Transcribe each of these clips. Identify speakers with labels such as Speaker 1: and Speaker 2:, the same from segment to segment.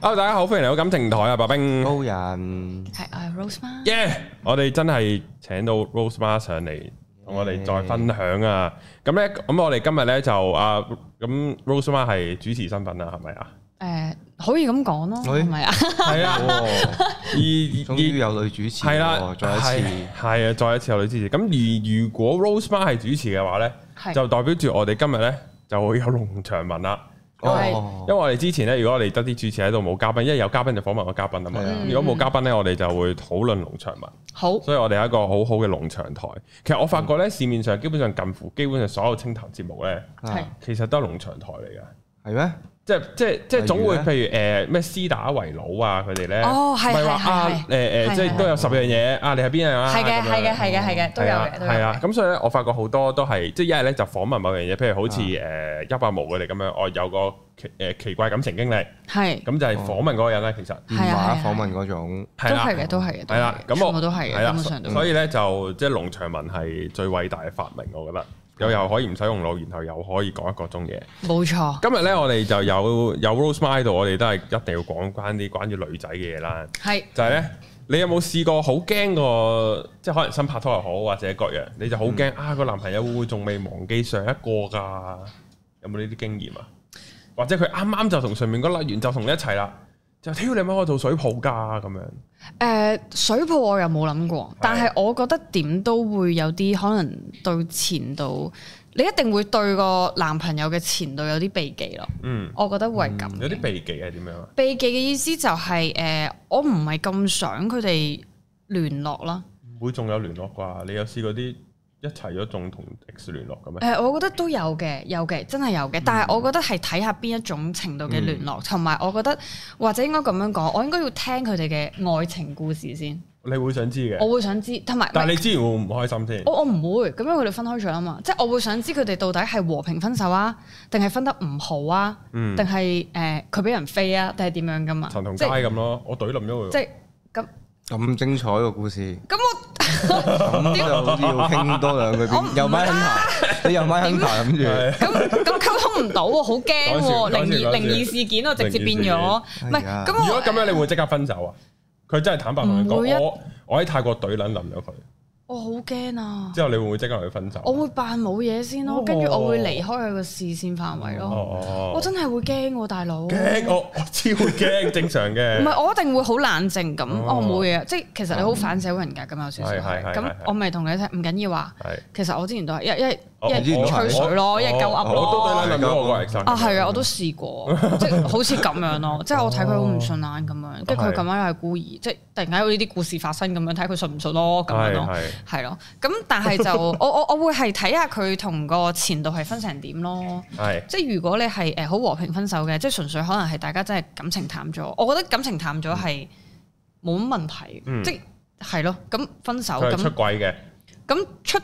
Speaker 1: Hello，大家好，歡迎嚟到感情台啊，白冰。
Speaker 2: 高人
Speaker 3: 係我係 Rose 嘛？
Speaker 1: 耶！我哋真係請到 Rose Ma 上嚟，同我哋再分享啊。咁咧，咁我哋今日咧就啊，咁 Rose Ma 係主持身份啊，係咪啊？
Speaker 3: 誒，呃可以咁講咯，
Speaker 2: 喂
Speaker 3: 係咪啊？
Speaker 1: 係 啊，
Speaker 2: 哦，
Speaker 1: 而
Speaker 2: 終於
Speaker 1: 而
Speaker 2: 有女主持
Speaker 1: 係啦
Speaker 2: 喎，，再一次
Speaker 1: 係係啊，再一次有女主持。咁而如果 Rose Ma 係主持嘅話咧，
Speaker 3: 係
Speaker 1: 就代表住我哋今日咧就會有農場文啦。因為
Speaker 2: 哦，
Speaker 1: 我哋之前咧，如果我哋得啲主持喺度冇嘉賓，因為有嘉賓就訪問個嘉賓啊嘛
Speaker 2: 係啊。
Speaker 1: 如果冇嘉賓咧，我哋就會討論農場文。
Speaker 3: 好，
Speaker 1: 所以我哋係一個好好嘅農場台。其實我發覺咧，市面上基本上近乎基本上所有清談節目咧，
Speaker 2: 啊
Speaker 3: 係
Speaker 1: 其實都係農場台嚟㗎。
Speaker 2: 係咩？
Speaker 1: 即係即係即係
Speaker 2: 例如
Speaker 1: 總會，譬
Speaker 2: 呢
Speaker 1: 如誒咩斯打圍佬啊，佢哋咧，
Speaker 3: 哦係
Speaker 1: 唔係話
Speaker 3: 係係
Speaker 1: 啊
Speaker 3: 係
Speaker 1: 誒誒，
Speaker 3: 係
Speaker 1: 即
Speaker 3: 係
Speaker 1: 係都有十樣嘢啊，你係邊樣啊？
Speaker 3: 係嘅，
Speaker 1: 咁樣
Speaker 3: 係嘅，係嘅，係嘅，都有
Speaker 1: 係啊
Speaker 3: 嘅，都有
Speaker 1: 係啊，
Speaker 3: 嘅。
Speaker 1: 咁所以咧，我發覺好多都係即係一係咧就訪問某樣嘢，譬如好似呃誒一百毛佢哋咁樣，我哦有個奇誒奇怪感情經歷，
Speaker 3: 係，
Speaker 1: 咁就係訪問嗰個人啦，其實
Speaker 2: 電
Speaker 3: 係啊
Speaker 2: 話
Speaker 3: 係啊
Speaker 2: 訪問嗰種，
Speaker 3: 哦都
Speaker 1: 係啦
Speaker 3: 係。嘅，都係嘅，都
Speaker 1: 係啦，
Speaker 3: 係嘅
Speaker 1: 咁
Speaker 3: 全
Speaker 1: 我
Speaker 3: 部都係嘅，
Speaker 1: 係啦
Speaker 3: 根本上都係。
Speaker 1: 所以咧就即係農場文係最偉大嘅發明，我覺得又又可以唔使用腦，然後又可以講一個鐘嘢。
Speaker 3: 冇錯，
Speaker 1: 今日咧我哋就有有 Rose My 度，我哋都係一定要講關啲關於女仔嘅嘢啦。
Speaker 3: 係
Speaker 1: 就係咧，你有冇試過好驚個，即係可能新拍拖又好，或者各樣，你就好
Speaker 3: 嗯
Speaker 1: 驚、啊個男朋友會唔會仲未忘記上一個㗎？有冇呢啲經驗啊？或者佢啱啱就同上面嗰甩完就同你一齊啦，就挑你乜我做水泡㗎咁樣。
Speaker 3: 誒呃水泡我又冇諗過，但係我覺得點都會有啲可能對前度，你一定會對個男朋友嘅前度有啲避忌咯。
Speaker 1: 嗯，
Speaker 3: 我覺得會係咁嘅。
Speaker 1: 有啲避忌係點樣啊？
Speaker 3: 避忌嘅意思就係、呃我唔係咁想佢哋聯絡啦。
Speaker 1: 唔會仲有聯絡啩？你有試過啲一齊咗仲同 X 聯絡嘅
Speaker 3: 誒、
Speaker 1: 咩？
Speaker 3: 我覺得都有嘅，有嘅，真係有
Speaker 1: 嗯
Speaker 3: 嘅。但係我覺得係睇下邊一種程度嘅聯絡，同埋、我覺得或者應該咁樣講，我應該要聽佢哋嘅愛情故事先，
Speaker 1: 你會想知嘅，
Speaker 3: 我會想知，同埋
Speaker 1: 但係你之前會唔開心先？
Speaker 3: 我我唔會咁樣，佢哋分開咗啊嘛，即係我會想知佢哋到底係和平分手啊，定係分得唔好啊，定係誒佢俾人飛啊，定係點樣噶嘛？
Speaker 1: 嗯陳同
Speaker 3: 即
Speaker 1: 佳
Speaker 3: 係
Speaker 1: 咁咯，我懟冧咗
Speaker 3: 即
Speaker 1: 佢。
Speaker 3: 係咁
Speaker 2: 咁精彩個 故事，
Speaker 3: 咁我。
Speaker 2: 咁就要傾多兩句
Speaker 3: 我唔
Speaker 2: 邊，又咪肯爬，你又咪肯爬諗住，
Speaker 3: 咁咁溝通唔到喎，好
Speaker 1: 講笑講
Speaker 3: 驚喎！靈
Speaker 1: 笑講
Speaker 3: 異
Speaker 1: 笑
Speaker 3: 靈異事件啊我直接變
Speaker 1: 靈
Speaker 3: 咗
Speaker 1: 異，
Speaker 3: 唔
Speaker 2: 哎
Speaker 3: 係
Speaker 2: 呀
Speaker 3: 咁
Speaker 1: 如果
Speaker 3: 我
Speaker 1: 咁樣，你會即刻分手啊？佢真係坦白同你
Speaker 3: 唔會啊
Speaker 1: 講，我我喺泰國懟撚冧咗佢，
Speaker 3: 我好驚啊！
Speaker 1: 之後你會唔會即刻同佢分手？啊
Speaker 3: 我會扮冇嘢先
Speaker 1: 哦
Speaker 3: 咯，跟住我會離開佢個視線範圍
Speaker 1: 哦
Speaker 3: 咯。我
Speaker 1: 哦，
Speaker 3: 真係會驚喎，大佬。
Speaker 1: 驚我我超驚，正常
Speaker 3: 唔
Speaker 1: 嘅。
Speaker 3: 係，我一定會好冷靜咁，
Speaker 1: 哦
Speaker 3: 我冇嘢。即係其實你好反社會人格咁有少少
Speaker 1: 係係係
Speaker 3: 係。
Speaker 1: 係
Speaker 3: 咁我咪同你聽，唔緊要話。
Speaker 1: 係，哦
Speaker 3: 其實我之前都係一一
Speaker 1: 我
Speaker 3: 一
Speaker 2: 我
Speaker 3: 一
Speaker 2: 知道
Speaker 3: 吹
Speaker 2: 係
Speaker 3: 水咯，一係鳩
Speaker 1: 哦我
Speaker 3: 噏
Speaker 1: 我
Speaker 3: 咯。
Speaker 1: 都懟撚咗我個 ex
Speaker 3: 啊，係啊，我都 試過，即係好似咁樣咯，即係我睇佢好唔順眼咁
Speaker 1: 哦
Speaker 3: 樣，跟住佢咁樣又係孤兒，即係突然間有呢啲故事發生咁樣，睇佢信唔信咯，咁樣
Speaker 1: 係
Speaker 3: 咯，
Speaker 1: 係
Speaker 3: 係咯。咁但係 就我我我會係睇下佢同個前度係分成點咯。
Speaker 1: 係
Speaker 3: 即係如果你係誒好和平分手嘅，即係純粹可能係大家真係感情淡咗，我覺得感情淡咗係冇乜問題，
Speaker 1: 嗯
Speaker 3: 即係係咯。咁分手
Speaker 1: 佢係出
Speaker 3: 咁
Speaker 1: 軌嘅
Speaker 3: 咁出，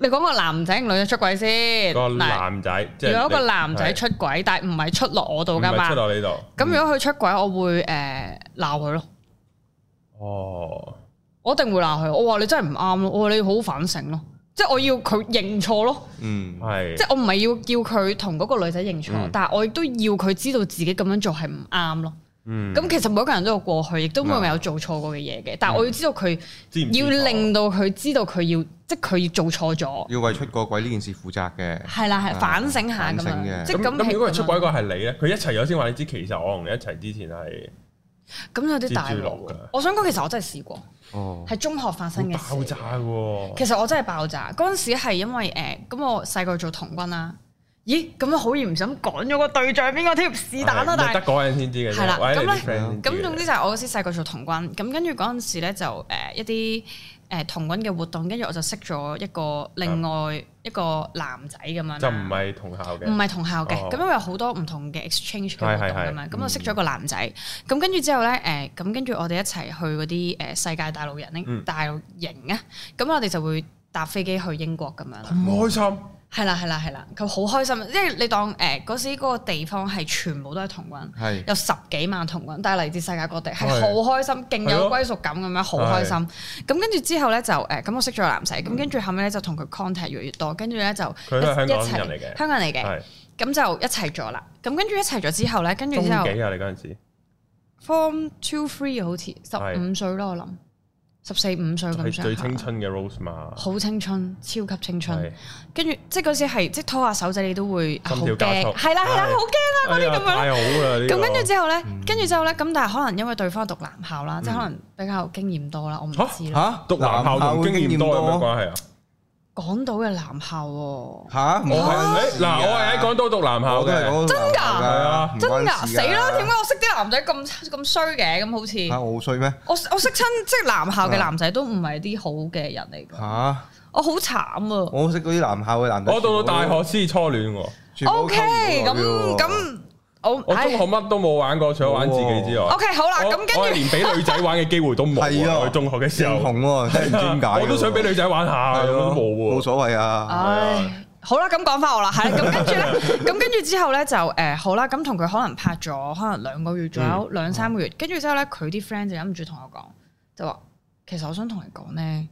Speaker 3: 你講個男仔定女仔出軌先？
Speaker 1: 個
Speaker 3: 嗱
Speaker 1: 男仔，即係
Speaker 3: 如果一個
Speaker 1: 你
Speaker 3: 男仔
Speaker 1: 係
Speaker 3: 出軌，但係唔係出落我度噶
Speaker 1: 唔係
Speaker 3: 嘛
Speaker 1: 出？到呢度。
Speaker 3: 咁如果佢出軌，我會誒鬧佢咯，
Speaker 1: 哦，
Speaker 3: 我一定會鬧佢。我話你真係唔啱咯，我話你好好反省咯，即係我要佢認錯咯，
Speaker 2: 嗯，
Speaker 1: 係
Speaker 3: 即。係我唔係要叫佢同嗰個女仔認錯，
Speaker 1: 嗯
Speaker 3: 但係我亦都要佢知道自己咁樣做係唔啱咯。
Speaker 1: 嗯
Speaker 3: 咁、其實每一個人都有過去，亦都每個人有做錯過嘅嘢嘅，但係我要知道佢
Speaker 1: 知唔知哦
Speaker 3: 要
Speaker 1: 錯
Speaker 3: 令到佢知道佢要即係佢要做錯咗，
Speaker 2: 要為出過軌呢件事負責嘅，
Speaker 3: 係啦係
Speaker 2: 啊
Speaker 3: 反省下咁
Speaker 2: 反省嘅
Speaker 3: 樣，即係
Speaker 1: 咁
Speaker 3: 咁
Speaker 1: 咁，
Speaker 3: 係啊
Speaker 1: 如果係出
Speaker 3: 咁樣
Speaker 1: 軌個係你咧，佢一齊咗先話你知，其實我同你一齊之前係
Speaker 3: 咁有啲大
Speaker 1: 蜘蛛
Speaker 3: 鑊
Speaker 1: 落
Speaker 3: 喎
Speaker 1: 㗎。
Speaker 3: 我想講其實我真係試過，
Speaker 2: 哦，
Speaker 3: 係中學發
Speaker 1: 好
Speaker 3: 生嘅事
Speaker 1: 爆炸嘅喎。
Speaker 3: 其實我真係爆炸，嗰陣時係因為誒，咁、我細個做童軍啦。咦，咁樣好易唔想講咗個對象邊個添？是但啦，
Speaker 1: 係
Speaker 3: 但
Speaker 1: 得
Speaker 3: 係
Speaker 1: 嗰個人先知嘅啫，
Speaker 3: 係啦
Speaker 1: 或者你啲
Speaker 3: 咁
Speaker 1: friend 先知嘅
Speaker 3: 咁總之就係我嗰時細個做童軍，咁跟住嗰陣時咧就誒、一啲誒、呃童軍嘅活動，跟住我就識咗一個另外一個男仔咁樣啦
Speaker 1: 啊就唔係同校
Speaker 3: 唔
Speaker 1: 嘅，
Speaker 3: 係同校嘅，
Speaker 1: 哦
Speaker 3: 咁、因為有好多唔同嘅 exchange 嘅活動
Speaker 1: 係係係嗯
Speaker 3: 咁樣，咁我識咗個男仔，咁跟住之後咧，誒、咁跟住我哋一齊去嗰啲誒世界大陸人咧、
Speaker 1: 嗯
Speaker 3: 大陸營啊，咁我哋就會搭飛機去英國咁樣啦，
Speaker 1: 唔開心。
Speaker 3: 係啦係啦係啦，佢好開心，因為你當誒嗰、時嗰個地方係全部都係童軍。
Speaker 2: 係
Speaker 3: 有十幾萬童軍，但係嚟自世界各地，係
Speaker 1: 係
Speaker 3: 好開心，勁
Speaker 1: 係
Speaker 3: 有
Speaker 1: 咯
Speaker 3: 歸屬感咁樣，好開心。咁跟住之後咧就誒，咁我識咗個男仔，咁跟住後尾咧就同佢 contact 越嚟越多，跟住咧就
Speaker 1: 嗯佢都係香
Speaker 3: 一
Speaker 1: 港
Speaker 3: 齊
Speaker 1: 人嚟嘅
Speaker 3: 香港人嚟嘅，
Speaker 1: 係
Speaker 3: 咁就一齊咗啦。咁跟住一齊咗之後咧，跟住
Speaker 1: 中
Speaker 3: 之後
Speaker 1: 幾啊？你嗰陣時
Speaker 3: form two three 好似十五歲咯，我諗十四五歲咁
Speaker 1: 係
Speaker 3: 上
Speaker 1: 最
Speaker 3: 下
Speaker 1: 青春嘅 Rose 嘛，
Speaker 3: 好青春，超級青
Speaker 1: 係
Speaker 3: 春。跟住即係嗰時係即係拖下手仔，你都會啊好
Speaker 1: 心跳
Speaker 3: 驚，
Speaker 1: 加速
Speaker 3: 係啦係
Speaker 1: 係
Speaker 3: 啦，好驚啊嗰
Speaker 1: 哎
Speaker 3: 啲
Speaker 1: 呀
Speaker 3: 咁樣啦。
Speaker 1: 太好啦，呢個
Speaker 3: 咁跟住之後咧，跟住之後咧，咁但係可能因為對方讀男校啦，即係可能比較經驗多啦，我唔
Speaker 1: 嚇
Speaker 3: 知啦。
Speaker 2: 吓，
Speaker 1: 讀男校同經驗多有咩
Speaker 2: 驗
Speaker 1: 關係啊？
Speaker 3: 港島嘅男校喎。
Speaker 2: 吓，冇
Speaker 1: 我
Speaker 3: 哦
Speaker 2: 關
Speaker 1: 誒
Speaker 2: 事
Speaker 1: 嗱，
Speaker 2: 㗎
Speaker 1: 我係喺港島讀男校
Speaker 2: 我都係
Speaker 1: 嘅，
Speaker 2: 講
Speaker 3: 真㗎
Speaker 1: 啊
Speaker 2: 唔
Speaker 3: 真
Speaker 2: 關
Speaker 3: 㗎，
Speaker 2: 事
Speaker 3: 死啦！點解我識啲男仔咁咁衰嘅？咁好似
Speaker 2: 嚇我好衰咩？
Speaker 3: 我我識親即係男校嘅男仔都唔係啲好嘅人嚟㗎，
Speaker 2: 吓，
Speaker 3: 我好慘啊
Speaker 2: 我識嗰啲男校嘅男仔，
Speaker 1: 我到到大學先初戀喎，
Speaker 2: 全部都溝唔
Speaker 3: ！O K，
Speaker 2: 到
Speaker 3: 咁
Speaker 2: 我嘅喎
Speaker 3: 咁我
Speaker 1: 我中
Speaker 3: 唉
Speaker 1: 學乜都冇玩過，除咗玩自己之外
Speaker 3: O。K 哦好啦，
Speaker 1: 我
Speaker 3: 咁
Speaker 1: 我係
Speaker 3: 跟住
Speaker 1: 連俾女仔玩嘅機會都冇
Speaker 2: 係
Speaker 1: 啊！
Speaker 2: 啊
Speaker 1: 我中學嘅時
Speaker 2: 認
Speaker 1: 候，
Speaker 2: 同喎，真係唔知點解。啊
Speaker 1: 我都想俾女仔玩下，
Speaker 2: 係
Speaker 1: 咁
Speaker 2: 咯
Speaker 1: 都冇
Speaker 2: 冇
Speaker 1: 喎。
Speaker 2: 所謂啊。
Speaker 3: 唉。好啦，咁講翻我啦，係啦，咁跟住咧，咁跟住之後咧就誒、好啦，咁同佢可能拍咗可能兩個月左右，兩三個月，跟住之後咧，佢啲 friend 就忍唔住同我講，就話其實我想同你講咧，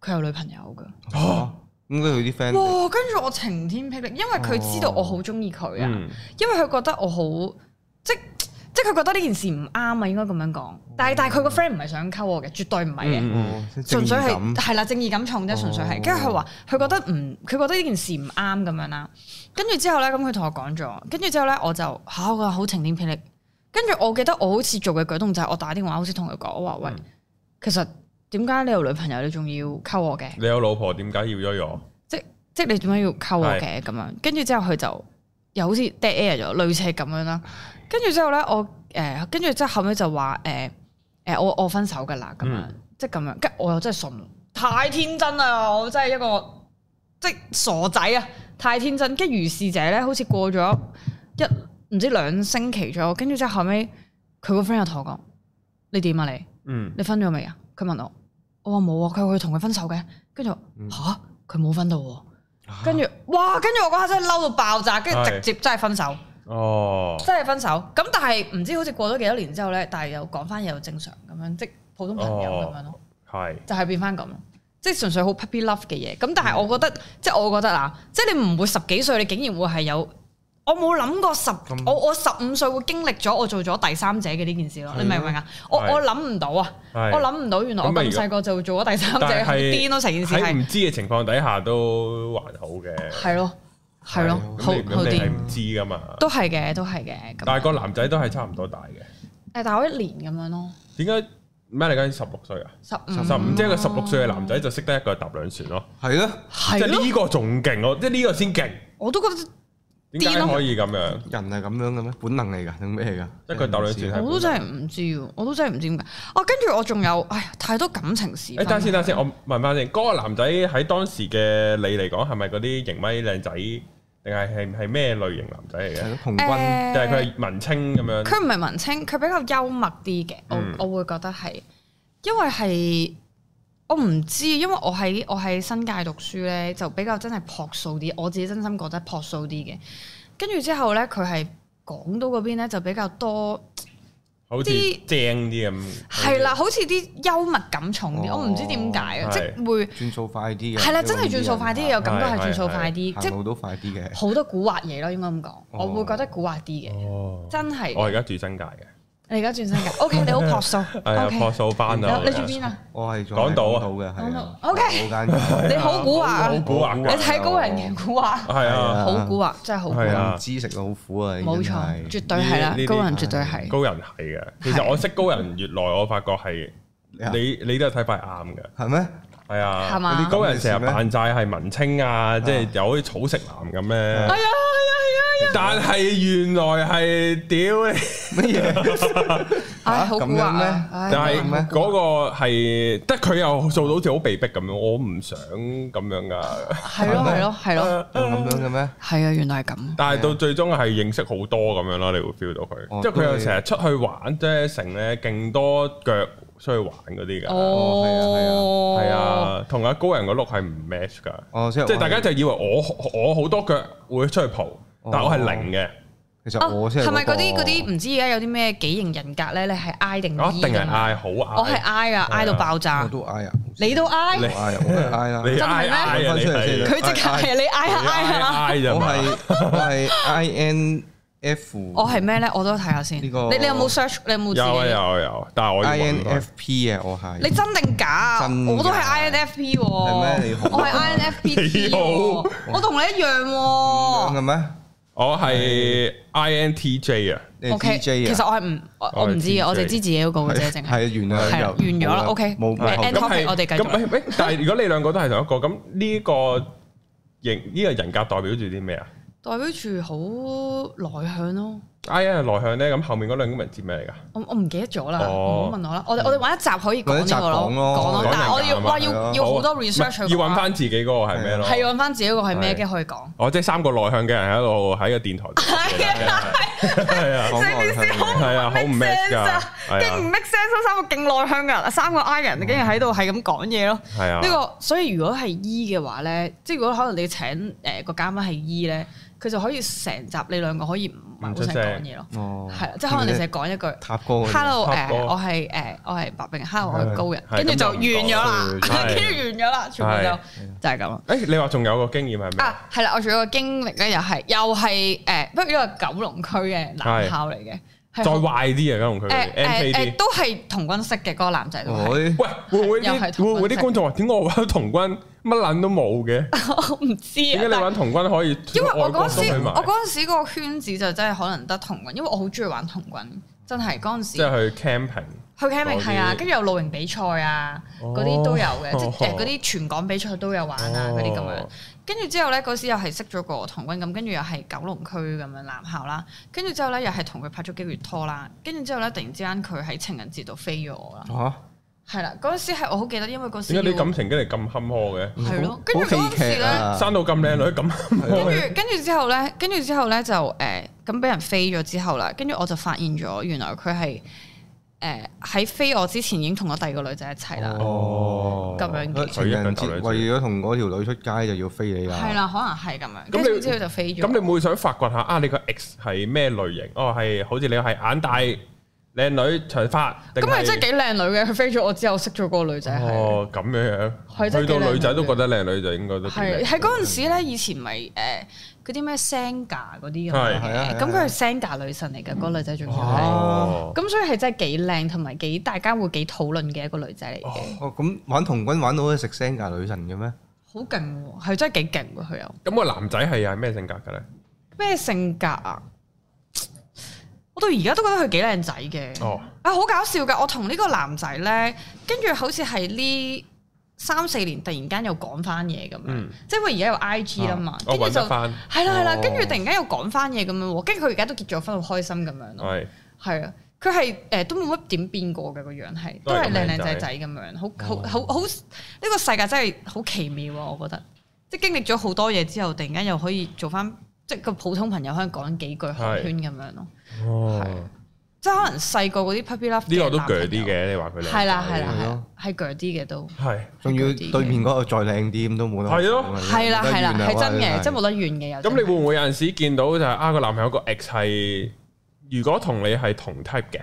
Speaker 3: 佢有女朋友㗎。
Speaker 2: 嚇咁跟住佢啲 friend
Speaker 3: 哇！跟住我晴天霹靂，因為佢知道我好中意佢啊，
Speaker 1: 嗯，
Speaker 3: 因為佢覺得我好即即佢覺得呢件事唔啱啊，應該咁樣講。但係但係佢個 friend 唔係想溝我嘅，絕對唔係嘅，
Speaker 2: 哦
Speaker 3: 純粹
Speaker 2: 正義
Speaker 3: 係
Speaker 2: 感哦
Speaker 3: 係啦，正義感重啫，純粹係。跟住佢話佢覺得唔，佢覺得呢件事唔啱咁樣啦。跟住之後咧，咁佢同我講咗，跟住之後咧，我就嚇、我覺得好晴天霹靂。跟住我記得我好似做嘅舉動就係我打電話好似同佢講，我話
Speaker 2: 嗯
Speaker 3: 喂，其實點解你有女朋友你仲要溝我嘅？
Speaker 1: 你有老婆點解要咗我？
Speaker 3: 即即你點解要溝我嘅咁樣？跟住之後佢就又好似 dead air 咗，類似係咁樣啦。跟住之後咧，我誒跟住之後後尾就話誒誒，我我分手噶啦咁樣，
Speaker 1: 嗯
Speaker 3: 即咁樣。跟我又真係信，太天真啦！我真係一個即傻仔啊，太天真。跟住如是者咧，好似過咗一唔知兩星期左右，跟住之後後尾佢個 friend 又同我講：你點啊你？
Speaker 1: 嗯，
Speaker 3: 你分咗未啊？佢問我，我話冇啊，佢會同佢分手嘅。跟住我吓，佢冇分到喎。跟住哇，跟住我嗰下真係嬲到爆炸，跟住直接真係分手，
Speaker 1: 哦，
Speaker 3: 真係分手。咁但係唔知好似過咗幾多年之後咧，但係又講翻嘢又正常咁樣，即普通朋友咁樣咯，
Speaker 1: 係
Speaker 3: 就係變翻咁咯。即係純粹好 puppy love 嘅嘢。咁但係我覺得，即係我覺得啊，即係你唔會十幾歲，你竟然會係有。我冇諗過十，我我十五歲會經歷咗我做咗第三者嘅呢件事咯，你明唔明啊？我
Speaker 1: 係
Speaker 3: 我諗唔到啊！
Speaker 1: 係。
Speaker 3: 我諗唔到，原來我咁細個就會做咗第三者，
Speaker 1: 但
Speaker 3: 好
Speaker 1: 係
Speaker 3: 癲咯！成件事
Speaker 1: 喺
Speaker 3: 係
Speaker 1: 唔知嘅情況底下都還好嘅，
Speaker 3: 係咯，係咯，
Speaker 1: 咁
Speaker 3: 好
Speaker 1: 你
Speaker 3: 好
Speaker 1: 咁你係
Speaker 3: 癲，
Speaker 1: 唔知噶嘛？
Speaker 3: 都係嘅，都係嘅。咁
Speaker 1: 但係個男仔都係差唔多大嘅，
Speaker 3: 誒，大我一年咁樣咯，
Speaker 1: 點解咩？你嗰陣十六歲啊？
Speaker 3: 十五
Speaker 1: 十五即係個十六歲嘅男仔就識得一個搭兩船咯，
Speaker 2: 係咯，
Speaker 1: 即
Speaker 3: 係
Speaker 1: 係
Speaker 3: 咯，
Speaker 1: 呢個仲勁咯，即係呢個先勁，
Speaker 3: 我都覺
Speaker 1: 點解
Speaker 3: 癲咯
Speaker 1: 可以咁樣？
Speaker 2: 人係咁樣嘅咩？本能嚟㗎定咩嚟㗎？
Speaker 1: 即係佢鬥兩轉係
Speaker 2: 啊
Speaker 1: 啊
Speaker 3: 得，我都真係唔知喎，我都真係唔知點解。哦，跟住我仲有，哎呀，太多感情事。
Speaker 1: 誒，等下先，等下先，我問翻先，嗰個男仔喺當時嘅你嚟講，係咪嗰啲型咪靚仔，定係係係咩類型男仔嚟
Speaker 2: 係
Speaker 1: 嘅？
Speaker 2: 咯，童軍
Speaker 1: 定係佢
Speaker 3: 誒，
Speaker 1: 係文青咁樣？
Speaker 3: 佢唔係文青，佢比較幽默啲嘅，
Speaker 1: 嗯
Speaker 3: 我我會覺得係，因為係。我唔知，因為我喺我喺新界讀書咧，就比較真係樸素啲。我自己真心覺得樸素啲嘅。跟住之後咧，佢係港島嗰邊咧就比較多，
Speaker 1: 好似
Speaker 3: 啲
Speaker 1: 正啲咁。
Speaker 3: 係啦，，好似啲幽默感重啲。我唔知點解啊，
Speaker 1: 哦
Speaker 3: 即
Speaker 1: 係
Speaker 3: 係會
Speaker 2: 轉數快啲嘅，
Speaker 3: 係啦，真係轉數快啲，有感覺啊係轉數快啲，即
Speaker 2: 啊行
Speaker 3: 係哦
Speaker 2: 路都快啲嘅。
Speaker 3: 好多古惑嘢咯，應該咁講。我會覺得古惑啲嘅，
Speaker 1: 哦，
Speaker 3: 真係
Speaker 1: 我而
Speaker 3: 嘅。
Speaker 1: 家住新界嘅，
Speaker 3: 你而家轉新界，OK，你好樸素
Speaker 1: 係啊，
Speaker 3: ，OK
Speaker 1: 破。數班啊，
Speaker 3: 你你住邊啊？
Speaker 2: 我係做
Speaker 1: 港島啊
Speaker 2: 到嘅，係啊
Speaker 3: 港島，OK
Speaker 2: 好 間
Speaker 3: 你好古惑啊！
Speaker 1: 好
Speaker 3: 你
Speaker 1: 古惑
Speaker 2: 好
Speaker 1: 㗎，
Speaker 3: 睇高人嘅古惑。
Speaker 1: 係啊，
Speaker 3: 好古惑，真係好古
Speaker 1: 係
Speaker 3: 惑，
Speaker 1: 啊
Speaker 2: 唔知食到好苦啊！
Speaker 3: 冇
Speaker 2: 真係
Speaker 3: 錯，絕對係啦
Speaker 1: 呢呢，啲
Speaker 3: 高人絕對係，
Speaker 1: 高人係嘅。其實我識高人越耐，我發覺係啊你你都係睇法係啱嘅，
Speaker 2: 係咩？
Speaker 1: 係啊。
Speaker 3: 係嘛
Speaker 1: 啲高人成日扮晒係文青啊，即係
Speaker 2: 啊
Speaker 1: 又好似草食男咁咧。
Speaker 3: 係啊係啊
Speaker 1: 但係原來係屌你，
Speaker 2: 乜嘢？
Speaker 3: 係啊，唉
Speaker 2: 嚇
Speaker 3: 好古
Speaker 2: 咁
Speaker 3: 惑
Speaker 2: 樣咩
Speaker 3: 啊，唉
Speaker 1: 但係
Speaker 2: 係咩
Speaker 1: 嗰個係，得佢又做到好似好被逼咁樣，我唔想咁樣噶。
Speaker 3: 係咯係咯係咯，
Speaker 2: 有咁樣嘅咩？
Speaker 3: 係啊，原來係咁，
Speaker 1: 但係到最終係認識好多咁樣啦，你會 feel 到
Speaker 2: 哦
Speaker 1: 佢，即係佢又成日出去玩啫，成咧勁多腳出去玩嗰啲㗎，
Speaker 3: 哦，
Speaker 1: 係，啊，同阿高人個 look 係唔 match 㗎。
Speaker 2: 哦，即係
Speaker 1: 即係
Speaker 2: 我
Speaker 1: 大家就以為我我好多腳會出去蒲，但我係零
Speaker 3: 哦
Speaker 1: 嘅，
Speaker 2: 其實我先
Speaker 3: 啊係咪
Speaker 2: 個
Speaker 3: 嗰啲嗰啲唔知而家有啲咩幾型人格咧？你係 I 定
Speaker 1: 我
Speaker 3: E
Speaker 1: 哦一定係
Speaker 3: 㗎嘛
Speaker 1: 嗌好嗌。
Speaker 3: 我係 I 啊，I 到爆
Speaker 2: 我
Speaker 3: 炸，
Speaker 2: 都嗌啊，
Speaker 3: 你都 I，
Speaker 1: 你
Speaker 2: 我嗌啊，我係嗌啦。
Speaker 1: 你
Speaker 3: 真係
Speaker 1: 嗌嗌
Speaker 3: 咩
Speaker 1: 啊，
Speaker 2: 分
Speaker 1: 你
Speaker 2: 出嚟先
Speaker 1: 係
Speaker 2: 啊
Speaker 3: 佢直係你 I
Speaker 1: 你
Speaker 3: 下 I 下，
Speaker 1: 嗌嗌啫
Speaker 2: 我
Speaker 1: 嘛。
Speaker 2: 係我係 I N F
Speaker 3: 我哦係咩咧？我都睇下先。你
Speaker 2: 呢
Speaker 3: 你
Speaker 2: 個
Speaker 3: 有冇 search？你有冇自
Speaker 1: 有啊有
Speaker 3: 己？
Speaker 1: 啊有啊，但系我要揾
Speaker 2: INFP 啊，我係
Speaker 3: 你真定假啊？
Speaker 2: 真㗎
Speaker 3: 我都係 INFP 喎。
Speaker 2: 係咩你好
Speaker 3: 我係 INFP
Speaker 1: 你好
Speaker 3: 喎。我同你一樣
Speaker 2: 咁
Speaker 3: 喎。
Speaker 2: 嘅咩？
Speaker 1: 我係 INTJ 啊，
Speaker 2: 你
Speaker 3: O K，
Speaker 2: 係 TJ
Speaker 3: 其
Speaker 2: 啊？
Speaker 3: 實我係唔我我唔知嘅，
Speaker 1: 我係 TJ
Speaker 3: 我就知自己嗰個嘅啫，淨
Speaker 2: 係
Speaker 3: 係。
Speaker 2: 係完啦，
Speaker 3: 係
Speaker 2: 又
Speaker 3: 完咗啦
Speaker 2: 冇
Speaker 3: ，OK
Speaker 2: 冇
Speaker 3: 誒
Speaker 2: 冇後
Speaker 1: 咁
Speaker 3: end
Speaker 2: 續
Speaker 3: topic，
Speaker 1: 係
Speaker 3: 我哋繼續
Speaker 1: 咁誒誒但係如果你兩個都係同一個，咁呢個型呢個人格代表住啲咩啊
Speaker 3: 代表住好內向咯。
Speaker 1: ？I N 係內向咧，咁後面嗰兩個人接咩嚟㗎？
Speaker 3: 我我唔記得咗啦，
Speaker 1: 哦
Speaker 3: 唔好問我啦。我哋我哋玩一集可以講
Speaker 2: 玩一集
Speaker 3: 呢個咯，
Speaker 2: 講咯
Speaker 3: 講咯
Speaker 1: 講。
Speaker 3: 但係我
Speaker 1: 人
Speaker 3: 要
Speaker 1: 㗎嘛
Speaker 3: 哇，
Speaker 2: 係
Speaker 3: 要
Speaker 2: 咯
Speaker 3: 要好多
Speaker 1: 好啊
Speaker 3: research 去
Speaker 1: 唔係
Speaker 3: 講
Speaker 1: 要揾翻自己嗰個係咩咯？
Speaker 3: 係要揾翻自己嗰個係咩
Speaker 1: 係
Speaker 3: 嘅可以講。
Speaker 1: 哦，即係三個內向嘅人喺度喺個電台度，係啊，
Speaker 2: 講
Speaker 3: 成件事好
Speaker 1: 係啊，好唔 match 㗎，係
Speaker 3: 勁唔
Speaker 1: 啊，
Speaker 3: make sense 三個勁內向嘅人，三個 I 人，竟然喺度係咁講嘢咯。
Speaker 1: 係啊，
Speaker 3: 呢個所以如果係 E 嘅話咧，即係如果可能你請誒個嘉賓係 E 咧，佢就可以成集你兩個可以唔係好想講嘢咯。
Speaker 2: 哦，
Speaker 3: 係啦，啊即係可能你成日講一句
Speaker 2: 塔哥嗰啲
Speaker 3: hello
Speaker 1: 塔
Speaker 3: 誒，
Speaker 1: 哥
Speaker 3: 我係誒我係白冰，hello 我係高人，
Speaker 1: 哦係
Speaker 3: 跟住就
Speaker 1: 咁
Speaker 3: 完
Speaker 1: 就唔哦
Speaker 3: 咗啦， 跟
Speaker 2: 講
Speaker 3: 住
Speaker 1: 係
Speaker 3: 完咗啦，全部
Speaker 1: 係
Speaker 3: 就就係咁咯。
Speaker 1: 誒，你話仲有個經驗係咩？
Speaker 3: 啊，係啦，我仲有個經歷咧，又係又係誒，不過呢個係九龍區嘅男校嚟嘅，
Speaker 1: 再
Speaker 3: 係好
Speaker 1: 壞啲啊，咁同佢
Speaker 3: 誒
Speaker 1: 哋 MKD
Speaker 3: 誒誒，。都係童軍式嘅嗰個男仔都係，
Speaker 2: 喂，
Speaker 1: 喂，會唔會
Speaker 3: 又係
Speaker 1: 啲
Speaker 3: 童
Speaker 1: 會
Speaker 3: 軍
Speaker 1: 唔會啲
Speaker 3: 式
Speaker 1: 觀眾話點解我揾童軍乜撚都冇 嘅？
Speaker 3: 我唔知
Speaker 1: 點
Speaker 3: 啊
Speaker 1: 解你
Speaker 3: 但係。
Speaker 1: 揾童軍可以？
Speaker 3: 因為我
Speaker 1: 陣
Speaker 3: 嗰陣時，我嗰陣時嗰個圈子就真係可能得童軍，因為我好中意玩童軍，真係嗰陣
Speaker 1: 即
Speaker 3: 時
Speaker 1: 係去 camping，
Speaker 3: 去
Speaker 1: 嗰啲
Speaker 3: camping
Speaker 1: 哦
Speaker 3: 係啊，跟住有露營比賽啊，嗰啲都有嘅，即係誒嗰啲全港比賽都有玩啊，嗰啲咁樣。跟住之後咧，嗰時又係識咗個童軍咁，跟住又係九龍區咁樣男校啦。跟住之後咧，又係同佢拍咗幾個月拖啦。跟住之後咧，突然之間佢喺情人節度飛咗我啦。
Speaker 2: 嚇，
Speaker 3: 係啦，嗰陣時係我好記得，因為嗰時
Speaker 1: 點解你
Speaker 3: 要
Speaker 1: 感情經歷咁坎坷嘅？
Speaker 3: 係咯
Speaker 2: 好
Speaker 3: 跟住
Speaker 2: 好
Speaker 3: 嗰陣
Speaker 2: 戲
Speaker 3: 時
Speaker 2: 劇啊
Speaker 1: 生到咁靚女咁坎坷
Speaker 3: 跟住
Speaker 1: 嘅，
Speaker 3: 跟住之後咧，跟住之後咧就誒咁俾人飛咗之後啦，跟住我就發現咗原來佢係誒喺飛我之前已經同咗第二個女仔一齊啦，
Speaker 1: 哦
Speaker 3: 咁樣嘅
Speaker 2: 情人節為咗同嗰條女出街就要飛你啦，
Speaker 3: 係啦，可能係咁樣。
Speaker 1: 啊咁
Speaker 3: 跟
Speaker 1: 你
Speaker 3: 住之後就飛咗。
Speaker 1: 咁你會唔會想發掘下啊？你個 ex 係咩類型？哦，係好似你係眼大靚女長髮，定係
Speaker 3: 咁佢真係幾靚女嘅，佢飛咗我之後識咗嗰個女仔係。
Speaker 1: 哦咁樣
Speaker 3: 係
Speaker 1: 樣，去
Speaker 3: 真係幾靚
Speaker 1: 到
Speaker 3: 女
Speaker 1: 女仔都覺得靚女就應該都幾靚
Speaker 3: 係喺嗰陣時咧，以前咪誒嗰啲咩 Senga 嗰
Speaker 1: 係
Speaker 3: 啲咁樣
Speaker 2: 係啊係
Speaker 3: 嘅，
Speaker 2: 啊
Speaker 3: 咁佢係 Senga 女神嚟嘅，嗰個女仔仲要係，
Speaker 1: 哦，
Speaker 3: 咁所以係真係幾靚，同埋幾大家會幾討論嘅一個女仔嚟嘅，
Speaker 2: 哦，咁玩童軍玩到好似食聲㗎女神嘅咩？
Speaker 3: 好勁喎，係真係幾勁喎，佢又
Speaker 1: 咁個男仔係係咩性格嘅咧？
Speaker 3: 咩性格啊？我到而家都覺得佢幾靚仔嘅。
Speaker 1: 哦，
Speaker 3: 啊，好搞笑㗎！我同呢個男仔咧，跟住好似係呢三四年突然間又講翻嘢咁樣，
Speaker 1: 嗯
Speaker 3: 即係因為而家有 I G 啦嘛，
Speaker 1: 我
Speaker 3: 跟住
Speaker 1: 揾
Speaker 3: 就
Speaker 1: 得翻，
Speaker 3: 係啦係啦
Speaker 2: 哦，
Speaker 3: 跟住突然間又講翻嘢咁樣喎，跟住佢而家都結咗婚，好開心咁樣咯，
Speaker 1: 係
Speaker 3: 係啊。佢係誒都冇乜點變過嘅個樣係，
Speaker 1: 都
Speaker 3: 都
Speaker 1: 係
Speaker 3: 係
Speaker 1: 咁
Speaker 3: 靚
Speaker 1: 靚
Speaker 3: 靚
Speaker 1: 仔哦
Speaker 3: 仔仔咁樣，好好好好呢個世界真係好奇妙啊！我覺得，即係經歷咗好多嘢之後，突然間又可以做翻即係個普通朋友可以講幾句寒
Speaker 1: 係
Speaker 3: 暄咁樣咯，
Speaker 1: 哦
Speaker 3: 係。即係可能細個嗰啲 puppy love
Speaker 1: 呢個
Speaker 3: 嘅
Speaker 1: 都
Speaker 3: 男朋友
Speaker 1: 鋸啲，嘅，你話佢
Speaker 3: 係啦係啦
Speaker 2: 係
Speaker 3: 係啦
Speaker 2: 咯，
Speaker 3: 係鋸啲嘅都
Speaker 1: 係
Speaker 2: 仲要對面嗰個再靚啲咁都冇得講，
Speaker 1: 係咯
Speaker 3: 係啦係啦
Speaker 1: 啊
Speaker 3: 係真嘅，真係冇得怨嘅有啲。
Speaker 1: 咁你會唔會有陣時見到就係、啊個男朋友個 ex 係如果同你係同 type 嘅，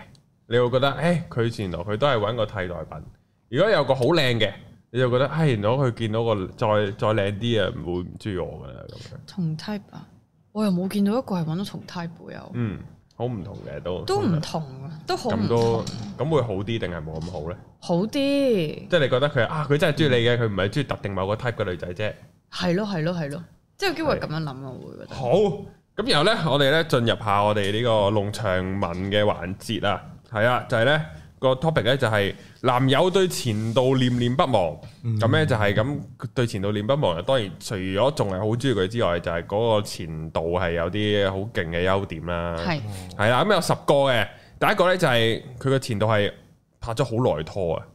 Speaker 1: 你會覺得誒佢原來佢都係揾個替代品。如果有個好靚嘅，你就覺得唉，原來佢見到個再再靚啲啊，唔會唔中意我㗎啦咁樣。
Speaker 3: 同 type 啊？我又冇見到一個係揾到同 type 喎又，
Speaker 1: 嗯，好唔同嘅都
Speaker 3: 都唔同啊，都好唔
Speaker 1: 咁都
Speaker 3: 同，
Speaker 1: 咁會好啲定係冇咁好呢？
Speaker 3: 好啲，
Speaker 1: 即係你覺得佢啊，佢真係中意你嘅，佢唔係中意特定某個 type 嘅女仔啫。
Speaker 3: 係咯係咯係咯，即係有機會係咁樣諗我會覺得。
Speaker 1: 好，咁然後呢，我哋呢進入下我哋呢個農場文嘅環節啊，係啊，就係、呢個 topic 呢，就係男友對前度念念不忘，咁呢、就係咁對前度念不忘，當然除咗仲係好中意佢之外，就係、嗰個前度係有啲好勁嘅優點啦，
Speaker 3: 係
Speaker 1: 係啦，咁有十個嘅，第一個呢，就係佢嘅前度係拍咗好耐拖啊。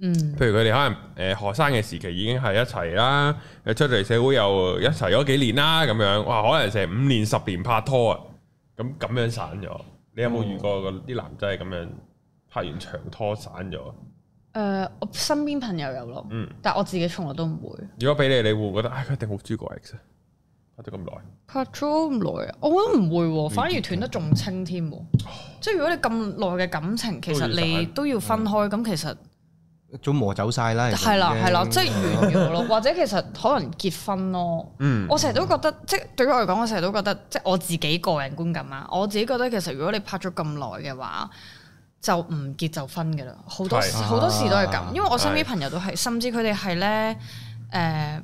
Speaker 3: 嗯
Speaker 1: 譬如佢哋可能誒呃學生嘅時期已經係一齊啦，誒出嚟社會又一齊咗幾年啦，咁樣哇，可能成五年十年拍拖啊，咁咁樣散咗。你有冇遇過個啲男仔係咁樣拍完長拖散咗？
Speaker 3: 誒，我身邊朋友有咯，
Speaker 1: 嗯，
Speaker 3: 但我自己從來都唔會。
Speaker 1: 如果俾你，你會唔會覺得唉，佢一定好中意個 X 啊？拍咗咁耐，
Speaker 3: 拍咗咁耐啊，我都唔會
Speaker 1: 嗯
Speaker 3: 喎，反而斷得仲清添喎。即係如果你咁耐嘅感情，其實
Speaker 1: 哦都要
Speaker 3: 你
Speaker 1: 散嗯
Speaker 3: 都要分開，咁其實
Speaker 2: 早磨走晒啦，
Speaker 3: 係啦係啦，即
Speaker 2: 係
Speaker 3: 係完咗咯，或者其實可能結婚咯。
Speaker 1: 嗯，
Speaker 3: 我成日都覺得，即係對於我嚟講，我成日都覺得，即係我自己個人觀感啊。我自己覺得其實如果你拍咗咁耐嘅話，就唔結就分嘅啦。好多
Speaker 1: 係
Speaker 3: 好多事都係咁
Speaker 2: 啊，
Speaker 3: 因為我身邊
Speaker 1: 係
Speaker 3: 朋友都係，甚至佢哋係咧誒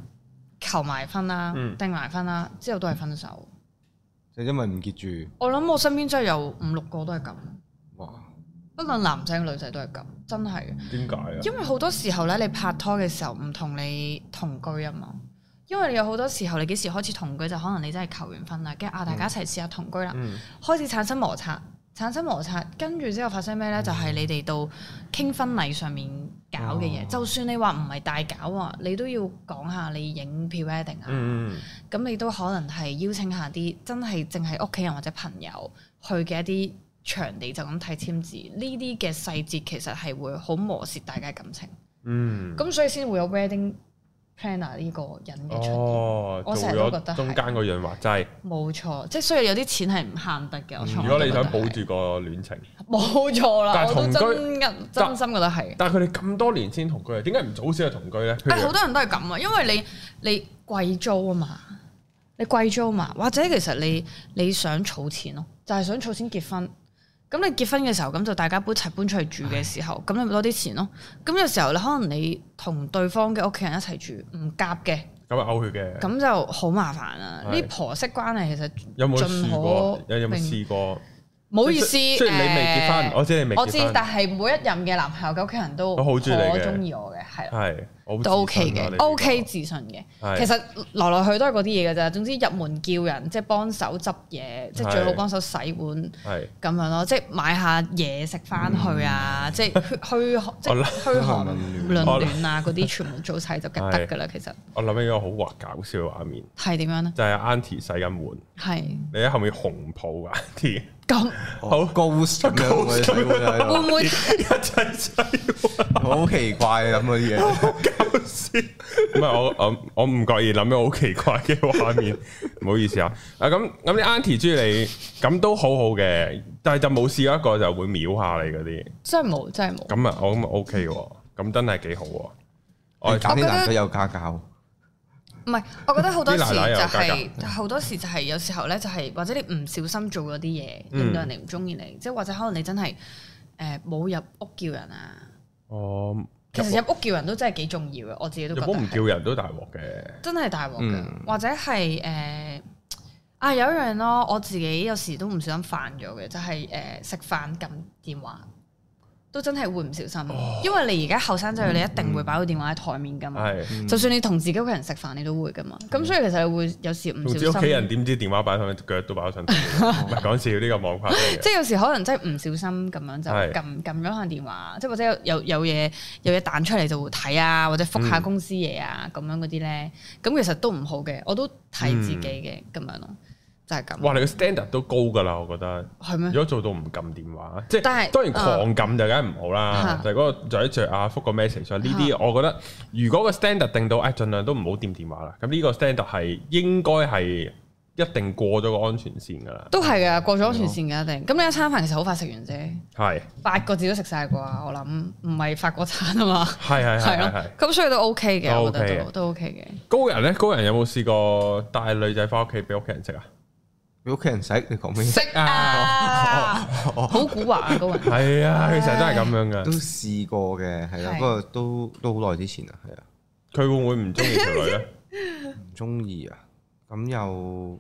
Speaker 3: 求埋婚啦
Speaker 1: 嗯、
Speaker 3: 訂埋婚啦，之後都係分手。
Speaker 2: 就因為唔結住，
Speaker 3: 我諗我身邊真係有五六個都係咁，
Speaker 2: 哇！
Speaker 3: 不論男仔女仔都係咁，真係嘅。
Speaker 1: 點解啊？
Speaker 3: 因為好多時候咧，你拍拖嘅時候唔同你同居啊嘛。因為你有好多時候，你幾時開始同居就可能你真係求完婚啦，跟住啊大家一齊試下同居啦，
Speaker 1: 嗯
Speaker 3: 開始產生摩擦，產生摩擦，跟住之後發生咩
Speaker 1: 嗯
Speaker 3: 呢？就係、你哋到傾婚禮上面搞
Speaker 1: 哦
Speaker 3: 嘅嘢，就算你話唔係大搞啊，你都要講下你影 pre wedding 啊。
Speaker 1: 嗯，嗯
Speaker 3: 咁你都可能係邀請下啲真係淨係屋企人或者朋友去嘅一啲場地，就咁睇簽字，呢啲嘅細節其實係會好磨蝕大家感情，
Speaker 1: 嗯，
Speaker 3: 咁、所以先會有 wedding planner 呢個人嘅出現。
Speaker 1: 哦，
Speaker 3: 我
Speaker 1: 做
Speaker 3: 成日都覺得
Speaker 1: 咗
Speaker 3: 係
Speaker 1: 中間個潤滑劑。
Speaker 3: 冇、錯，即係所以有啲錢係唔慳得嘅。我
Speaker 1: 嗯
Speaker 3: 從
Speaker 1: 如果
Speaker 3: 來都
Speaker 1: 你
Speaker 3: 覺
Speaker 1: 想
Speaker 3: 得
Speaker 1: 保
Speaker 3: 係
Speaker 1: 住個戀情，
Speaker 3: 冇錯啦，
Speaker 1: 但係
Speaker 3: 我都
Speaker 1: 同居
Speaker 3: 真真心覺得係。
Speaker 1: 但係佢哋咁多年先同居啊，點解唔早先去同居咧？譬
Speaker 3: 誒好
Speaker 1: 如
Speaker 3: 多人都係咁啊，因為你你貴租啊嘛，你貴租嘛，或者其實你你想儲錢咯，就係、想儲錢結婚。咁你結婚嘅時候，咁就大家搬一齊搬出去住嘅時候，咁你咪多啲錢咯。咁有時候你可能你同對方嘅屋企人一齊住唔夾嘅，
Speaker 1: 咁啊勾血嘅，
Speaker 3: 咁就好麻煩啦。
Speaker 1: 係
Speaker 3: 呢婆媳關係其實
Speaker 1: 有冇
Speaker 3: 盡
Speaker 1: 試過？
Speaker 3: 可
Speaker 1: 有有冇
Speaker 3: 明
Speaker 1: 試過？
Speaker 3: 唔好意思，
Speaker 1: 雖雖然你未結
Speaker 3: 誒
Speaker 1: 婚，我知你未
Speaker 3: 我知
Speaker 1: 結，婚，
Speaker 3: 但係每一任嘅男朋友嘅屋企人都
Speaker 1: 都好鍾意你嘅
Speaker 3: 我中意我嘅，係啦，
Speaker 1: 係我好
Speaker 3: 都
Speaker 1: 自
Speaker 3: OK
Speaker 1: 信啊你呢
Speaker 3: 嘅
Speaker 1: 個
Speaker 3: ，OK 自信嘅。
Speaker 1: 係
Speaker 3: 其實來來去都係嗰啲嘢嘅咋，總之入門叫人，即係幫手執嘢，即係最好幫手洗碗
Speaker 1: 係
Speaker 3: 咁樣咯，即係買下嘢食翻去
Speaker 1: 嗯
Speaker 3: 啊，即係 虛虛即係虛寒
Speaker 2: 我
Speaker 3: 論暖啊嗰啲，全部做晒就得得㗎啦。其實
Speaker 1: 我諗起一個好滑搞笑嘅畫面，
Speaker 3: 係點樣咧？
Speaker 1: 就係 Auntie 洗緊碗，
Speaker 3: 係
Speaker 1: 你喺後面紅抱 Auntie，
Speaker 3: 咁
Speaker 2: 好 ghost 咁樣嘅洗碗
Speaker 1: 啊
Speaker 2: 喺度
Speaker 3: 會唔會
Speaker 1: 一齊洗碗。
Speaker 2: 好奇怪啊！諗嗰啲嘢，
Speaker 1: 唔係我我我唔覺意諗咗好奇怪嘅畫面，唔好意思啊。啊咁咁你 Auntie 中意你咁都好好嘅，但係就冇試過一個就會秒下你嗰啲，
Speaker 3: 真係冇，真係冇。
Speaker 1: 咁啊我咁啊 OK 喎，咁真係幾好喎。我
Speaker 2: 我
Speaker 1: 係
Speaker 2: 搞啲男仔有家教，
Speaker 3: 唔係，我覺得好多時就
Speaker 1: 啲奶奶又
Speaker 3: 係、好多時就係有時候咧，就係或者你唔小心做嗰啲嘢，
Speaker 1: 嗯
Speaker 3: 令到人哋唔中意你，即係或者可能你真係誒冇入屋叫人啊。
Speaker 1: 我
Speaker 3: 其實
Speaker 1: 日
Speaker 3: 入屋叫人都真係幾重要嘅，我自己都覺得
Speaker 1: 本唔
Speaker 3: 係
Speaker 1: 叫人都大鑊嘅，
Speaker 3: 真係大鑊嘅，
Speaker 2: 嗯
Speaker 3: 或者係誒、呃啊有一樣咯，我自己有時都唔小心犯咗嘅，就係誒食飯撳電話，都真係會唔小心，
Speaker 1: 哦
Speaker 3: 因為你而家後生
Speaker 1: 嗯
Speaker 3: 仔女你一定會擺個電話喺台面噶嘛，
Speaker 1: 係
Speaker 3: 就算你同自己屋企人食飯你都會噶嘛，咁所以其實你會有時唔
Speaker 1: 嗯同自己屋
Speaker 3: 小
Speaker 1: 企
Speaker 3: 心，
Speaker 1: 人點知電話擺上去腳都擺咗上台面，唔係講笑呢個網拍嚟嘅。
Speaker 3: 即係有時可能真係唔小心咁樣就
Speaker 1: 係
Speaker 3: 撳撳咗下電話，即係或者有有有嘢有嘢彈出嚟就會睇啊，或者覆
Speaker 1: 嗯
Speaker 3: 下公司嘢啊咁樣嗰啲咧，咁其實都唔好嘅，我都睇自己嘅咁樣咯，就係咁，
Speaker 1: 嗯哇！你個 standard 都高㗎啦，我覺得。
Speaker 3: 係咩
Speaker 1: 如？果做到唔撳電話，即
Speaker 3: 嗯但
Speaker 1: 係
Speaker 3: 係
Speaker 1: 當然狂撳就梗係唔好啦
Speaker 3: 啊。
Speaker 1: 就係嗰個嘴著啊，覆個 message 啊，呢啲我覺得如果個 standard 定到，誒盡量都唔好掂電話啦。咁呢個 standard 係應該係一定過咗個安全線㗎啦。
Speaker 3: 都係噶，過咗安全線嘅一定。咁你一餐飯其實好快食完啫，
Speaker 1: 係
Speaker 3: 八個字都食晒啩，我諗唔係法國餐啊嘛，
Speaker 1: 係係
Speaker 3: 係
Speaker 1: 係係係
Speaker 3: 咯。。咁所以都 OK 嘅，
Speaker 1: 都
Speaker 3: 我覺
Speaker 1: OK
Speaker 3: 得
Speaker 1: 嘅
Speaker 3: 都都 OK 嘅。
Speaker 1: 高人咧，高人有冇試過帶女仔翻屋企俾屋企人食 啊？
Speaker 2: 俾屋企人洗，你講咩？
Speaker 3: 識啊，
Speaker 1: 哦
Speaker 3: 好古惑啊，高人。
Speaker 1: 係啊，佢成日都係咁樣
Speaker 2: 都
Speaker 1: 㗎。
Speaker 2: 試過嘅，係啦，
Speaker 3: 係
Speaker 2: 不過都都好耐之前啦，係啊，
Speaker 1: 佢會唔會唔中意條女咧？
Speaker 2: 唔中意啊，咁又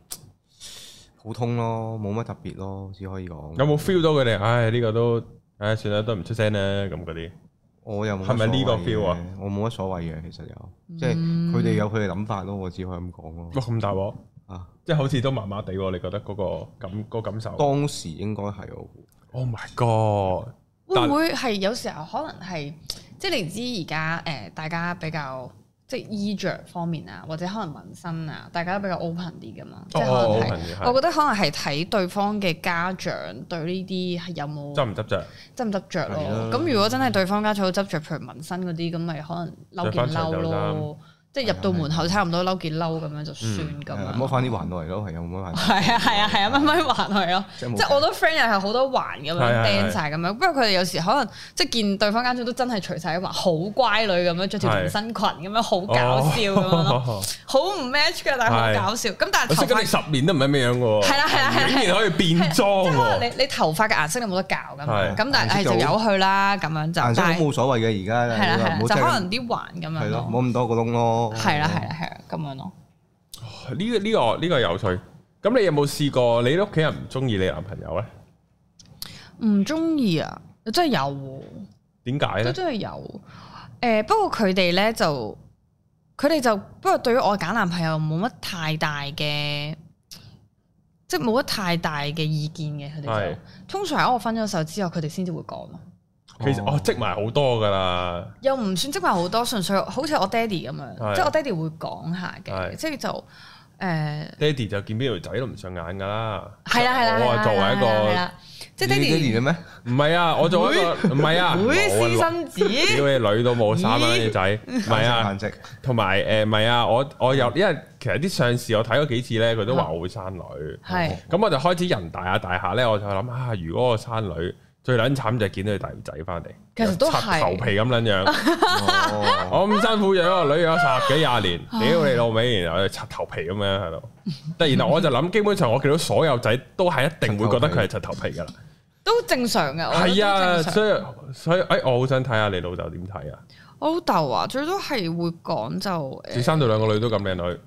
Speaker 2: 普通咯，冇乜特別咯，只可以講。
Speaker 1: 有冇 feel 到佢哋？唉，呢個都唉，算啦，都唔出聲啦，咁嗰啲。
Speaker 2: 我又冇乜
Speaker 1: 係咪呢個
Speaker 2: 所謂嘅
Speaker 1: feel 啊？
Speaker 2: 我冇乜所謂嘅，其實
Speaker 3: 嗯
Speaker 2: 有，即係佢哋有佢哋諗法咯，我只可以咁講咯。
Speaker 1: 哇，咁大鑊！
Speaker 2: 啊，
Speaker 1: 即係好似都麻麻地喎，你覺得嗰個感嗰個感受
Speaker 2: 當時應該係我估，
Speaker 1: ？Oh my god！
Speaker 3: 會唔會係有時候可能係即係你知而家誒大家比較即係衣着方面啊，或者可能紋身啊，大家都比較 open 啲噶嘛，即係可
Speaker 1: 哦
Speaker 3: 能
Speaker 1: ，open
Speaker 3: 係
Speaker 1: 啲。係
Speaker 3: 我覺得可能係睇對方嘅家長對呢啲係有冇
Speaker 1: 執唔執着？
Speaker 3: 執唔執着咯
Speaker 2: 係啦。
Speaker 3: 咁如果真係對方家長好執着，譬如紋身嗰啲，咁咪可能嬲
Speaker 1: 着
Speaker 3: 件
Speaker 1: 返長
Speaker 3: 嬲
Speaker 1: 袖衫
Speaker 3: 咯。即係入到門口差唔多嬲件嬲咁樣就算
Speaker 1: 嗯
Speaker 3: 咁
Speaker 2: 係啊
Speaker 3: 樣。
Speaker 2: 摸翻啲還落嚟咯，係有冇乜還？
Speaker 3: 係啊係啊係啊，咪咪還佢咯。
Speaker 2: 即係冇
Speaker 3: 即係我都 friend 又係好多環咁
Speaker 1: 係係
Speaker 3: 樣
Speaker 1: 係
Speaker 3: 掟晒咁樣，不過佢哋有時可能即係見對方家長都真係除晒啲環，好乖女咁樣着條連身裙咁樣，好搞笑咁樣 咯，
Speaker 1: 哦
Speaker 3: 好唔 match 嘅，但係
Speaker 1: 係
Speaker 3: 好搞笑。咁但
Speaker 1: 我
Speaker 3: 係
Speaker 1: 識
Speaker 3: 頭
Speaker 1: 咗你
Speaker 3: 髮
Speaker 1: 十年都唔係咩樣嘅喎，
Speaker 3: 係啦係啦係啦
Speaker 1: 竟然可以變裝
Speaker 3: 即係可能
Speaker 1: 喎，
Speaker 3: 你你頭髮嘅顏色你冇得搞噶嘛，
Speaker 1: 係
Speaker 3: 咁但係
Speaker 2: 顏色
Speaker 3: 就
Speaker 2: 就
Speaker 3: 由佢啦咁樣就，
Speaker 2: 顏
Speaker 3: 但
Speaker 2: 色都
Speaker 3: 係
Speaker 2: 冇所謂嘅，而家
Speaker 3: 係啦係啦
Speaker 2: 唔，好
Speaker 3: 就
Speaker 2: 真係
Speaker 3: 可能啲環咁
Speaker 2: 係咯，
Speaker 3: 樣咯，
Speaker 2: 冇咁多個窿咯。哦
Speaker 3: 係啦係啦係啦咁樣咯。
Speaker 1: 呢個呢個呢個有趣。咁你有冇試過你屋企人唔中意你男朋友咧？
Speaker 3: 唔中意啊，真係有喎，
Speaker 1: 點解
Speaker 3: 都
Speaker 1: 咧？
Speaker 3: 真係有。誒、不過佢哋咧就，佢哋就不過對於我揀男朋友冇乜太大嘅，即係冇乜太大嘅意見嘅。佢哋
Speaker 1: 係
Speaker 3: 就通常喺我分咗手之後，佢哋先至會講咯。
Speaker 1: 其實哦，積埋好多㗎啦，
Speaker 3: 又唔算積埋好多，純粹好似我爹哋咁
Speaker 1: 係
Speaker 3: 樣，即係我爹哋會講下
Speaker 1: 係
Speaker 3: 嘅，即係就誒。呃
Speaker 1: 爹哋就見邊條仔都唔上眼㗎啦。
Speaker 3: 係啦係啦，
Speaker 1: 我
Speaker 3: 係
Speaker 1: 啊
Speaker 3: 啦
Speaker 1: 作為一
Speaker 3: 係
Speaker 1: 個
Speaker 3: 啦即係
Speaker 2: 你爹
Speaker 3: 爹
Speaker 2: 哋
Speaker 3: 哋
Speaker 2: 嘅咩？
Speaker 1: 唔係啊，我作為一個唔係啊，
Speaker 3: 會私
Speaker 1: 我啊
Speaker 3: 生子，
Speaker 1: 屌你女都冇三蚊嘅仔，唔係啊，
Speaker 2: 顏值，
Speaker 1: 同埋誒唔係啊，我我有因為其實啲上司我睇過幾次咧，佢都話我會生女。
Speaker 3: 啊係
Speaker 1: 咁我就開始人大下大下咧，我就諗啊，如果我生女，最撚慘就係見到佢大條仔翻嚟，
Speaker 3: 其實都係
Speaker 1: 擦頭皮咁撚 樣，
Speaker 2: 哦
Speaker 1: 我咁辛苦養個女養咗十幾廿年，屌你老味，然後又擦頭皮咁樣喺度。但然後我就諗，基本上我見到所有仔都係一定會覺得佢係擦頭皮㗎啦。
Speaker 3: 都正常嘅，我覺得
Speaker 1: 係啊，
Speaker 3: 都正常
Speaker 1: 所以所以誒、哎我好想睇下你老豆點睇啊！
Speaker 3: 我老豆啊，最多係會講就誒
Speaker 1: 你生到兩個女都咁靚女，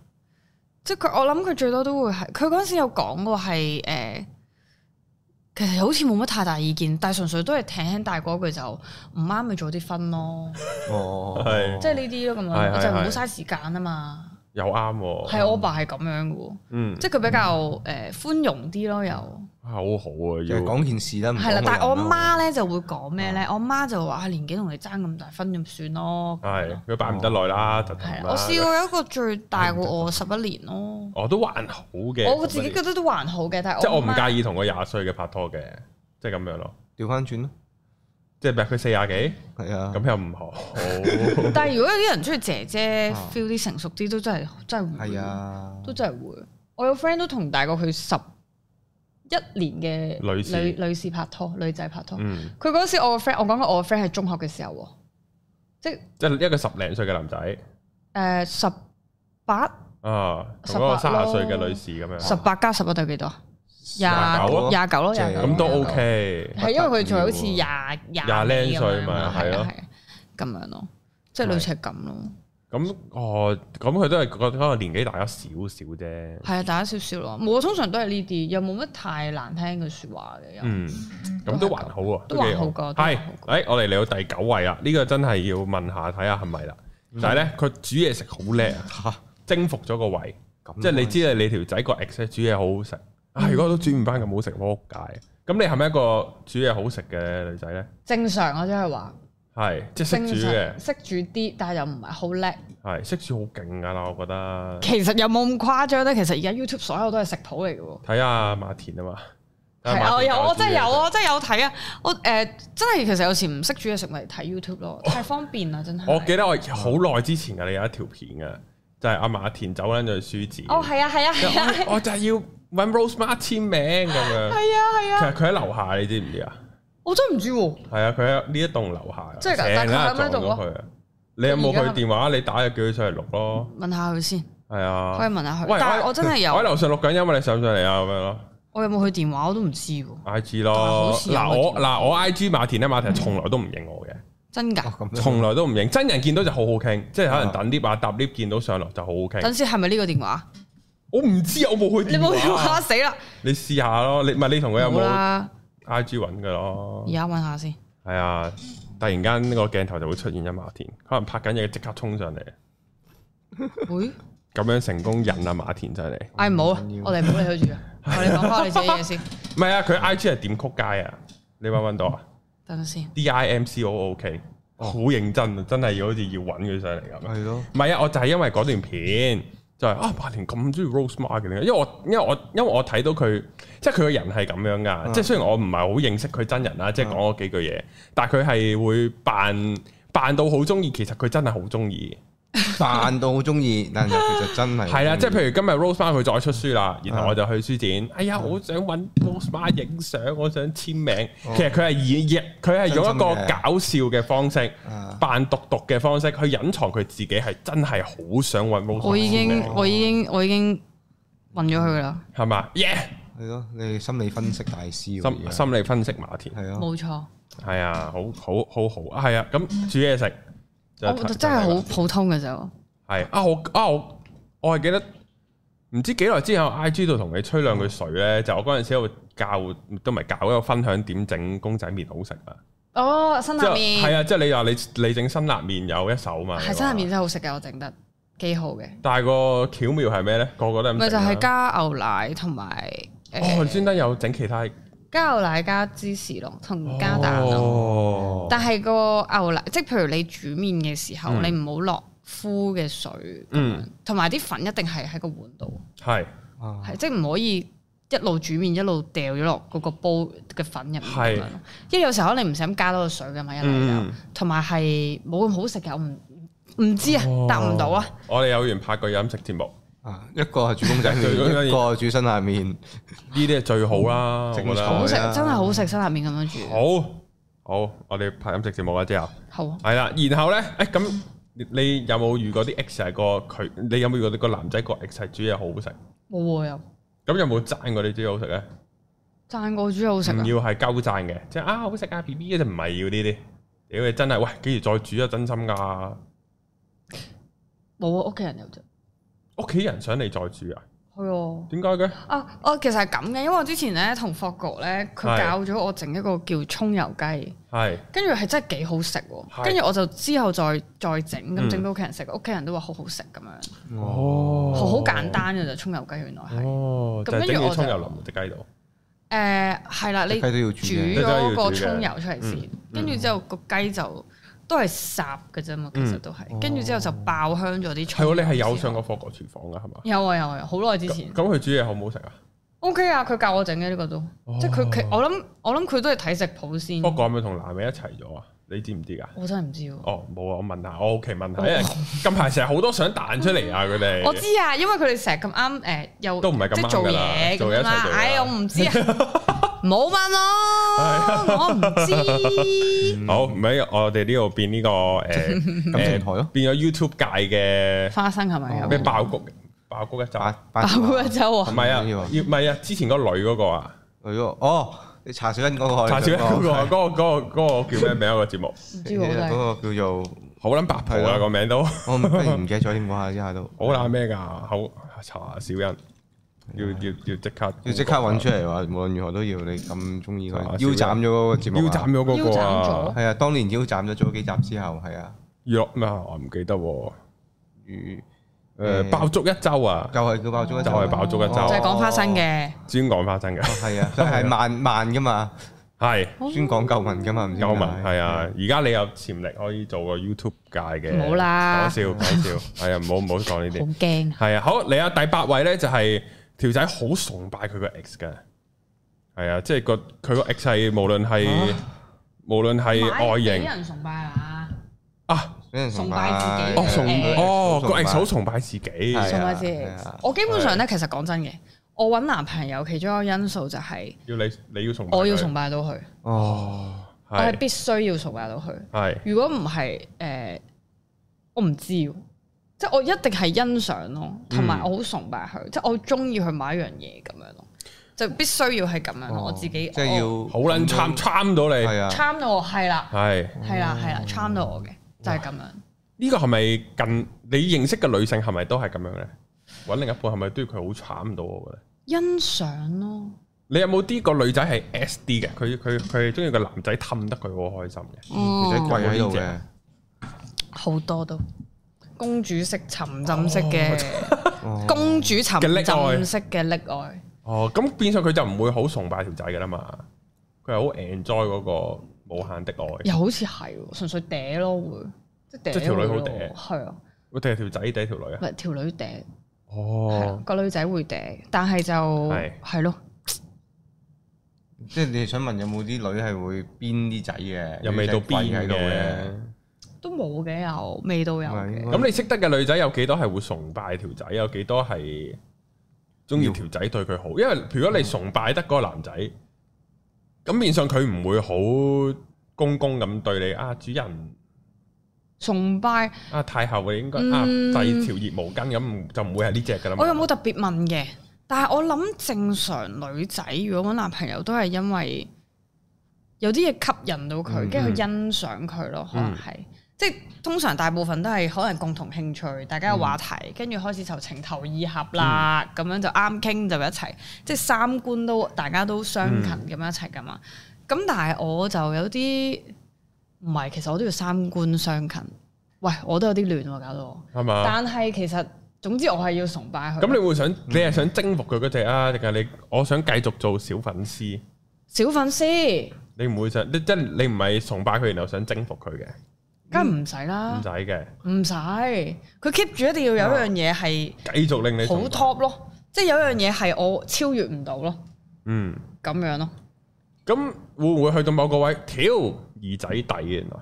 Speaker 3: 即係佢，我諗佢最多都會係，佢嗰陣時有講過係誒、呃其實好似冇乜太大意見，但係純粹都係聽輕大嗰句就唔啱咪早啲分咯，
Speaker 2: 哦，
Speaker 1: 係
Speaker 3: 即係呢啲咯咁
Speaker 1: 係係哦
Speaker 3: 樣，就唔好
Speaker 1: 係
Speaker 3: 嘥時間啊嘛。
Speaker 1: 又啱喎，
Speaker 3: 係我阿爸係咁樣嘅喎，
Speaker 1: 嗯，
Speaker 3: 即係佢比較誒寬容啲咯，又
Speaker 1: 啊好好啊，
Speaker 2: 就
Speaker 1: 要
Speaker 2: 係講件事啦，唔
Speaker 3: 係啦
Speaker 2: 講。個
Speaker 3: 但係我
Speaker 2: 人咯
Speaker 3: 媽咧就會講咩咧？
Speaker 1: 嗯
Speaker 3: 我媽就話啊年紀同你爭咁大分咁算咯，
Speaker 1: 係佢擺唔得耐啦，就
Speaker 3: 哦係
Speaker 1: 咁
Speaker 3: 啦
Speaker 1: 啦。
Speaker 3: 我試過有一個最大過我十一年咯。
Speaker 1: 我都還好嘅，
Speaker 3: 我自己覺得都還好嘅，但係
Speaker 1: 即係我唔
Speaker 3: 媽
Speaker 1: 介意同個廿歲嘅拍拖嘅，即係咁樣咯。
Speaker 2: 調翻轉咯，
Speaker 1: 即係譬如佢四廿幾，
Speaker 2: 係啊，
Speaker 1: 咁又唔 好。
Speaker 3: 但係如果有啲人中意姐姐
Speaker 2: 啊
Speaker 3: feel 啲成熟啲，都真係真係會，
Speaker 2: 係，啊，
Speaker 3: 都真係會。我有 friend 都同大過佢十一年嘅
Speaker 1: 女士
Speaker 3: 女女士拍拖，女仔拍拖。
Speaker 1: 嗯，
Speaker 3: 佢嗰時我個 friend，我講過我個 friend 係中學嘅時候喎，即係
Speaker 1: 即係一個十零歲嘅男仔
Speaker 3: 誒十八
Speaker 1: 啊，同嗰個
Speaker 3: 十八
Speaker 1: 三
Speaker 3: 咯
Speaker 1: 十歲嘅女士咁樣，
Speaker 3: 十八加十一對幾多啊？廿
Speaker 1: 九咯
Speaker 3: 廿九咯，
Speaker 2: 即係
Speaker 3: 廿九
Speaker 1: 咁都 OK。
Speaker 3: 係因為佢仲好似廿廿
Speaker 1: 廿零
Speaker 3: 幾咁樣
Speaker 1: 歲咪
Speaker 3: 嘛
Speaker 1: 係咯
Speaker 3: 啊啊咁樣咯，即係類似係咁咯。
Speaker 1: 咁哦，咁佢都係覺得可能年紀大咗少少啫。
Speaker 3: 係啊，大家少少咯。我通常都係呢啲，又冇乜太難聽嘅説話嘅。又
Speaker 1: 嗯，咁都還好喎，
Speaker 3: 都
Speaker 1: 幾
Speaker 3: 還好㗎都
Speaker 1: 係
Speaker 3: 還好，
Speaker 1: 誒，我哋嚟到第九位啦，呢個真係要問下睇下係咪啦。但係咧，佢煮嘢食好叻啊，
Speaker 2: 嚇，嗯
Speaker 1: 征服咗個胃。
Speaker 2: 咁
Speaker 1: 即係你知啊，你條仔個 ex 咧煮嘢好好食啊！如果都煮唔翻咁好食，我仆街。咁你係咪一個煮嘢好食嘅女仔咧？
Speaker 3: 正常啊我即係話，
Speaker 1: 係即係識
Speaker 3: 正
Speaker 1: 煮嘅
Speaker 3: 常，識煮啲，但係又唔係好叻。
Speaker 1: 係識煮好勁噶啦，我覺得。
Speaker 3: 其實有冇咁誇張咧？其實而家 YouTube 所有都係食譜嚟嘅喎。
Speaker 1: 睇下馬田啊嘛，睇
Speaker 3: 係
Speaker 1: 下馬
Speaker 3: 啊，我
Speaker 1: 田
Speaker 3: 有
Speaker 1: 教
Speaker 3: 我
Speaker 1: 煮
Speaker 3: 真係
Speaker 1: 嘢食
Speaker 3: 有啊，我真係有睇啊！我誒真係其實有時唔識煮嘢食咪睇 YouTube 咯，太方便啦，真
Speaker 1: 我記
Speaker 3: 係。
Speaker 1: 得我好耐之前嘅，你有一條片嘅，就係阿馬田走撚咗去書展。
Speaker 3: 哦，係啊，係啊，
Speaker 1: 即
Speaker 3: 係啊，
Speaker 1: 係我我就 係要揾 Rose Mart 簽名咁樣。
Speaker 3: 係啊，係
Speaker 1: 其
Speaker 3: 啊，
Speaker 1: 實佢喺樓下，你知唔知啊？
Speaker 3: 我真係唔知喎。
Speaker 1: 係啊，佢喺呢一棟樓下，啊
Speaker 3: 即係
Speaker 1: 成
Speaker 3: 㗎但係佢
Speaker 1: 日
Speaker 3: 喺
Speaker 1: 撞
Speaker 3: 度
Speaker 1: 到
Speaker 3: 咯
Speaker 1: 佢啊！你有冇
Speaker 3: 而家
Speaker 1: 佢電話？你打就叫佢上嚟錄咯。
Speaker 3: 問下佢先，
Speaker 1: 係啊，
Speaker 3: 可以問下
Speaker 1: 喂
Speaker 3: 佢。但係我真係
Speaker 1: 我喺
Speaker 3: 有，
Speaker 1: 樓上錄緊音啊，你上唔上嚟啊？咁樣咯
Speaker 3: 我有冇佢電話我都唔知喎，
Speaker 1: ，I G
Speaker 3: 但係
Speaker 1: 咯
Speaker 3: 好。似有
Speaker 1: 嗱
Speaker 3: 個
Speaker 1: 我
Speaker 3: 電話
Speaker 1: 嗱我 I G 馬田咧，馬田從來都唔認我嘅，
Speaker 3: 真
Speaker 2: 哦
Speaker 3: 㗎。
Speaker 2: 咁樣
Speaker 1: 從來都唔認。真人見到就好好傾，即係可能等 lift 啊搭 lift 見到上落就好好傾。
Speaker 3: 等先係咪呢個電話？
Speaker 1: 我唔知啊，我冇去
Speaker 3: 你冇電
Speaker 1: 電
Speaker 3: 話
Speaker 1: 話。
Speaker 3: 死啦！
Speaker 1: 你試下咯，你唔係你同佢有
Speaker 3: 冇
Speaker 1: 冇
Speaker 3: 啦，
Speaker 1: I G 揾嘅咯
Speaker 3: 而？家揾下先。
Speaker 1: 係啊，突然間呢個鏡頭就會出現咗馬田，可能拍緊嘢即刻衝上嚟，
Speaker 3: 會？
Speaker 1: 咁樣成功引啊馬田上嚟。
Speaker 3: 唉，唔好啊
Speaker 2: 緊要，
Speaker 3: 我哋唔好理佢住啊。我哋講翻你自己嘢先，
Speaker 1: 唔係啊，佢 I G 係點曲街啊？你揾唔揾到啊？
Speaker 3: 等陣先。
Speaker 1: D I M C O O K，好認真啊，真係要好似要揾佢上嚟咁樣。
Speaker 2: 係咯，
Speaker 1: 唔係啊，我就係因為嗰段片就係、啊，馬田咁中意 Rose Mar 嘅，因為我因為我因為我睇到佢，即係佢個人係咁樣噶，即係雖然我唔係好認識佢真人啊啦，即係講嗰幾句嘢，但係佢係會扮扮到好中意，其實佢真係好中意，
Speaker 2: 扮到好中意，但係其實真係啊嗯
Speaker 1: 係啦，即係譬
Speaker 2: 如
Speaker 1: 如今日 Rosemar 佢再出書啦，然後我就去書展，哎
Speaker 2: 嗯
Speaker 1: 呀，我想揾 Rosemar 影相，我想簽名。
Speaker 2: 哦
Speaker 1: 其實佢係以佢係用一個
Speaker 2: 真心嘅
Speaker 1: 搞笑嘅方式
Speaker 2: 啊，
Speaker 1: 扮毒毒嘅方式去隱藏佢自己係真係好想揾 Rosemar。
Speaker 3: 我已經我已經我已經暈咗佢啦，
Speaker 1: 係嘛？Yeah，
Speaker 2: 係咯，你心理分析大師喎
Speaker 1: 心心理分析馬田
Speaker 2: 係啊，
Speaker 3: 冇錯，
Speaker 1: 係啊，好好好好啊，係啊，咁煮嘢食就
Speaker 3: 我哦真係好普通嘅啫。
Speaker 1: 係啊，我啊我我係記得唔知幾耐之後 I G 度同你吹兩句水咧，就我嗰陣時喺度教都唔係教，喺度分享點整公仔麵好食啊！
Speaker 3: 哦，辛
Speaker 1: 即
Speaker 3: 辣
Speaker 1: 係係
Speaker 3: 面
Speaker 1: 啊，即係你話你你整辛辣麵有一手嘛？
Speaker 3: 係辛辣面真係好食嘅，我整得幾好嘅，
Speaker 1: 但係個巧妙係咩咧？個個都咁整啊
Speaker 3: 咪就係加牛奶同埋
Speaker 1: 哦，
Speaker 3: 誒
Speaker 1: 專登有整其他
Speaker 3: 加牛奶加芝士咯，同加蛋咯。
Speaker 1: 哦，
Speaker 3: 但係個牛奶，即係譬如你煮麵嘅時候，
Speaker 1: 嗯
Speaker 3: 你唔好落敷嘅水，
Speaker 1: 嗯
Speaker 3: 同埋啲粉一定係喺個碗度，
Speaker 1: 係
Speaker 2: 啊
Speaker 3: 係即係唔可以一路煮麵一路掉咗落嗰個煲嘅粉入面咁
Speaker 1: 係
Speaker 3: 樣咯。因為有時候可能你唔想加多個水㗎嘛，一嚟
Speaker 1: 嗯
Speaker 3: 就同埋係冇咁好食嘅，我唔唔知啊，答唔到啊。！
Speaker 1: 哦我哋有完拍過飲食節目，
Speaker 2: 啊，一個係煮公 仔
Speaker 1: 對嗰
Speaker 2: 麵，
Speaker 1: 樣嘢
Speaker 2: 一個係煮辛辣麵，
Speaker 1: 呢啲係最好啦，我
Speaker 2: 正
Speaker 1: 覺得
Speaker 2: 常
Speaker 3: 好食
Speaker 2: 係啊
Speaker 3: 真係好食辛辣麵咁樣煮，
Speaker 1: 好好，我哋拍飲食節目啦之後。
Speaker 3: 好啊
Speaker 1: 係啦，然後咧，誒、咁你你有冇遇過啲 X 係個佢？你有冇遇過個男仔個 X 係煮嘢好好食？
Speaker 3: 冇喎又
Speaker 1: 咁有冇讚過你煮嘢好食咧？
Speaker 3: 讚過煮好食
Speaker 1: 唔
Speaker 3: 啊！
Speaker 1: 要係鳩讚嘅，即係啊好食啊 B B 嘅就唔係要呢啲。屌你真係喂，幾時再煮啊？真心噶，
Speaker 3: 冇啊，屋企人有啫，
Speaker 1: 屋企人想你再煮啊？
Speaker 3: 係啊。
Speaker 1: 點解嘅？
Speaker 3: 啊！我其實係咁嘅，因為我之前咧同霍國咧，佢
Speaker 1: 係
Speaker 3: 教咗我整一個叫葱油雞，
Speaker 1: 係
Speaker 3: 跟住係真係幾好食喎。
Speaker 1: 係
Speaker 3: 跟住我就之後再再整，咁
Speaker 1: 嗯
Speaker 3: 整俾屋企人食，屋企人都話好好食咁樣，
Speaker 1: 哦
Speaker 3: 好好簡單嘅就葱油雞原來係。
Speaker 1: 哦，
Speaker 3: 咁
Speaker 1: 就係
Speaker 3: 跟
Speaker 1: 整
Speaker 3: 住我
Speaker 1: 啲
Speaker 3: 就
Speaker 1: 葱油淋隻雞度。
Speaker 3: 誒係啦，你
Speaker 2: 雞都要煮
Speaker 3: 煮
Speaker 2: 嘅
Speaker 3: 咗個葱油出嚟
Speaker 1: 嗯
Speaker 3: 先，跟住之後個雞就都係烚嘅啫嘛，其實都係
Speaker 2: 嗯。
Speaker 3: 跟住之後就爆香咗啲
Speaker 1: 係
Speaker 3: 葱
Speaker 1: 喎，你
Speaker 3: 油之後。
Speaker 1: 係有上過霍國廚房噶係嘛？
Speaker 3: 有啊有啊，有好耐之前
Speaker 1: 咁。咁佢煮嘢好唔好食啊？
Speaker 3: O K 啊，佢教我整嘅呢個都，即係佢佢我諗我諗佢都係睇食譜先。
Speaker 1: 霍國係咪同男人一齊咗啊？你知唔知㗎？
Speaker 3: 我真係唔知喎。
Speaker 1: 哦，冇啊！我問下，我好奇問下，因為近排成日好多相彈出嚟啊！佢哋
Speaker 3: 我知啊，因為佢哋成日咁啱誒，又
Speaker 1: 都唔係咁
Speaker 3: 即係
Speaker 1: 啱
Speaker 3: 做
Speaker 1: 㗎啦
Speaker 3: 嘢
Speaker 1: 做
Speaker 3: 咁
Speaker 1: 嘢
Speaker 3: 樣
Speaker 1: 一齊
Speaker 3: 啦
Speaker 1: 做。嘢
Speaker 3: 唉，我唔 知啊，冇問咯，我唔知。
Speaker 1: 好唔係我哋呢度變呢個 誒
Speaker 2: 感情台咯
Speaker 1: 變咗 YouTube 界
Speaker 3: 花生係咪
Speaker 1: 嘅
Speaker 3: 有
Speaker 1: 咩爆谷爆谷一集，
Speaker 2: 八
Speaker 1: 唔
Speaker 2: 八
Speaker 3: 爆嗰
Speaker 2: 係
Speaker 3: 周啊？
Speaker 1: 係啊，
Speaker 2: 呢
Speaker 1: 要
Speaker 2: 個
Speaker 1: 唔係啊，之前嗰個女嗰個啊，
Speaker 2: 咯，哦，你查小欣嗰個係
Speaker 1: 查小欣嗰個嗰
Speaker 2: 上
Speaker 1: 個嗰個嗰個叫咩名啊個節目？
Speaker 3: 唔
Speaker 2: 個
Speaker 3: 知喎真
Speaker 2: 嗰
Speaker 3: 係。
Speaker 2: 個叫做。
Speaker 1: 好撚白蒲啊個名都好
Speaker 2: 我唔忽然唔記得咗添，我下一下都
Speaker 1: 撚咩㗎？好查小欣，要要要即刻
Speaker 2: 要即刻揾出嚟話，無論如何都要你咁中意佢，
Speaker 1: 啊
Speaker 2: 腰斬咗嗰個節目啊，
Speaker 1: 腰斬咗嗰個
Speaker 3: 腰斬
Speaker 1: 啊
Speaker 3: 咗！
Speaker 2: 係啊，當年腰斬咗做咗幾集之後，係啊，
Speaker 1: 若咩啊？我唔記得喎。
Speaker 2: 如
Speaker 1: 誒爆足一周啊！
Speaker 2: 就係佢爆咗一集，
Speaker 1: 就係爆足一
Speaker 2: 哦
Speaker 1: 周
Speaker 3: 就係講花生嘅。
Speaker 1: 專講花生嘅
Speaker 3: 哦
Speaker 2: 係啊，佢係慢慢噶嘛，
Speaker 1: 係。
Speaker 2: 專講舊聞噶嘛，唔知點
Speaker 1: 有
Speaker 2: 解
Speaker 1: 文係啊！而家你有潛力可以做個 YouTube 界嘅，
Speaker 3: 唔好啦
Speaker 1: 講笑講笑，係啊，唔好唔好講呢
Speaker 3: 好
Speaker 1: 啲，
Speaker 3: 驚，
Speaker 1: 係啊，好你啊第八位咧就係條仔好崇拜佢個 ex 嘅，係啊，即係個佢個 ex 係無論係無論係外
Speaker 3: 俾
Speaker 1: 形
Speaker 3: 人崇拜啊！
Speaker 1: 啊，
Speaker 2: 俾人崇
Speaker 3: 崇拜自己
Speaker 1: 哦崇
Speaker 3: 誒
Speaker 1: 哦個 ex 好
Speaker 2: 手
Speaker 1: 崇拜自己，
Speaker 2: 係啊
Speaker 3: 崇拜自己
Speaker 2: 係啊。
Speaker 3: 我基本上咧，其實講真嘅，我揾男朋友其中一個因素就係
Speaker 1: 要你你要崇拜佢，
Speaker 3: 我要崇拜到佢，
Speaker 2: 哦，
Speaker 3: 我係
Speaker 1: 係
Speaker 3: 必須要崇拜到佢。
Speaker 1: 係
Speaker 3: 如果唔係誒，呃我唔知喎，即係我一定係欣賞咯，同
Speaker 2: 嗯
Speaker 3: 埋我好崇拜佢，即係我中意去買一樣嘢咁樣咯，就必須要係咁樣咯。我自己
Speaker 2: 哦
Speaker 3: 哦
Speaker 2: 即係要
Speaker 3: 我
Speaker 1: 好撚
Speaker 3: 嗯
Speaker 1: 參參到你
Speaker 2: 係，啊，哦
Speaker 3: charm 到我係啦，
Speaker 1: 係
Speaker 3: 係啦，係啦，charm 到我嘅就係咁樣。
Speaker 1: 呢個係咪近你認識嘅女性係咪都係咁樣咧？揾另一半係咪都要佢好慘到我嘅咧？
Speaker 3: 欣賞咯，
Speaker 1: 你有冇啲個女仔係 S D 嘅？佢佢佢中意個男仔氹得佢好開心嘅。
Speaker 2: 女仔
Speaker 3: 啊
Speaker 2: 跪喺
Speaker 1: 嗯
Speaker 2: 度嘅，
Speaker 3: 好多都公主式沉浸式嘅
Speaker 2: 哦
Speaker 3: 公主沉
Speaker 1: 嘅溺愛
Speaker 3: 浸式嘅溺愛，
Speaker 1: 哦，咁變相佢就唔會好崇拜條仔嘅啦嘛。佢係好 enjoy 嗰個無限的愛。
Speaker 3: 又好似係喎純粹嗲咯會，即係
Speaker 1: 即係條
Speaker 3: 嗲
Speaker 1: 女
Speaker 3: 會
Speaker 1: 好
Speaker 3: 咯
Speaker 1: 嗲
Speaker 3: 係啊，
Speaker 1: 喂，定係條仔定係條女啊
Speaker 3: 唔？係條女嗲。係啊
Speaker 1: 哦，
Speaker 3: 個女仔會嗲，但係就
Speaker 1: 係
Speaker 3: 係咯，
Speaker 2: 即係你想問有冇啲女係會邊啲仔嘅，
Speaker 1: 又未到
Speaker 2: 女仔跪
Speaker 1: 邊
Speaker 2: 喺度嘅
Speaker 1: 嘅，
Speaker 3: 都冇嘅，又未到有
Speaker 2: 唔係應
Speaker 3: 嘅
Speaker 2: 該。
Speaker 1: 咁你識得嘅女仔有幾多係會崇拜條仔，有幾多係中意條仔對佢好？因為如果你崇拜得嗰個男仔，咁面上佢唔會好公公咁對你啊，主人
Speaker 3: 崇拜
Speaker 1: 啊太后你應該啊
Speaker 3: 嗯
Speaker 1: 第條熱毛巾咁，就唔會係呢只噶啦嘛。
Speaker 3: 我又冇特別問嘅，但係我諗正常女仔如果揾男朋友都係因為有啲嘢吸引到佢，
Speaker 2: 嗯
Speaker 3: 跟住佢欣賞佢咯，可能係。即係通常大部分都係可能共同興趣，大家有話題，跟住、開始就情投意合啦，咁、樣就啱傾就一齊，即係三觀都大家都相近咁樣一齊噶嘛。咁、但係我就有啲唔係，其實我都要三觀相近。喂，我都有啲亂喎，搞到我。
Speaker 1: 係嘛？
Speaker 3: 但係其實總之我係要崇拜佢。
Speaker 1: 啊咁你會想你係想征服佢嗰只啊，定係你我想繼續做小粉絲？
Speaker 3: 小粉絲
Speaker 1: 你唔會想，你即係你唔係崇拜佢，然後想征服佢嘅，
Speaker 3: 梗係唔使
Speaker 1: 唔
Speaker 3: 啦，
Speaker 1: 嗯使嘅，
Speaker 3: 唔使佢 keep 住一定要有一樣嘢係
Speaker 1: 繼續令你
Speaker 3: 好
Speaker 1: 崇拜
Speaker 3: top 咯，即係有一樣嘢係我超越唔到咯，
Speaker 1: 嗯，
Speaker 3: 咁樣咯。
Speaker 1: 咁會唔會去到某個位，挑耳仔底嘅原來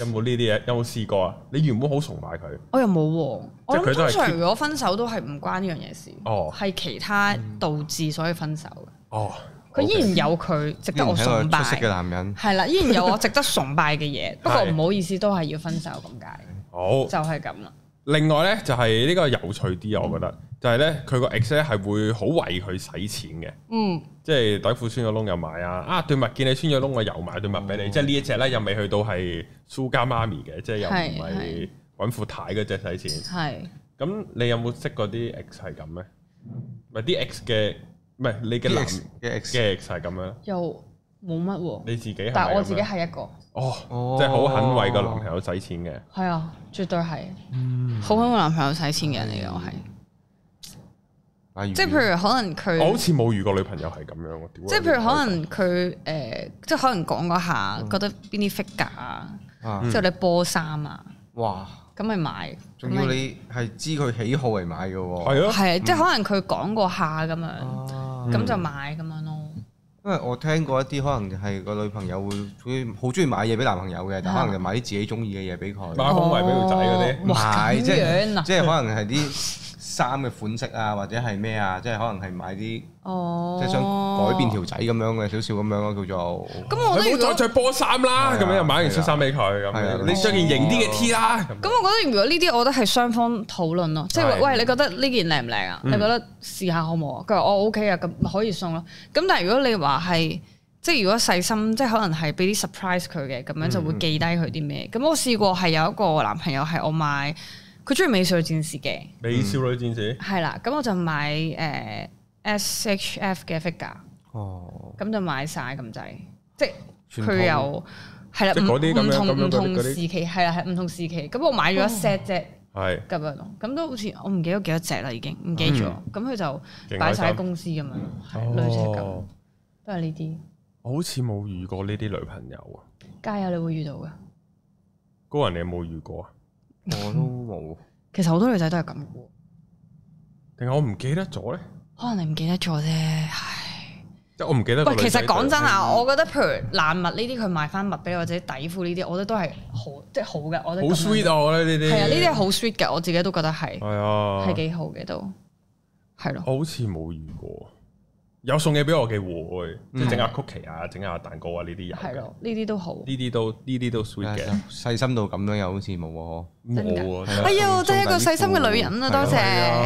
Speaker 1: 有冇呢啲嘢？有冇試過啊？你原本好崇拜佢，
Speaker 3: 我又冇喎，
Speaker 1: 即係
Speaker 3: 我諗
Speaker 1: 佢都係
Speaker 3: 通常如果分手都係唔關呢樣嘢事，
Speaker 1: 哦
Speaker 3: 係其他導致所以分手嘅。
Speaker 1: 哦，
Speaker 3: 佢依然有佢值得我
Speaker 2: 依然係一
Speaker 3: 崇
Speaker 2: 個
Speaker 3: 拜
Speaker 2: 出，色嘅男人，
Speaker 3: 係啦，依然有我值得崇拜嘅 嘢。不過
Speaker 1: 係
Speaker 3: 唔好意思，都係要分手咁解，
Speaker 1: 好。
Speaker 3: 就係咁啦。
Speaker 1: 另外咧就係呢個有趣啲啊，我覺得就係咧佢個 ex 咧係會好為佢使錢嘅。
Speaker 3: 嗯，
Speaker 1: 即係底褲穿咗窿又買啊！啊對襪見你穿咗窿，我又買對襪俾你。即係呢一隻咧又未去到係蘇家媽咪嘅，即係又唔
Speaker 3: 係
Speaker 1: 係
Speaker 3: 係
Speaker 1: 揾富太嗰只使錢。
Speaker 3: 係。
Speaker 1: 咁你有冇識嗰啲 ex 係咁咧？咪啲 ex 嘅唔係你嘅男
Speaker 2: X 嘅 X
Speaker 1: 嘅 ex 係咁樣，
Speaker 3: 又冇乜喎，
Speaker 1: 你自己係咪
Speaker 3: 但係我
Speaker 1: 咁
Speaker 3: 自己
Speaker 1: 樣
Speaker 3: 係一個，
Speaker 1: 哦，
Speaker 2: 哦
Speaker 1: 即係好肯為個男朋友使錢嘅。
Speaker 3: 係啊，絕對係，
Speaker 1: 嗯
Speaker 3: 好揾個男朋友使錢嘅人嚟嘅，我係，
Speaker 2: 例如
Speaker 3: 即係譬如可能
Speaker 1: 我好
Speaker 3: 佢，
Speaker 1: 似冇遇過女朋友係咁樣喎。屌
Speaker 3: 即係譬如可能佢誒，即係可能講嗰下
Speaker 1: 嗯
Speaker 3: 覺得邊啲 figure 啊，
Speaker 2: 啊，
Speaker 3: 之後你波衫啊，
Speaker 2: 哇！
Speaker 3: 咁咪買，
Speaker 2: 仲要
Speaker 3: 咁咪
Speaker 2: 你係知佢喜好嚟買嘅喎，
Speaker 1: 係咯，
Speaker 3: 係啊，即係可能佢講嗰下咁樣，
Speaker 2: 啊
Speaker 3: 咁就買咁樣咯，
Speaker 2: 因為我聽過一啲可能係個女朋友會佢好中意買嘢俾男朋友
Speaker 3: 啊
Speaker 2: 嘅，但可能就買啲自己中意嘅嘢俾佢，
Speaker 1: 買胸圍俾條仔嗰啲
Speaker 3: 哦哇
Speaker 2: 買
Speaker 3: 咁
Speaker 2: 即
Speaker 3: 樣
Speaker 2: 係
Speaker 3: 啊
Speaker 2: 即，係可能係啲衫嘅款式啊，或者係咩啊，即係可能係買啲
Speaker 3: 哦
Speaker 2: 即，係想改變條仔咁樣嘅少少咁樣咯，叫做
Speaker 3: 咁我覺
Speaker 1: 你唔
Speaker 3: 得如
Speaker 1: 好再
Speaker 3: 果
Speaker 1: 着波衫啦，
Speaker 2: 係啊
Speaker 1: 咁樣又買完恤衫俾佢咁
Speaker 2: 係啊
Speaker 1: 樣，你着件型啲嘅 T 啦。咁樣
Speaker 3: 咁我覺得如果呢啲，我覺得係雙方討論咯，即係
Speaker 1: 係
Speaker 3: 話喂，你覺得呢件靚唔靚啊？
Speaker 1: 嗯
Speaker 3: 你覺得試下好唔好啊？佢話我 OK 啊，咁咪可以送咯。咁但係如果你話係，即係如果細心，即係可能係俾啲 surprise 佢嘅，
Speaker 1: 嗯
Speaker 3: 咁樣就會記低佢啲咩。咁、我試過係有一個男朋友係我買，佢中意美少女戰士嘅，
Speaker 1: 美少女戰士
Speaker 3: 係啦，咁我就買誒、呃 SHF 嘅 figure，
Speaker 2: 哦，
Speaker 3: 咁就買晒咁滯，即係
Speaker 2: 傳統
Speaker 3: 佢有係啦，
Speaker 1: 即係嗰啲
Speaker 3: 唔
Speaker 1: 咁
Speaker 3: 唔
Speaker 1: 樣咁樣嗰啲
Speaker 3: 同唔
Speaker 1: 嗰
Speaker 3: 同
Speaker 1: 啲
Speaker 3: 時期係啦，係唔同時期。咁我買咗一 set
Speaker 1: 哦
Speaker 3: 啫。
Speaker 1: 係
Speaker 3: 咁樣咯，咁都好似我唔記得幾多隻啦，已經唔記得咗。
Speaker 1: 嗯
Speaker 3: 咁佢、就擺晒喺公司咁樣咯，係類似係咁，
Speaker 1: 啊哦
Speaker 3: 都係呢啲。
Speaker 1: 我好似冇遇過呢啲女朋友啊。
Speaker 3: 加油，你會遇到嘅。
Speaker 1: 高人你有冇遇過啊？
Speaker 2: 我都冇，
Speaker 3: 其實好多女仔都係咁嘅喎，
Speaker 1: 定係我唔記得咗咧？
Speaker 3: 可能你唔記得咗啫。唉，
Speaker 1: 即係我唔記得個
Speaker 3: 喂，
Speaker 1: 女仔
Speaker 3: 其
Speaker 1: 對。
Speaker 3: 實講真啊，我覺得譬如爛襪呢啲，佢賣翻襪俾我或者底褲呢啲，我覺得都係好，即係好嘅。我覺得
Speaker 1: 好 sweet
Speaker 3: 啊！
Speaker 1: 啊！我覺得呢啲
Speaker 3: 係啊，呢啲係好 sweet 嘅，我自己都覺得係
Speaker 1: 係啊，
Speaker 3: 係幾好嘅都係咯。
Speaker 1: 我好似冇遇過，有送嘢俾我嘅會，
Speaker 2: 嗯
Speaker 1: 即係整下曲奇啊，整下蛋糕啊，呢啲有
Speaker 3: 係
Speaker 1: 嘅。
Speaker 3: 咯，呢啲都好。
Speaker 1: 呢啲都呢啲都 sweet 嘅，
Speaker 2: 細心到咁樣又好似冇喎，
Speaker 3: 真㗎
Speaker 1: 冇啊！
Speaker 3: 哎呀，我真係一個細心嘅女人啊！多
Speaker 1: 係
Speaker 3: 謝。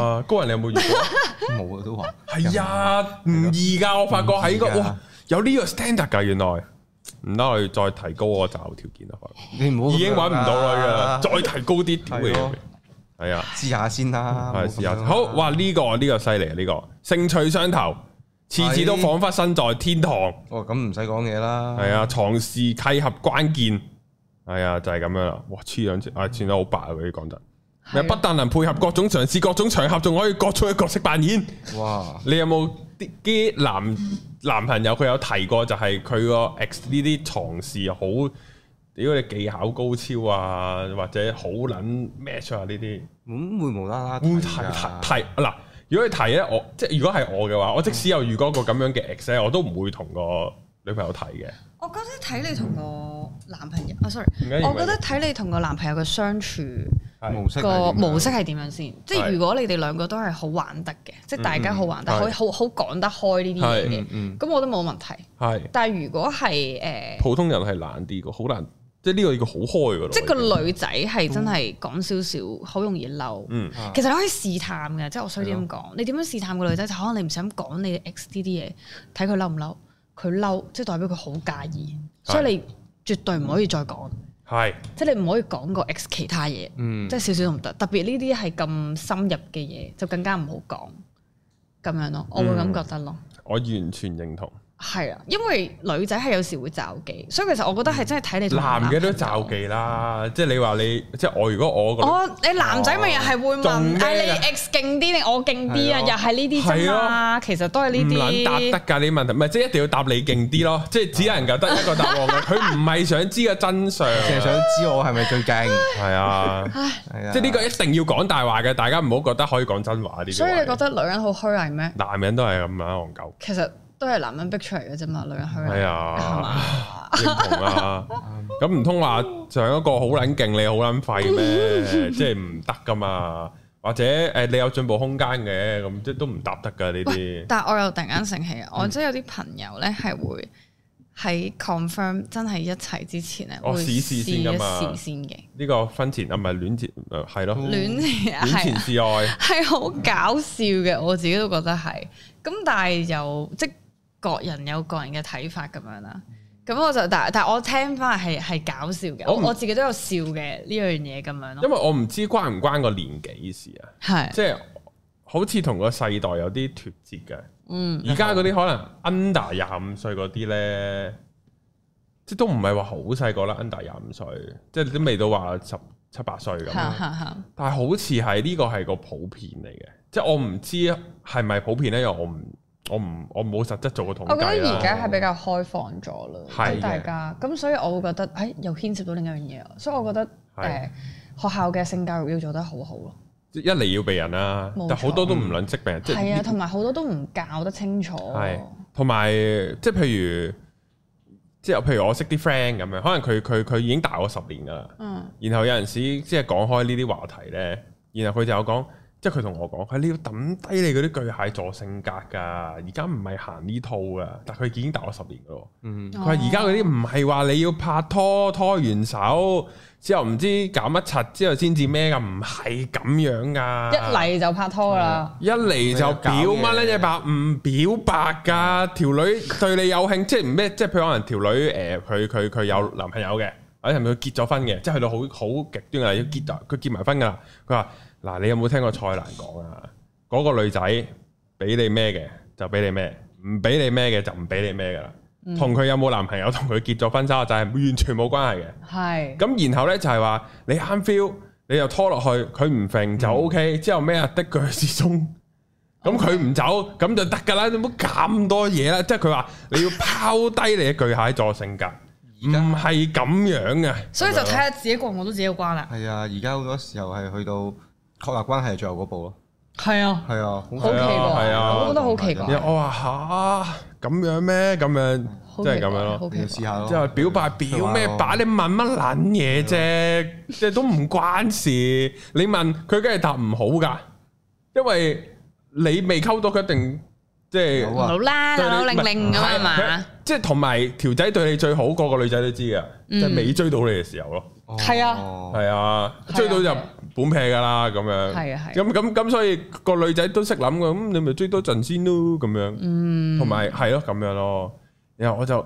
Speaker 1: 啊，高人你有冇遇 過？
Speaker 2: 冇啊都話
Speaker 1: 係啊，唔易噶，我發覺喺個
Speaker 2: 唔易㗎
Speaker 1: 哇有呢個 standard 㗎，原來唔得，我哋再提高我擇偶條件啦，可能
Speaker 2: 你唔好咁樣啊啊
Speaker 1: 已經揾唔到女啦，再提高啲屌
Speaker 2: 係咯
Speaker 1: 你，係啊，
Speaker 2: 試下先啦，
Speaker 1: 係
Speaker 2: 冇咁
Speaker 1: 試下
Speaker 2: 樣啊
Speaker 1: 好哇！呢個呢個犀利啊，呢個興趣相投，次次都彷彿身在天堂，
Speaker 2: 哦咁唔使講嘢啦，
Speaker 1: 係啊，床事契合關鍵，係啊，就係咁樣啦，哇黐兩黐，啊穿得好白啊嗰啲講真。
Speaker 3: 嗯係啊
Speaker 1: 不但能配合各種嘗試、各種場合，仲可以各出嘅角色扮演。
Speaker 2: 哇！
Speaker 1: 你有冇啲啲男男朋友佢有提過，就係佢個 ex 呢啲床事好，屌你技巧高超啊，或者好撚 match 啊呢啲，
Speaker 2: 咁會無啦啦
Speaker 3: 啊
Speaker 1: 會提提
Speaker 2: 㗎
Speaker 1: 提嗱。如果你提咧，我即係如果係我嘅話，我即使有遇過一個咁樣嘅 ex 咧，我都唔會同個女朋友提嘅。
Speaker 3: 我覺得睇你同個男朋友，啊，sorry，
Speaker 1: 唔緊要
Speaker 3: 我覺得睇你同個男朋友嘅相處
Speaker 1: 係
Speaker 2: 模式係
Speaker 3: 個
Speaker 2: 點樣
Speaker 3: 模式係點樣先。即係
Speaker 1: 係
Speaker 3: 如果你哋兩個都係好玩得嘅，即係大家好玩得，
Speaker 1: 嗯
Speaker 3: 可以好好講得開呢啲嘢
Speaker 2: 嗯
Speaker 3: 嘅，
Speaker 2: 嗯，
Speaker 3: 咁我覺得冇問題。
Speaker 1: 係
Speaker 3: 但係如果係誒，
Speaker 1: 普通人係難啲嘅，好難，即係呢個要好開嘅咯。
Speaker 3: 即係
Speaker 1: 已經
Speaker 3: 個女仔係真係講少少，好容易嬲。
Speaker 1: 嗯
Speaker 2: 啊
Speaker 3: 其實你可以試探嘅，即係我衰啲咁講。你點樣試探個女仔？就可能你唔想講你 X 呢啲嘢，睇佢嬲唔嬲。佢嬲，即係代表佢好介意，
Speaker 1: 係
Speaker 3: 所以你絕對唔可以再講，
Speaker 1: 係
Speaker 3: 即係你唔可以講個 X 其他嘢，
Speaker 2: 嗯
Speaker 3: 即係少少都唔得。特別呢啲係咁深入嘅嘢，就更加唔好講咁樣咯。我會
Speaker 1: 嗯
Speaker 3: 咁覺得咯。
Speaker 1: 我完全認同，
Speaker 3: 係啊，因為女仔係有時會罩忌，所以其實我覺得係真係睇你同
Speaker 1: 嗯男嘅都
Speaker 3: 朋友
Speaker 1: 罩忌啦。即係你話你，即係我如果我個女
Speaker 3: 我哦你男仔咪又係會
Speaker 1: 哦仲啊咩
Speaker 3: 問，哎
Speaker 1: 㗎
Speaker 3: 唉，你 X 勁啲定我勁啲啊？
Speaker 2: 係咯
Speaker 3: 又係呢啲啫嘛，其實都係
Speaker 1: 啊唔
Speaker 3: 呢
Speaker 1: 撚答
Speaker 3: 啲。
Speaker 1: 得㗎，你問題唔係即係一定要答你勁啲 咯，即係只能夠得一個答案嘅，佢唔係想知個真 相，
Speaker 2: 淨係想知我係咪最勁？
Speaker 1: 係啊，
Speaker 2: 係啊，
Speaker 1: 即係呢個一定要講大話嘅，大家唔好覺得可以講真話呢啲位。
Speaker 3: 所以你覺得女人好虛偽咩？
Speaker 1: 男人都係咁啊樣戇鳩，
Speaker 3: 其實都係男人逼出嚟嘅啫嘛，女人虛偽
Speaker 1: 係
Speaker 3: 係
Speaker 1: 啊，
Speaker 3: 嘛？
Speaker 1: 認同啊。咁唔通話上一個好撚勁，你好撚廢 咩？即係唔得噶嘛。或者誒，你有進步空間嘅，咁即係都唔答得㗎呢 啲。
Speaker 3: 但係我又突然間醒起，啊
Speaker 1: 嗯
Speaker 3: 我真係有啲朋友咧係會喺 confirm 真係一齊之前咧，
Speaker 1: 哦
Speaker 3: 會
Speaker 1: 試試先
Speaker 3: 一
Speaker 1: 㗎嘛
Speaker 3: 試先嘅
Speaker 1: 呢個婚前啊，唔係戀前，誒係咯，
Speaker 3: 戀
Speaker 1: 戀
Speaker 3: 係
Speaker 1: 前
Speaker 3: 啊
Speaker 1: 示愛。
Speaker 3: 係好搞笑嘅，我自己都覺得係。咁但係又即係各人有各人嘅睇法咁樣啦。咁我就但但我聽翻係係搞笑嘅，
Speaker 1: 我
Speaker 3: 我
Speaker 1: 唔
Speaker 3: 我自己都有笑嘅呢樣嘢咁樣
Speaker 1: 因
Speaker 3: 咯。
Speaker 1: 為我唔知關唔關個年紀事啊，
Speaker 3: 係，
Speaker 1: 即係好似同個世代有啲脱節嘅。
Speaker 3: 嗯，
Speaker 1: 而家嗰啲可能 under 廿五歲嗰啲咧，即係都唔係話好細個啦，under 廿五歲，即係都未到話十七八歲
Speaker 3: 嚇
Speaker 1: 咁。
Speaker 3: 嚇嚇，
Speaker 1: 但係好似係呢個係個普遍嚟嘅，即係我唔知係咪普遍咧，因為我唔我唔我冇實質做過統
Speaker 3: 我覺
Speaker 1: 計
Speaker 3: 得哦而
Speaker 1: 啦。
Speaker 3: 家係比較開放咗啦，
Speaker 1: 係嘅
Speaker 3: 咁大家咁，所以我會覺得，誒又牽涉到另一樣嘢啊，所以我覺得
Speaker 1: 係
Speaker 3: 誒學校嘅性教育要做得好好咯，
Speaker 1: 即係一嚟要避人啦，
Speaker 3: 冇錯
Speaker 1: 但好多都唔撚識避人，即
Speaker 3: 係
Speaker 1: 係
Speaker 3: 啊，同埋好多都唔教得清楚，
Speaker 1: 係，同埋即係譬如，即係譬如我識啲 friend 咁樣，可能佢佢佢已經大我十年噶啦，
Speaker 3: 嗯，
Speaker 1: 然後有陣時即係講開呢啲話題咧，然後佢就有講，即係佢同我講，佢你要抌低你嗰啲巨蟹座性格㗎，而家唔係行呢套㗎，但佢已經大我十年㗎咯。
Speaker 2: 嗯
Speaker 3: 哦
Speaker 1: 佢話而家嗰啲唔係話你要拍拖拖完手之後唔知搞乜柒之後先至咩㗎，唔係咁樣㗎。
Speaker 3: 哦一嚟就拍拖啦。
Speaker 1: 一嚟就表乜咧只白唔表白噶，條女對你有興，即係唔咩，即係譬如可能條女誒，佢佢佢有男朋友嘅，或者係咪佢結咗婚嘅，即係去到好好極端啊，要結啊佢結埋婚噶啦，佢話嗱你有冇聽過蔡瀾講啊？嗰、個女仔俾你咩嘅就俾你咩，唔俾你咩嘅就唔俾你咩噶啦，同佢有冇男朋友同佢結咗婚生個仔係完全冇關係啊嘅。
Speaker 3: 係，
Speaker 1: 咁然後咧就係話你啱 feel，你又拖落去，佢唔揈就 O、k 之後咩啊的佢始終，咁佢唔走咁就得㗎啦，你唔好咁多嘢啦。即係佢話你要拋低你嘅巨蟹座性格，唔係咁樣嘅。
Speaker 3: 所以就睇下自己過唔過到自己嘅關啦。
Speaker 2: 係啊，而家好多時候係去到確立關係最後嗰步咯。
Speaker 3: 係啊，
Speaker 2: 係啊，
Speaker 3: 好奇怪，
Speaker 1: 係啊
Speaker 3: 我覺得好奇怪
Speaker 1: 然，後我話吓咁樣咩？咁樣
Speaker 3: 好
Speaker 1: 即係
Speaker 3: 奇
Speaker 1: 咁
Speaker 3: 怪
Speaker 1: 樣咯。
Speaker 3: 好
Speaker 2: 你要試
Speaker 3: 奇怪。
Speaker 2: 下咯。
Speaker 1: 即係表白表咩把你問乜撚嘢啫？即係都唔關事。你問佢，梗係答唔好噶，因為你未溝到，佢一定即係
Speaker 2: 好
Speaker 3: 唔
Speaker 2: 啊
Speaker 3: 好啦，
Speaker 1: 對
Speaker 3: 扭
Speaker 1: 你
Speaker 3: 扭令令
Speaker 1: 唔
Speaker 3: 咁
Speaker 1: 係
Speaker 3: 啊
Speaker 1: 佢
Speaker 3: 嘛，
Speaker 1: 即係同埋條仔對你最好，個個女仔都知噶，
Speaker 3: 嗯
Speaker 1: 即係未追到你嘅時候咯。
Speaker 2: 哦
Speaker 3: 係啊
Speaker 1: 係啊，追到就本劈噶啦，咁樣。
Speaker 3: 係啊係啊
Speaker 1: 咁咁咁，所以個女仔都識諗嘅，咁你咪追多陣先咯，咁樣。嗯。同埋係咯，咁樣咯。然後我就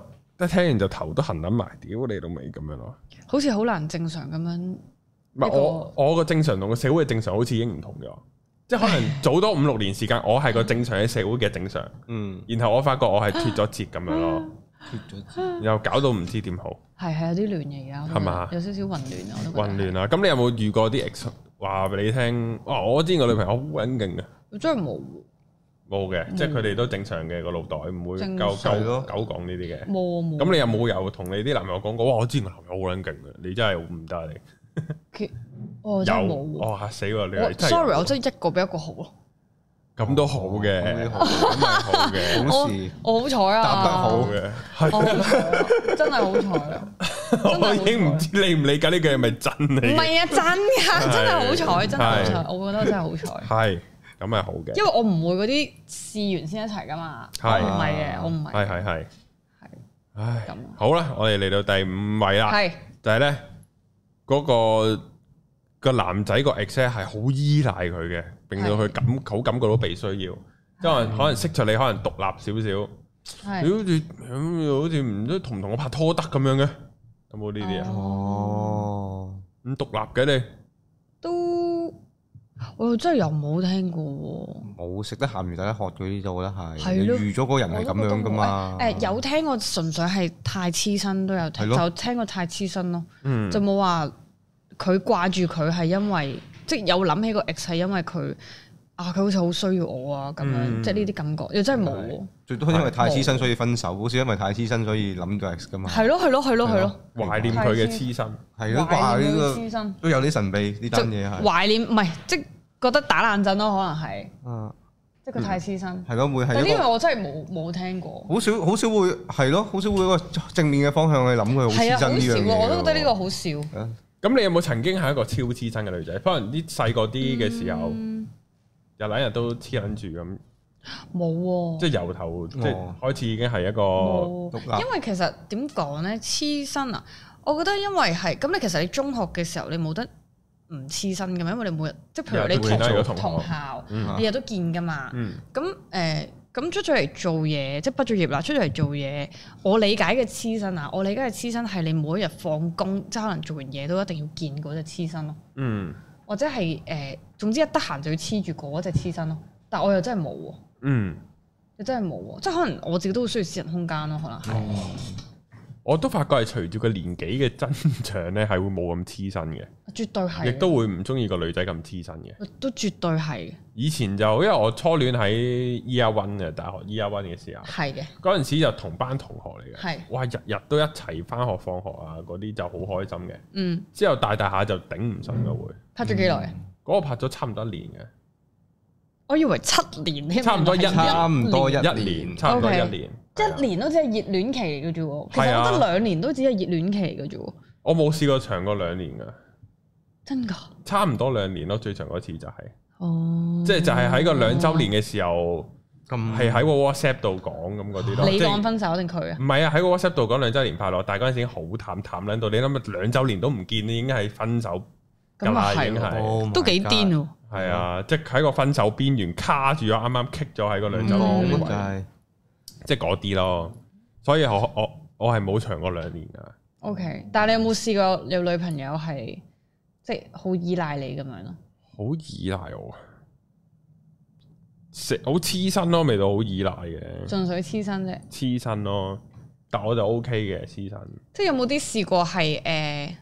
Speaker 1: 一聽完就頭都痕撚埋，屌你老味咁樣咯。
Speaker 3: 好似好難正常咁樣。
Speaker 1: 唔係
Speaker 3: 一個
Speaker 1: 我我個正常同個社會嘅正常好似已經唔同咗，即係可 能早多五六年時間，我係個正常嘅社會嘅正常，
Speaker 2: 嗯，
Speaker 1: 然後我發覺我係脱咗節咁樣 咯，
Speaker 2: 脱咗節
Speaker 1: 然後搞到唔知點好，
Speaker 3: 係係有啲亂嘅而家，我覺得
Speaker 1: 係嘛
Speaker 3: 有少少混亂啊，我都覺得
Speaker 1: 混亂啦。咁你有冇遇過啲 ex 話俾你聽？哇！我之前個女朋友好撚勁嘅，
Speaker 3: 亂，真係冇喎
Speaker 1: 冇嘅，即係佢哋都正常嘅個腦袋，唔會
Speaker 3: 嗯正
Speaker 1: 夠
Speaker 3: 常
Speaker 1: 夠
Speaker 2: 咯
Speaker 1: 狗講呢啲嘅。
Speaker 3: 冇啊冇。
Speaker 1: 咁你有冇有同你啲男朋友講過？哇！我之前個男朋友好撚勁嘅，你真係好唔得啊你。
Speaker 3: 其我真
Speaker 1: 有，
Speaker 3: 係冇喎。
Speaker 1: 哦嚇死喎！你
Speaker 3: 我
Speaker 1: 係真係有
Speaker 3: sorry，我真係一個比一個好咯。
Speaker 1: 咁都好嘅，
Speaker 2: 咁都好
Speaker 1: 咁係好嘅。
Speaker 2: 好
Speaker 3: 我
Speaker 2: 事
Speaker 3: 我好彩啊，
Speaker 2: 答得好
Speaker 1: 好嘅，係
Speaker 3: 哦我好彩啊，真係好彩啊！真係好
Speaker 1: 我已經唔知理唔理解呢句係咪真嚟嘅。
Speaker 3: 唔係啊，真噶，真係好彩，真係好
Speaker 1: 係
Speaker 3: 彩，我覺得真係好彩，
Speaker 1: 係咁係好嘅，
Speaker 3: 因為我唔會嗰啲試完先一齊噶嘛，我
Speaker 1: 係
Speaker 3: 唔係嘅，我唔係，
Speaker 1: 係係係。
Speaker 3: 係
Speaker 1: 唉
Speaker 3: 咁，啊
Speaker 1: 好啦，我哋嚟到第五位啦，
Speaker 3: 係
Speaker 1: 就係咧嗰個個男仔個 ex 咧係好依賴佢嘅，令到佢感好感覺到被需要，即係可能可能識咗你，可能獨立少少。你
Speaker 3: 係
Speaker 1: 好似咁好似唔知同唔同我拍拖得咁樣嘅，有冇呢啲啊？
Speaker 2: 哦，
Speaker 1: 咁獨立嘅你，
Speaker 3: 都我真係又冇聽過喎。
Speaker 2: 冇食得鹹魚抵得渴嗰啲就我覺得係，
Speaker 3: 係
Speaker 2: 你
Speaker 3: 咯
Speaker 2: 預咗嗰個人係咁樣噶嘛。
Speaker 3: 誒有聽過，純粹係太黐身都有聽，
Speaker 2: 係咯
Speaker 3: 就聽過太黐身咯，
Speaker 1: 嗯
Speaker 3: 就冇話佢掛住佢係因為，即係有諗起個 ex 係因為佢啊，佢好似好需要我啊咁樣，
Speaker 1: 嗯
Speaker 3: 即係呢啲感覺又真係冇
Speaker 2: 係
Speaker 3: 喎，
Speaker 2: 最多因為太黐身所以分手，好似因為太黐身所以諗咗 X 噶嘛。
Speaker 3: 係咯係咯係咯係咯，
Speaker 1: 懷念佢嘅痴心，
Speaker 2: 係咯，哇！
Speaker 3: 懷念
Speaker 2: 呢
Speaker 3: 佢嘅
Speaker 2: 個
Speaker 3: 黐身，
Speaker 2: 都有啲神秘呢
Speaker 3: 就
Speaker 2: 單嘢係。
Speaker 3: 懷念唔係即係覺得打冷震咯，可能係
Speaker 2: 啊，
Speaker 3: 即係佢太黐身，
Speaker 2: 係咯，會嗯
Speaker 3: 但
Speaker 2: 係
Speaker 3: 呢
Speaker 2: 一
Speaker 3: 個
Speaker 2: 個
Speaker 3: 我真係冇冇聽過，
Speaker 2: 好少好少會係咯，好少會一個正面嘅方向去諗佢好
Speaker 3: 係啊
Speaker 2: 黐身
Speaker 3: 好少
Speaker 2: 呢樣嘢
Speaker 3: 喎，
Speaker 2: 喎。
Speaker 3: 我都覺得呢個好少，
Speaker 1: 咁你有冇曾經係一個超黐身嘅女仔？可能啲細個啲嘅時候，
Speaker 3: 嗯
Speaker 1: 日兩日都黐撚住咁，
Speaker 3: 冇喎。
Speaker 1: 即係由頭即
Speaker 2: 哦
Speaker 1: 係開始已經係一個
Speaker 3: 冇，
Speaker 2: 獨立
Speaker 3: 因為其實點講咧，黐身啊，我覺得因為係咁，你其實你中學嘅時候你冇得唔黐身噶嘛，因為你每日即係譬如
Speaker 1: 日日都
Speaker 3: 你
Speaker 1: 見啦如果
Speaker 3: 同
Speaker 1: 同學
Speaker 3: 同校，
Speaker 1: 嗯
Speaker 3: 你日都見噶嘛。
Speaker 1: 嗯
Speaker 3: 咁誒咁出咗嚟做嘢，即係畢咗業啦，出咗嚟做嘢，我理解嘅黐身啊，我理解嘅黐身係你每一日放工，即係可能做完嘢都一定要見嗰只黐身咯，
Speaker 1: 嗯
Speaker 3: 或者係誒、呃總之一得閒就要黐住嗰只黐身咯。但我又真係冇喎，
Speaker 1: 嗯，
Speaker 3: 又真係冇喎，即係可能我自己都好需要私人空間咯，可能係。
Speaker 1: 我都發覺係隨住個年紀嘅增長咧，係會冇咁黐身嘅，
Speaker 3: 絕對係，啊
Speaker 1: 亦都會唔中意個女仔咁黐身嘅。
Speaker 3: 都絕對係嘅，
Speaker 1: 以前就因為我初戀喺 Year One 嘅大學 Year One 嘅時候。
Speaker 3: 係嘅，
Speaker 1: 嗰陣時就同班同學嚟嘅
Speaker 3: 係，
Speaker 1: 哇日日都一齊翻學放學啊，嗰啲就好開心嘅。
Speaker 3: 嗯，
Speaker 1: 之後大大下就頂唔順嘅會，
Speaker 3: 拍咗幾耐啊？
Speaker 1: 嗰、個拍咗差唔多一年
Speaker 3: 我以為七年添，
Speaker 1: 差唔多一
Speaker 3: 原來係
Speaker 2: 差唔多一
Speaker 3: 年
Speaker 1: 嘅，一
Speaker 2: 年
Speaker 1: 年差唔多一
Speaker 3: OK
Speaker 1: 年。係啊
Speaker 3: 一年都只係熱戀期嚟嘅啫喎，其
Speaker 1: 係
Speaker 3: 實
Speaker 1: 啊
Speaker 3: 我覺得兩年都只係熱戀期嚟嘅啫喎，
Speaker 1: 我冇試過長過兩年嘅，
Speaker 3: 真㗎，
Speaker 1: 差唔多兩年咯，最長嗰次就係、
Speaker 3: 哦，
Speaker 1: 即係就係喺個兩週年嘅時候，
Speaker 2: 咁
Speaker 1: 係喺個 WhatsApp 度講咁嗰啲咯，
Speaker 3: 哦你
Speaker 1: 即
Speaker 3: 講
Speaker 1: 係
Speaker 3: 分手定佢啊
Speaker 1: 唔？係啊？喺個 WhatsApp 度講兩週年快樂，但係嗰陣時已經好淡淡撚到，你諗下兩週年都唔見，已經係分手㗎
Speaker 3: 咁啊
Speaker 1: 啦，
Speaker 3: 係
Speaker 1: 已經係。
Speaker 2: Oh my
Speaker 3: 都幾
Speaker 2: God
Speaker 3: 癲喎，
Speaker 1: 系啊，
Speaker 3: 嗯
Speaker 1: 即係喺個分手邊緣卡住咗，啱啱棘咗
Speaker 3: 啊
Speaker 1: 喺個兩
Speaker 3: 嗯
Speaker 1: 周
Speaker 2: 講
Speaker 1: 年
Speaker 2: 乜
Speaker 1: 嗰
Speaker 2: 就
Speaker 1: 啲位，
Speaker 2: 係
Speaker 1: 即係嗰啲咯。所以我我我係冇長過兩年噶，
Speaker 3: OK，但係你有冇試過有女朋友係即係好依賴你咁樣咯？
Speaker 1: 好依賴我，食好黐身咯，未到好依賴嘅，
Speaker 3: 純粹黐身啫，
Speaker 1: 黐身咯。但我就 O K 嘅黐身，
Speaker 3: 即係有冇啲試過係誒、呃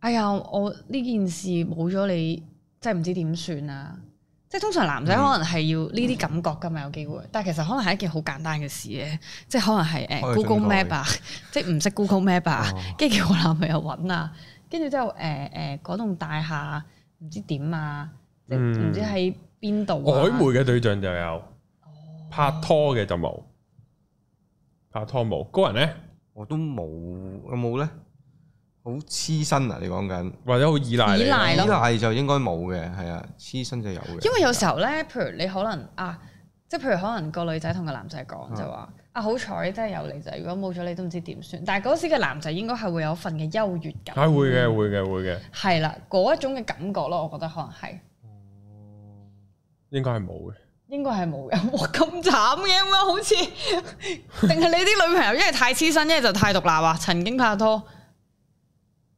Speaker 3: 哎呀，我呢件事冇咗你，真係唔知點算啊！即係通常男仔可能係要呢啲感覺㗎嘛，有機會，但係其實可能係一件好簡單嘅事嘅，即係可能係誒
Speaker 2: 開個
Speaker 3: Google
Speaker 2: 樽蓋
Speaker 3: Map 啊， 即係唔識 Google Map 啊
Speaker 2: 哦，
Speaker 3: 跟住叫我男朋友揾啊，跟住之後誒誒嗰棟大廈唔知點啊，即係唔知
Speaker 1: 嗯
Speaker 3: 喺邊度啊哦
Speaker 1: 曖昧嘅對象就有，拍拖嘅就冇，拍拖冇。個人呢，
Speaker 2: 我都冇有冇咧？好黐身啊！你講緊
Speaker 1: 或者好依賴你
Speaker 3: 依賴係咯
Speaker 2: 依賴就應該冇嘅，係啊，黐身就有嘅。
Speaker 3: 因為有時候咧，譬如你可能啊，即係譬如可能個女仔同個男仔講
Speaker 2: 嗯
Speaker 3: 就話啊，好彩真係有你仔，如果冇咗你都唔知點算。但係嗰時嘅男仔應該係會有一份嘅優越感，
Speaker 1: 啊係會嘅，會嘅，會嘅，
Speaker 3: 係啦，嗰一種嘅感覺咯，我覺得可能係
Speaker 1: 應該係冇嘅。
Speaker 3: 應該係冇嘅。哇，咁慘嘅咁啊，好似 定係你啲女朋友一係太黐身，一係就太獨立啊？曾經拍拖，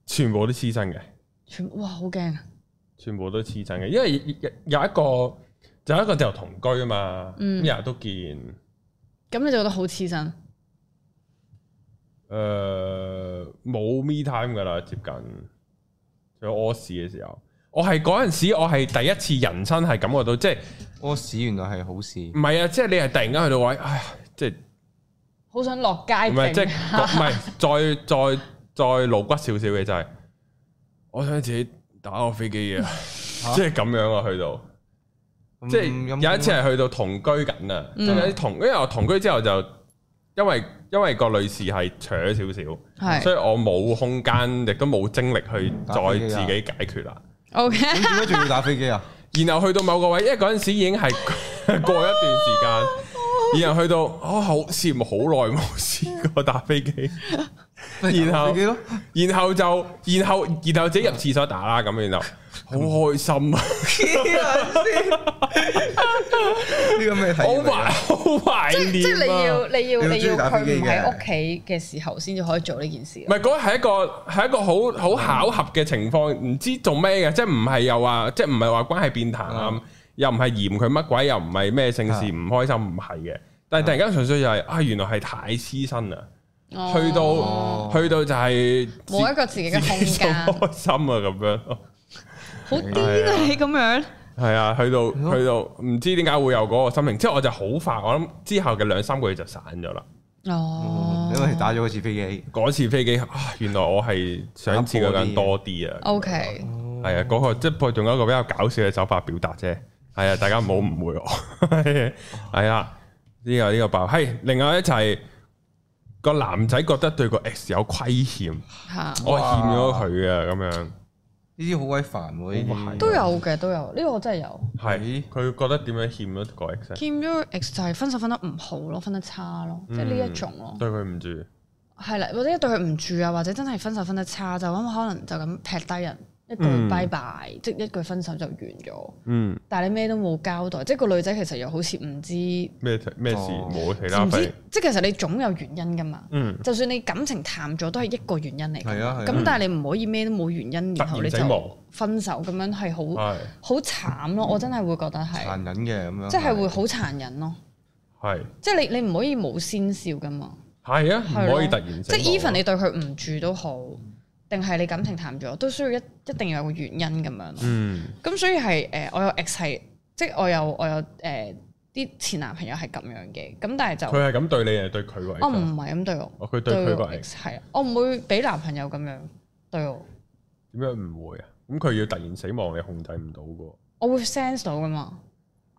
Speaker 1: 全部都黐身嘅，
Speaker 3: 全部哇好驚啊！
Speaker 1: 全部都黐身嘅，因為有一個就有一個就同居啊嘛，咁
Speaker 3: 嗯
Speaker 1: 日日都見，
Speaker 3: 咁你就覺得好黐身，
Speaker 1: 誒呃冇 me time 噶啦，接近，仲有屙屎嘅時候，我係嗰陣時我係第一次人生係感覺到，即係
Speaker 2: 屙屎原來係好事，
Speaker 1: 唔係啊，即係你係突然間去到位，唉，即係
Speaker 3: 好想落街
Speaker 1: 唔係即係
Speaker 3: 靜下
Speaker 1: 唔係再再再露骨少少嘅就係、我想自己打個飛機啊，即係咁樣啊，去到。
Speaker 2: 咁嗯
Speaker 3: 嗯
Speaker 1: 即係有一次係去到同居緊啊，即係有啲同，因為我同居之後就因為因為個女士係扯少少，
Speaker 3: 係
Speaker 1: 所以我冇空間，亦都冇精力去再自己解決啦。
Speaker 3: ，OK，
Speaker 2: 咁點解仲要打飛機啊？
Speaker 1: 然後去到某個位，因為嗰陣時已經係 過一段時間，然後去到哦，好似好耐冇試過打飛機， 然 後
Speaker 2: 打飛 機咯，
Speaker 1: 然後就然後然後自己入廁所打啦，咁然後好開心啊
Speaker 2: 呢個咩體
Speaker 1: 好啊懷
Speaker 2: 驗嚟㗎？
Speaker 1: 好懷
Speaker 3: 即係你
Speaker 1: 念啊！
Speaker 3: 要你要
Speaker 2: 你要
Speaker 3: 你要
Speaker 2: 中意打
Speaker 3: 佢
Speaker 2: 飛機
Speaker 3: 唔
Speaker 2: 嘅
Speaker 3: 喺屋企嘅時候先至可以做呢件事啊
Speaker 1: 唔。係嗰係一個係一個好好巧合嘅情況，唔知做咩嘅，即係唔係又話即係唔係話關係變淡
Speaker 2: 嗯，
Speaker 1: 又唔係嫌佢乜鬼，又唔係咩性事唔開心，唔係嘅。但
Speaker 3: 嗯
Speaker 1: 係突然間純粹就係啊，原來係太黐身啦，去到
Speaker 3: 哦
Speaker 1: 去到就係自
Speaker 3: 冇一個自己嘅空
Speaker 1: 自己就
Speaker 3: 間，
Speaker 1: 開心啊咁樣咯。
Speaker 3: 好癲啊！你咁樣，
Speaker 1: 係啊，去到
Speaker 2: 咯
Speaker 1: 去到唔知點解會有嗰個心情，之後我就好快，我諗之後嘅兩三個月就散咗啦。
Speaker 3: 哦
Speaker 2: 嗯，因為打咗一次飛機。
Speaker 1: 嗰次飛機啊，原來我係想似嗰個人多啲啊。
Speaker 3: O K，
Speaker 1: 係啊，嗰、個即係仲有一個比較搞笑嘅手法表達啫。係啊，大家唔好誤會我。 係啊，呢、個呢、個爆。係另外一就係個男仔覺得對個 X 有虧欠，
Speaker 3: 吓
Speaker 1: 我欠咗佢啊咁樣。
Speaker 2: 呢啲好鬼煩喎，呢啲
Speaker 3: 都有嘅，都有呢個我真係有
Speaker 1: 係佢覺得點樣欠咗個 X？啊
Speaker 3: 欠咗 ex 就係分手分得唔好咯，分得差咯，即係呢一種咯
Speaker 1: 嗯，對佢唔住。
Speaker 3: 係啦，或者對佢唔住啊，或者真係分手分得差就咁，可能就咁劈低人一
Speaker 1: 嗯
Speaker 3: 句拜拜，即一句分手就完咗，
Speaker 1: 嗯，
Speaker 3: 但係你咩都冇交代，即係個女仔其實又好似唔知唔
Speaker 1: 咩咩事
Speaker 2: 哦
Speaker 1: 冇其他費
Speaker 3: 知。，即係其實你總有原因噶嘛。
Speaker 1: 嗯，
Speaker 3: 就算你感情淡咗，都係一個原因嚟㗎嘛。
Speaker 2: 係啊係啊
Speaker 3: 咁、但係你唔可以咩都冇原因，
Speaker 1: 突然啊
Speaker 3: 然後你
Speaker 1: 死亡
Speaker 3: 就分手咁樣係好
Speaker 1: 係
Speaker 3: 好慘
Speaker 1: 嗯
Speaker 3: 咯。我真係會覺得係，
Speaker 2: 殘忍嘅咁樣，
Speaker 3: 即係會好殘忍咯。
Speaker 1: 係
Speaker 3: 即係你你唔可以冇先兆噶嘛。
Speaker 1: 係啊，唔
Speaker 3: 係咯
Speaker 1: 可以突然死
Speaker 3: 即
Speaker 1: 亡
Speaker 3: 係
Speaker 1: 啊。
Speaker 3: even 你對佢唔住都好，定係你感情淡咗，都需要一一定要有個原因咁樣咯。
Speaker 1: 嗯
Speaker 3: 咁所以係誒、呃我有 ex 係，即係我有我有誒啲、前男朋友係咁樣嘅，咁但係就
Speaker 1: 佢係咁對你，係對佢為啊
Speaker 3: 我唔係咁對我，
Speaker 1: 哦佢對佢個
Speaker 3: 我
Speaker 1: ex
Speaker 3: ex 係啊，我唔會俾男朋友咁樣對我。
Speaker 1: 點樣唔會啊？咁佢要突然死亡，你控制唔到噶。
Speaker 3: 我會 sense 到噶嘛，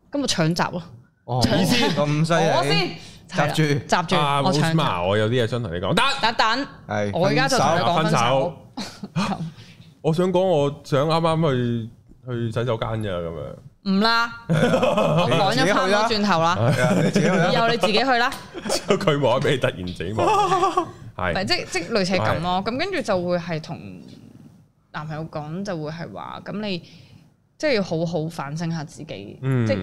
Speaker 3: 咁我搶閘咯，
Speaker 2: 哦
Speaker 3: 意思
Speaker 2: 咁犀
Speaker 3: 我
Speaker 2: 利，
Speaker 3: 先係
Speaker 2: 閘
Speaker 3: 啦
Speaker 2: 住
Speaker 3: 閘住，
Speaker 1: 啊
Speaker 3: 我搶閘。
Speaker 1: ，Rosemar，我有啲嘢想同你講。得，啊
Speaker 3: 等等，
Speaker 2: 係
Speaker 3: 我而家就同你講分
Speaker 1: 分
Speaker 3: 手
Speaker 1: 手， 我想講，我想啱啱去去洗手間啫，咁樣。
Speaker 3: 唔啦，我講咗翻咗轉頭啦，
Speaker 2: 係啊你 自己去啦
Speaker 3: 以後你自己去啦，
Speaker 1: 之後佢冇得俾你突然死亡，
Speaker 3: 咪
Speaker 1: 係
Speaker 3: 即即類似係咁咯。咁跟住就會係同男朋友講，就會係話咁你即係要好好反省下自己，
Speaker 1: 嗯
Speaker 3: 即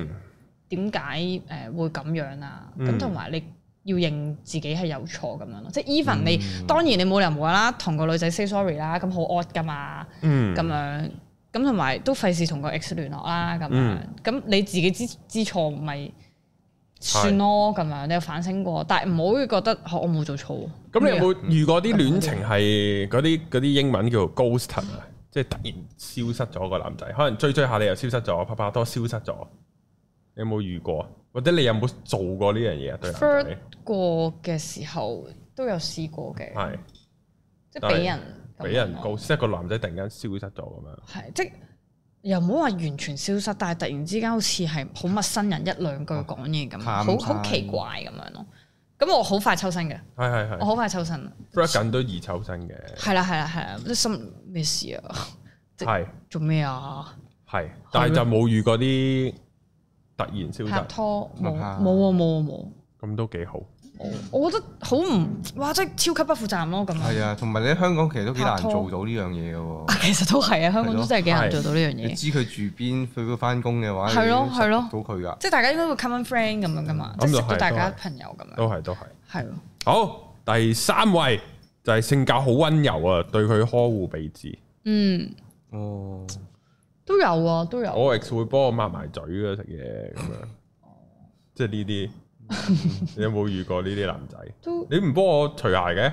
Speaker 3: 點解誒會咁樣啊？
Speaker 1: 嗯
Speaker 3: 咁同埋你要認自己係有錯咁樣咯。即係 even 你、
Speaker 2: 嗯
Speaker 3: 當然你冇理由無啦啦同個女仔 say sorry 啦，咁好 odd 噶嘛，
Speaker 1: 嗯
Speaker 3: 咁、樣咁同埋都費事同個 ex 聯絡啦，咁樣
Speaker 1: 嗯
Speaker 3: 咁、你自己知知錯咪算咯，咁樣你有反省過，但係唔好覺得、哦我冇做錯喎。
Speaker 1: 咁你有冇遇過啲戀情係嗰啲嗰啲英文叫做 ghost 啊？即係突然消失咗個男仔，可能追追下你又消失咗，拍拍拖消失咗，你有冇遇過啊？或者你有冇做過呢樣嘢啊？對男
Speaker 3: first
Speaker 1: 仔
Speaker 3: 過嘅時候都有試過嘅，
Speaker 1: 係
Speaker 3: 即係俾人咁樣咯
Speaker 1: 俾人 ghost，即係個男仔突然間消失咗咁樣。
Speaker 3: 係即又唔好話完全消失，但係突然之間好似係好陌生人一兩
Speaker 1: 啊
Speaker 3: 句講嘢咁，
Speaker 2: 淡
Speaker 3: 好好
Speaker 2: 淡
Speaker 3: 奇怪咁樣咯。咁我好快抽身嘅，
Speaker 1: 係係
Speaker 3: 我
Speaker 1: 係
Speaker 3: 好快抽身。
Speaker 1: f r a g 緊都易抽身嘅，
Speaker 3: 係啦係啦係啦，即心咩事啊？ 即
Speaker 1: 係
Speaker 3: 做咩啊？
Speaker 1: 係，但係就冇遇過啲突然消
Speaker 3: 拍
Speaker 1: 失，
Speaker 3: 拖冇冇
Speaker 2: 拍
Speaker 3: 啊冇啊冇啊
Speaker 1: 咁都幾好。
Speaker 3: 冇，我覺得好唔哇！真係超級不負責任咯咁
Speaker 2: 係
Speaker 3: 樣。
Speaker 2: 啊，同埋你喺香港其實都幾難
Speaker 3: 拍拖
Speaker 2: 做到呢樣嘢嘅喎。
Speaker 3: 啊， 其實都係啊，香港
Speaker 2: 係
Speaker 3: 都
Speaker 2: 咯
Speaker 3: 真係幾難
Speaker 1: 係
Speaker 3: 做到呢樣
Speaker 2: 你
Speaker 3: 嘢。
Speaker 2: 知佢住邊，佢佢翻工嘅話，
Speaker 3: 係咯
Speaker 2: 你都識
Speaker 3: 係咯
Speaker 2: 到佢㗎。
Speaker 3: 即係大家應該會 common friend 咁樣噶嘛，
Speaker 1: 嗯
Speaker 3: 即係識
Speaker 1: 咁就
Speaker 3: 到
Speaker 1: 係
Speaker 3: 大家
Speaker 1: 都係
Speaker 3: 朋友咁樣，
Speaker 1: 都係都係。
Speaker 3: 係咯。
Speaker 1: 好，第三位就係性格好温柔啊，對佢呵護備至。
Speaker 3: 嗯，
Speaker 2: 哦，
Speaker 3: 都有啊，都有。
Speaker 1: 我 ex 會幫我抹埋嘴啊，食嘢咁樣，即係呢 啲。你有冇遇過呢啲男仔？
Speaker 3: 都
Speaker 1: 你唔幫我除鞋嘅，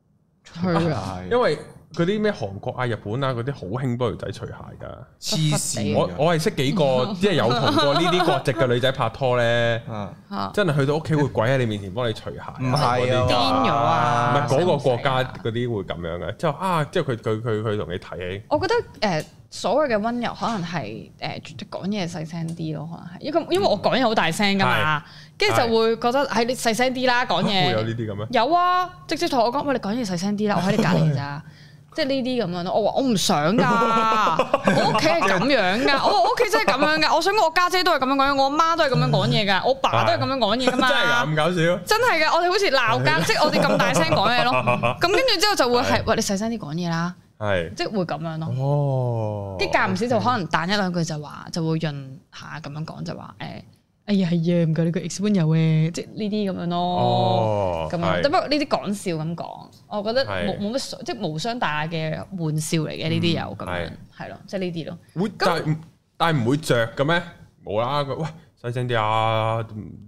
Speaker 3: 係啊，
Speaker 2: 係
Speaker 1: 因為嗰啲咩韓國啊、日本啊嗰啲好興幫女仔除鞋㗎。
Speaker 2: 黐線
Speaker 1: 我
Speaker 3: 啊
Speaker 2: 㗎
Speaker 1: 我係識幾個，即係有同過呢啲國籍嘅女仔拍拖咧，
Speaker 2: 啊，
Speaker 3: 嚇
Speaker 1: 真係去到屋企會跪喺你面前幫你除鞋啊。
Speaker 2: 唔係
Speaker 1: 嗰啲
Speaker 2: 啊，
Speaker 3: 癲咗
Speaker 1: 唔
Speaker 3: 啊
Speaker 1: 係嗰個國
Speaker 3: 使
Speaker 1: 家
Speaker 3: 唔使啊
Speaker 1: 嗰啲會咁樣嘅，之後啊，之後佢佢佢佢同你睇起，
Speaker 3: 我覺得誒、呃所謂嘅温柔，可能係誒講嘢細聲啲咯，可能係因為因為我講嘢好大聲㗎嘛，跟住就會覺得哎係你細聲啲啦講
Speaker 1: 啊會有呢
Speaker 3: 嘢。
Speaker 1: 啲咁咩？
Speaker 3: 有啊，直接同我講，喂，你講嘢細聲啲啦，我喺你隔 離咋。即係呢啲咁樣咯，我話我唔想㗎，我屋企係咁樣㗎，我我屋企真係咁樣㗎，我想講我家姐都係咁樣講嘢，我媽都係咁樣講 嘢㗎，我爸都係咁樣講嘢㗎
Speaker 1: 真
Speaker 3: 嘛。
Speaker 1: 係㗎咁搞笑？
Speaker 3: 真係嘅，我哋好似鬧交，即係我哋咁大聲 講嘢咯。咁跟住之後就會係，喂你細聲啲講嘢啦，
Speaker 1: 係
Speaker 3: 即係會咁樣咯。
Speaker 1: 哦，
Speaker 3: 跟住間唔時就可能彈一兩句就話，就會潤下咁樣講就話誒，哎呀係啊，唔該你個 ex 温柔嘅，即係呢啲咁樣咯。
Speaker 1: 哦
Speaker 3: 咁樣，
Speaker 1: 係
Speaker 3: 不過呢啲講笑咁講，我覺得
Speaker 1: 係嗯
Speaker 3: 冇冇乜所即係無傷大雅嘅玩笑嚟嘅呢啲有咁樣
Speaker 1: 係，
Speaker 3: 係咯，即係呢啲咯。
Speaker 1: 會但係唔但係唔會着嘅咩？冇啦，佢喂細聲啲啊，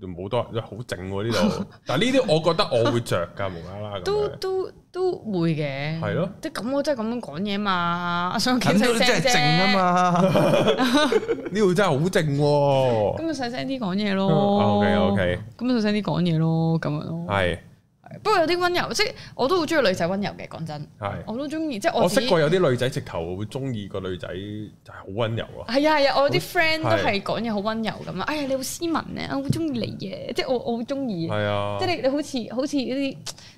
Speaker 1: 冇多好靜喎呢 度。但係呢啲我覺得我會着㗎，無啦啦咁
Speaker 3: 都
Speaker 1: 樣。
Speaker 3: 都都會嘅，
Speaker 1: 係咯，
Speaker 3: 即係咁我真係咁樣講嘢嘛， 想屋企
Speaker 2: 近到
Speaker 3: 細
Speaker 2: 你
Speaker 3: 聲
Speaker 2: 真係
Speaker 3: 啫
Speaker 2: 靜啊嘛，
Speaker 1: 呢度真係好靜喎，
Speaker 3: 咁咪細聲啲講嘢咯。
Speaker 1: 哦 OK，OK
Speaker 3: 咁咪細聲啲講嘢咯，咁樣咯。
Speaker 1: 係
Speaker 3: 不過有啲温柔，即係我都好中意女仔温柔嘅。講真，
Speaker 1: 係。
Speaker 3: 我都中意，即係
Speaker 1: 我
Speaker 3: 自
Speaker 1: 識
Speaker 3: 己
Speaker 1: 過有啲女仔直頭會中意個女仔就係好温柔啊。
Speaker 3: 係啊係啊，我有啲 friend
Speaker 1: 係
Speaker 3: 都係講嘢好温柔咁啊。哎呀，你好斯文啊，我好中意你嘅，即係我我好中意。
Speaker 1: 係啊，
Speaker 3: 即係你你好似好似嗰啲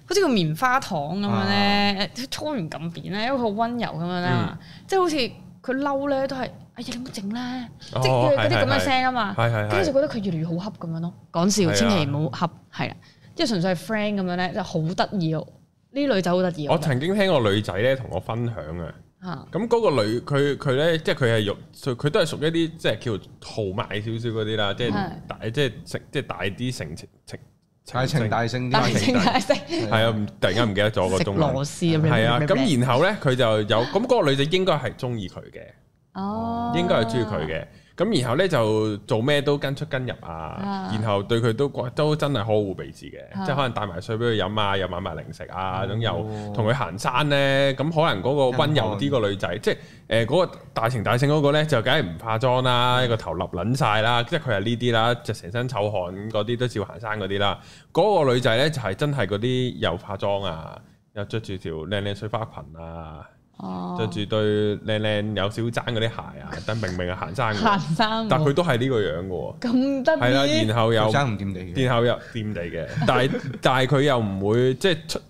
Speaker 3: 好似個棉花糖咁樣咧，搓完咁扁咧，因為佢好温柔咁樣
Speaker 1: 嗯
Speaker 3: 啦，即係好似佢嬲咧都係，哎呀你唔好整啦，
Speaker 1: 哦
Speaker 3: 即係嗰啲咁
Speaker 1: 係係
Speaker 3: 嘅聲啊嘛，
Speaker 1: 係係係
Speaker 3: 跟住就覺得佢越嚟越好恰咁樣咯。講
Speaker 1: 係
Speaker 3: 笑，
Speaker 1: 啊
Speaker 3: 千祈唔好恰，係啦，即係純粹係 friend 咁樣咧，就好得意哦。呢女仔好得意哦，
Speaker 1: 我曾經聽個女仔咧同我分享啊，
Speaker 3: 嚇
Speaker 1: 咁嗰個女佢佢咧，即係佢係屬佢都係屬於一啲即係叫豪邁少少嗰啲啦，即係
Speaker 3: 係
Speaker 1: 大即係成即係大啲成情情
Speaker 2: 大情大聲
Speaker 3: 大
Speaker 2: 啲，
Speaker 3: 聲大聲
Speaker 1: 係啊！唔突然間唔記得咗個
Speaker 3: 食
Speaker 1: 中
Speaker 3: 螺
Speaker 1: 文
Speaker 3: 絲咁樣。
Speaker 1: 係啊，咁然後咧佢就有咁嗰個女仔應該係中意佢嘅，
Speaker 3: 哦，
Speaker 1: 應該係中意佢嘅。咁然後咧就做咩都跟出跟入啊
Speaker 3: 啊，
Speaker 1: 然後對佢都都真係呵護備至嘅，
Speaker 3: 啊
Speaker 1: 即係可能帶埋水俾佢飲啊，又買埋零食啊，咁又
Speaker 2: 哦
Speaker 1: 同佢行山咧，咁可能嗰個温柔啲個女
Speaker 3: 啊
Speaker 1: 仔，即係誒嗰個大情大性嗰個咧，就梗係唔化妝啦，
Speaker 3: 嗯
Speaker 1: 個頭立撚晒啦，即係佢係呢啲啦，就成身臭汗嗰啲都照行山嗰啲啦。嗰、個女仔咧就係、真係嗰啲又化妝啊，又着住條靚靚水花裙啊，
Speaker 3: 哦
Speaker 1: 着住對靚靚有小踭嗰啲鞋 啊，但明明係行山
Speaker 3: 行
Speaker 1: 嘅，
Speaker 3: 山喎，
Speaker 1: 但佢都係呢個樣嘅喎。
Speaker 3: 咁得
Speaker 1: 係啦，
Speaker 3: 意。
Speaker 1: 然後
Speaker 2: 又
Speaker 1: 又
Speaker 2: 爭唔掂地嘅，
Speaker 1: 然後又掂地嘅， 但係但係佢又唔會即係出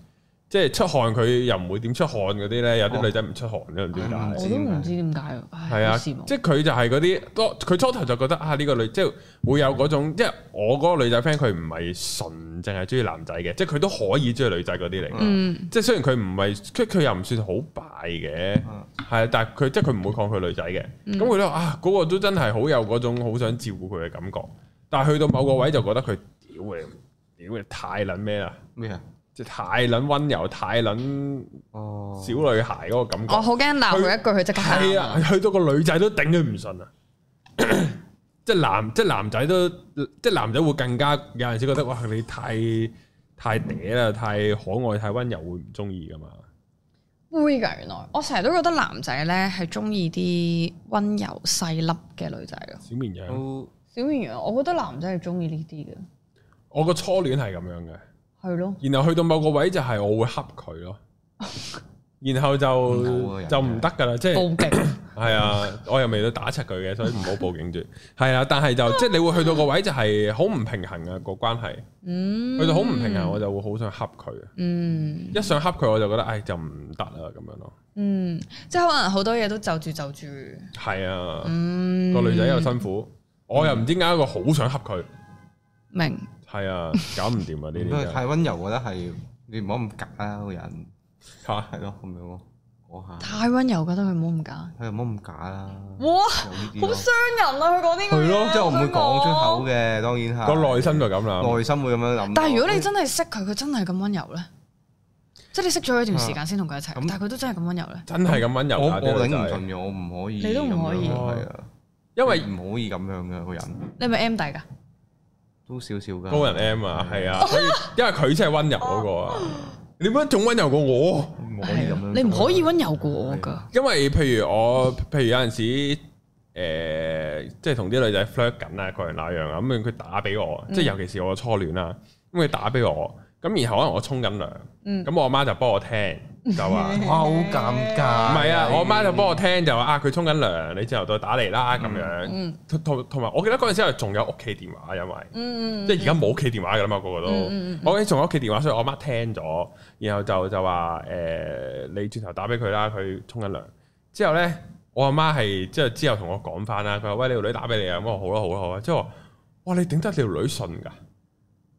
Speaker 1: 即係出汗，佢又唔會點出汗嗰啲咧。有啲女仔唔出汗嘅，唔知點
Speaker 2: 嗯
Speaker 1: 解。
Speaker 3: 我都唔知點解喎，係
Speaker 1: 係啊，即係佢就係嗰啲多。佢初頭就覺得啊，呢個女即係會有嗰種，即係我嗰個女仔 friend 佢唔係純淨係中意男仔嘅，即係佢都可以中意女仔嗰啲嚟嘅。
Speaker 3: 嗯
Speaker 1: 即係雖然佢唔係，佢佢又唔算好敗嘅，
Speaker 2: 嗯
Speaker 1: 係啊，但係佢即係佢唔會抗拒女仔嘅。咁佢都話啊，嗰、個都真係好有嗰種好想照顧佢嘅感覺。但係去到某個位就覺得佢屌你，屌你太撚咩啦，
Speaker 2: 咩啊？
Speaker 1: 即係太撚温柔，太撚
Speaker 2: 哦，
Speaker 1: 小女孩嗰個感覺。
Speaker 3: 我哦好驚鬧佢一句，佢即刻喊
Speaker 1: 係啊，去到個女仔都頂佢唔順啊！即係男，即係男仔都，即係男仔會更加有陣時覺得哇，你太太嗲啦，太可愛，太温柔，會唔中意噶嘛？
Speaker 3: 會㗎，原來我成日都覺得男仔咧係中意啲温柔細粒嘅女仔咯。
Speaker 1: 小綿羊，
Speaker 2: 都
Speaker 3: 小綿羊，我覺得男仔係中意呢啲嘅，
Speaker 1: 我個初戀係咁樣嘅，
Speaker 3: 係咯。
Speaker 1: 然後去到某個位就係我會恰佢咯，然後就
Speaker 2: 唔好啊人
Speaker 1: 就唔得噶啦，即係
Speaker 3: 報 警
Speaker 1: 係啊，我又未到打柒佢嘅，所以唔好報警住。係啊，但係 就即係你會去到個位就係好唔平衡啊個關係，
Speaker 3: 嗯，
Speaker 1: 去到好唔平衡，我就會好想恰佢啊。
Speaker 3: 嗯
Speaker 1: 一想恰佢我就覺得，唉，就唔得啦咁樣咯。
Speaker 3: 嗯，即係可能好多嘢都就住就住，
Speaker 1: 係啊，
Speaker 3: 嗯，
Speaker 1: 個女仔又辛苦，我又唔知點解我好想恰佢，
Speaker 3: 明
Speaker 1: 係啊，搞唔掂啊呢啲
Speaker 2: 因為
Speaker 1: 真係
Speaker 2: 太温柔，我覺得係你唔好咁夾啦，個人
Speaker 1: 嚇
Speaker 2: 係咯咁樣咯，嗰下
Speaker 3: 太温柔，覺得佢冇咁假。
Speaker 2: 佢又唔好咁假啦，
Speaker 3: 哇，
Speaker 2: 有呢啲
Speaker 3: 好
Speaker 2: 咯
Speaker 3: 傷人啊！佢講呢個
Speaker 1: 係咯
Speaker 3: 嘢
Speaker 2: 即係我唔會講出口。
Speaker 3: 佢
Speaker 2: 嘅，當然係
Speaker 1: 個內心就咁啦。
Speaker 2: 啊內心會咁樣諗。
Speaker 3: 但係如果你真係識佢，佢真係咁温柔咧，即係你識咗佢一段時間先同佢一齊，
Speaker 2: 咁
Speaker 3: 但係佢都真係咁温柔咧。
Speaker 1: 真係咁温柔
Speaker 2: 我
Speaker 1: 啊
Speaker 2: 我
Speaker 1: 啲
Speaker 2: 頂
Speaker 1: 女
Speaker 2: 唔
Speaker 1: 仔
Speaker 2: 順嘅，我唔可以。
Speaker 3: 你都唔可以
Speaker 2: 係啊，
Speaker 1: 因為
Speaker 2: 唔可以咁樣嘅個人，
Speaker 3: 你係咪 M 底㗎？
Speaker 2: 都少少㗎。
Speaker 1: 高人 M 啊，係啊，所以因為佢先係温柔嗰個啊，你點樣仲温柔過我？
Speaker 2: 唔可以
Speaker 3: 係
Speaker 2: 咁
Speaker 3: 啊
Speaker 2: 樣。
Speaker 3: 你唔可以温柔過我噶，
Speaker 1: 因為譬如我，譬如有陣時，诶、即係同啲女仔 flirt 緊啊，各樣那樣啊，咁佢打俾我，
Speaker 3: 嗯
Speaker 1: 即係尤其是我初戀啦，咁佢打俾我，咁然後可能我沖緊涼，
Speaker 3: 嗯
Speaker 1: 咁我媽就幫我聽，就 話。
Speaker 2: 哇，好尷
Speaker 1: 唔
Speaker 2: 尬。
Speaker 1: 係
Speaker 3: 哎
Speaker 1: 啊，我媽就幫我聽就話啊，佢沖緊涼，你之後再打嚟啦咁樣
Speaker 3: 嗯。
Speaker 1: 同同同埋，我記得嗰陣時係仲有屋企電話，因為
Speaker 3: 嗯
Speaker 1: 即係而家冇屋企電話㗎啦嘛，個個都。
Speaker 3: 嗯嗯嗯
Speaker 1: 我嗰陣時仲有屋企電話，所以我媽聽咗，然後就就話誒，你轉頭打俾佢啦，佢沖緊涼。之後咧，我阿媽係之後之後同我講翻啦，佢話喂你條女打俾你啊，咁我好啦好啦好啦，之後我話哇你頂得你條女信㗎？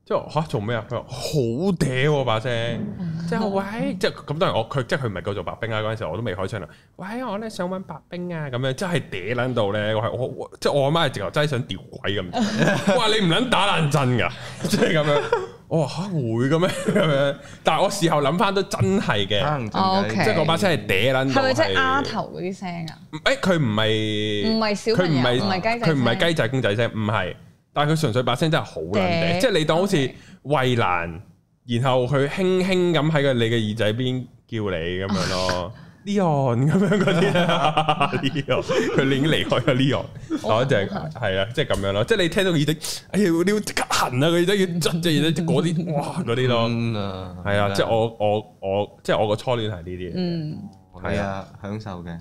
Speaker 1: 之後吓做咩啊？佢話好嗲喎把聲，
Speaker 3: 嗯
Speaker 1: 即係喂，即係咁當然我佢即係佢唔係叫做白冰啊嗰陣時，我都未開槍啦。喂，我咧想揾白冰啊咁樣，即係嗲撚到咧，我係我我即係我阿媽係直頭真係想吊鬼咁。 哇你唔撚打冷震㗎，即係咁樣。我話吓會嘅咩咁樣？但係我事後諗翻都真係嘅，
Speaker 3: 哦，OK
Speaker 1: 即係嗰把聲係嗲撚
Speaker 3: 嗯係
Speaker 1: 到。
Speaker 3: 咪即係丫頭嗰啲聲啊？
Speaker 1: 诶，佢唔係
Speaker 3: 唔係小
Speaker 1: 佢
Speaker 3: 朋
Speaker 1: 唔
Speaker 3: 友，
Speaker 1: 係
Speaker 3: 唔係雞仔
Speaker 1: 佢
Speaker 3: 聲，
Speaker 1: 唔係雞仔公仔聲，唔係，但係佢純粹把聲真係好撚嗲，
Speaker 3: 嗲
Speaker 1: 即係你當好似
Speaker 3: OK
Speaker 1: 衛蘭，然後佢輕輕咁喺個你嘅耳仔邊叫你咁樣 咯，Leon 咁樣嗰啲啊，Leon 佢已經離開咗 Leon，我一隻係啊，即係咁樣咯，即係你聽到耳仔，哎呀，你要即刻痕啊，佢耳仔要捽隻耳仔嗰啲，哇嗰啲咯，
Speaker 2: 嗯啊，
Speaker 1: 係啊，即係我我我即係我個初戀係呢啲嘢，
Speaker 3: 嗯，
Speaker 2: 係啊，享受嘅。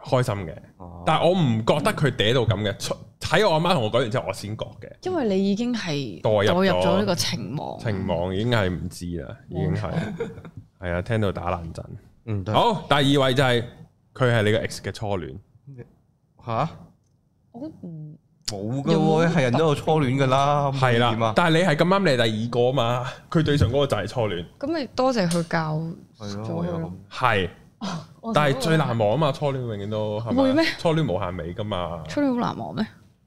Speaker 1: 開心嘅。
Speaker 2: 哦
Speaker 1: 但係我唔覺得佢嗲到咁嘅，出睇我阿媽同我講完之後，我先覺嘅。
Speaker 3: 因為你已經係
Speaker 1: 代入咗
Speaker 3: 代入咗呢個情網，
Speaker 1: 情網已經係唔知啦，已經係係啊，聽到打冷震。
Speaker 2: 嗯，對
Speaker 1: 好，第二位就係佢係你個 ex 嘅初戀，
Speaker 2: 吓
Speaker 3: 我唔
Speaker 2: 冇噶喎，係人都有初戀噶啦，咁
Speaker 1: 係
Speaker 2: 點啊
Speaker 1: 啦，但係你係咁啱你係第二個啊嘛，佢對上嗰個就係初戀，
Speaker 3: 咁咪多謝佢教
Speaker 2: 係
Speaker 3: 咗
Speaker 2: 咯，我
Speaker 3: 佢
Speaker 2: 又
Speaker 3: 咯
Speaker 2: 咁。。
Speaker 1: 係，
Speaker 3: 我
Speaker 1: 但係最難忘啊嘛，初戀永遠都係咪
Speaker 3: 哦會咩
Speaker 1: 初戀無限美噶嘛，
Speaker 3: 初戀好難忘咩？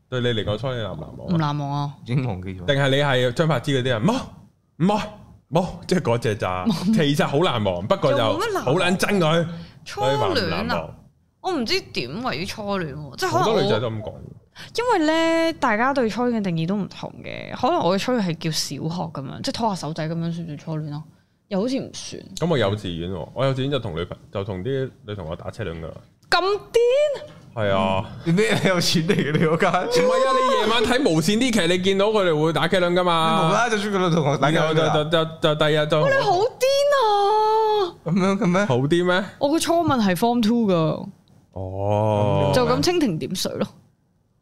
Speaker 1: 對你嚟講初戀難唔難
Speaker 3: 唔
Speaker 1: 忘啊？
Speaker 3: 難忘啊！
Speaker 2: 已經忘記咗。
Speaker 1: 定係你係張柏芝嗰啲人冇冇冇，即係嗰只咋？其實好難忘，不過就
Speaker 3: 又冇乜難忘
Speaker 1: 好撚憎佢，
Speaker 3: 初
Speaker 1: 所以話唔難
Speaker 3: 戀啊，
Speaker 1: 忘。
Speaker 3: 我唔知點為於初戀喎，即係
Speaker 1: 好
Speaker 3: 可
Speaker 1: 多
Speaker 3: 能
Speaker 1: 女仔
Speaker 3: 我
Speaker 1: 都咁講。
Speaker 3: 因為咧，大家對初戀嘅定義都唔同嘅，可能我嘅初戀係叫小學咁樣，即係拖下手仔咁樣算唔算初戀咯？啊又好似唔算
Speaker 1: 咁我幼稚園喎，我幼稚園就同女朋就同啲女同學打車輪噶啦。
Speaker 3: 咁癲。
Speaker 1: 係啊，
Speaker 2: 你咩？你有錢嚟嘅你 嗰
Speaker 1: 唔
Speaker 2: 間？
Speaker 1: 係啊，你夜晚睇無線啲劇，你見到佢哋會打車輪噶
Speaker 2: 無
Speaker 1: 嘛？
Speaker 2: 啦就出個女同學打
Speaker 1: 然
Speaker 2: 交
Speaker 1: 後就就就就第二日就
Speaker 3: 哎好癲啊！
Speaker 2: 咁樣嘅咩？
Speaker 1: 好啲咩？
Speaker 3: 我個初吻係 form two 噶，
Speaker 1: 哦，
Speaker 3: 就咁蜻蜓點水咯。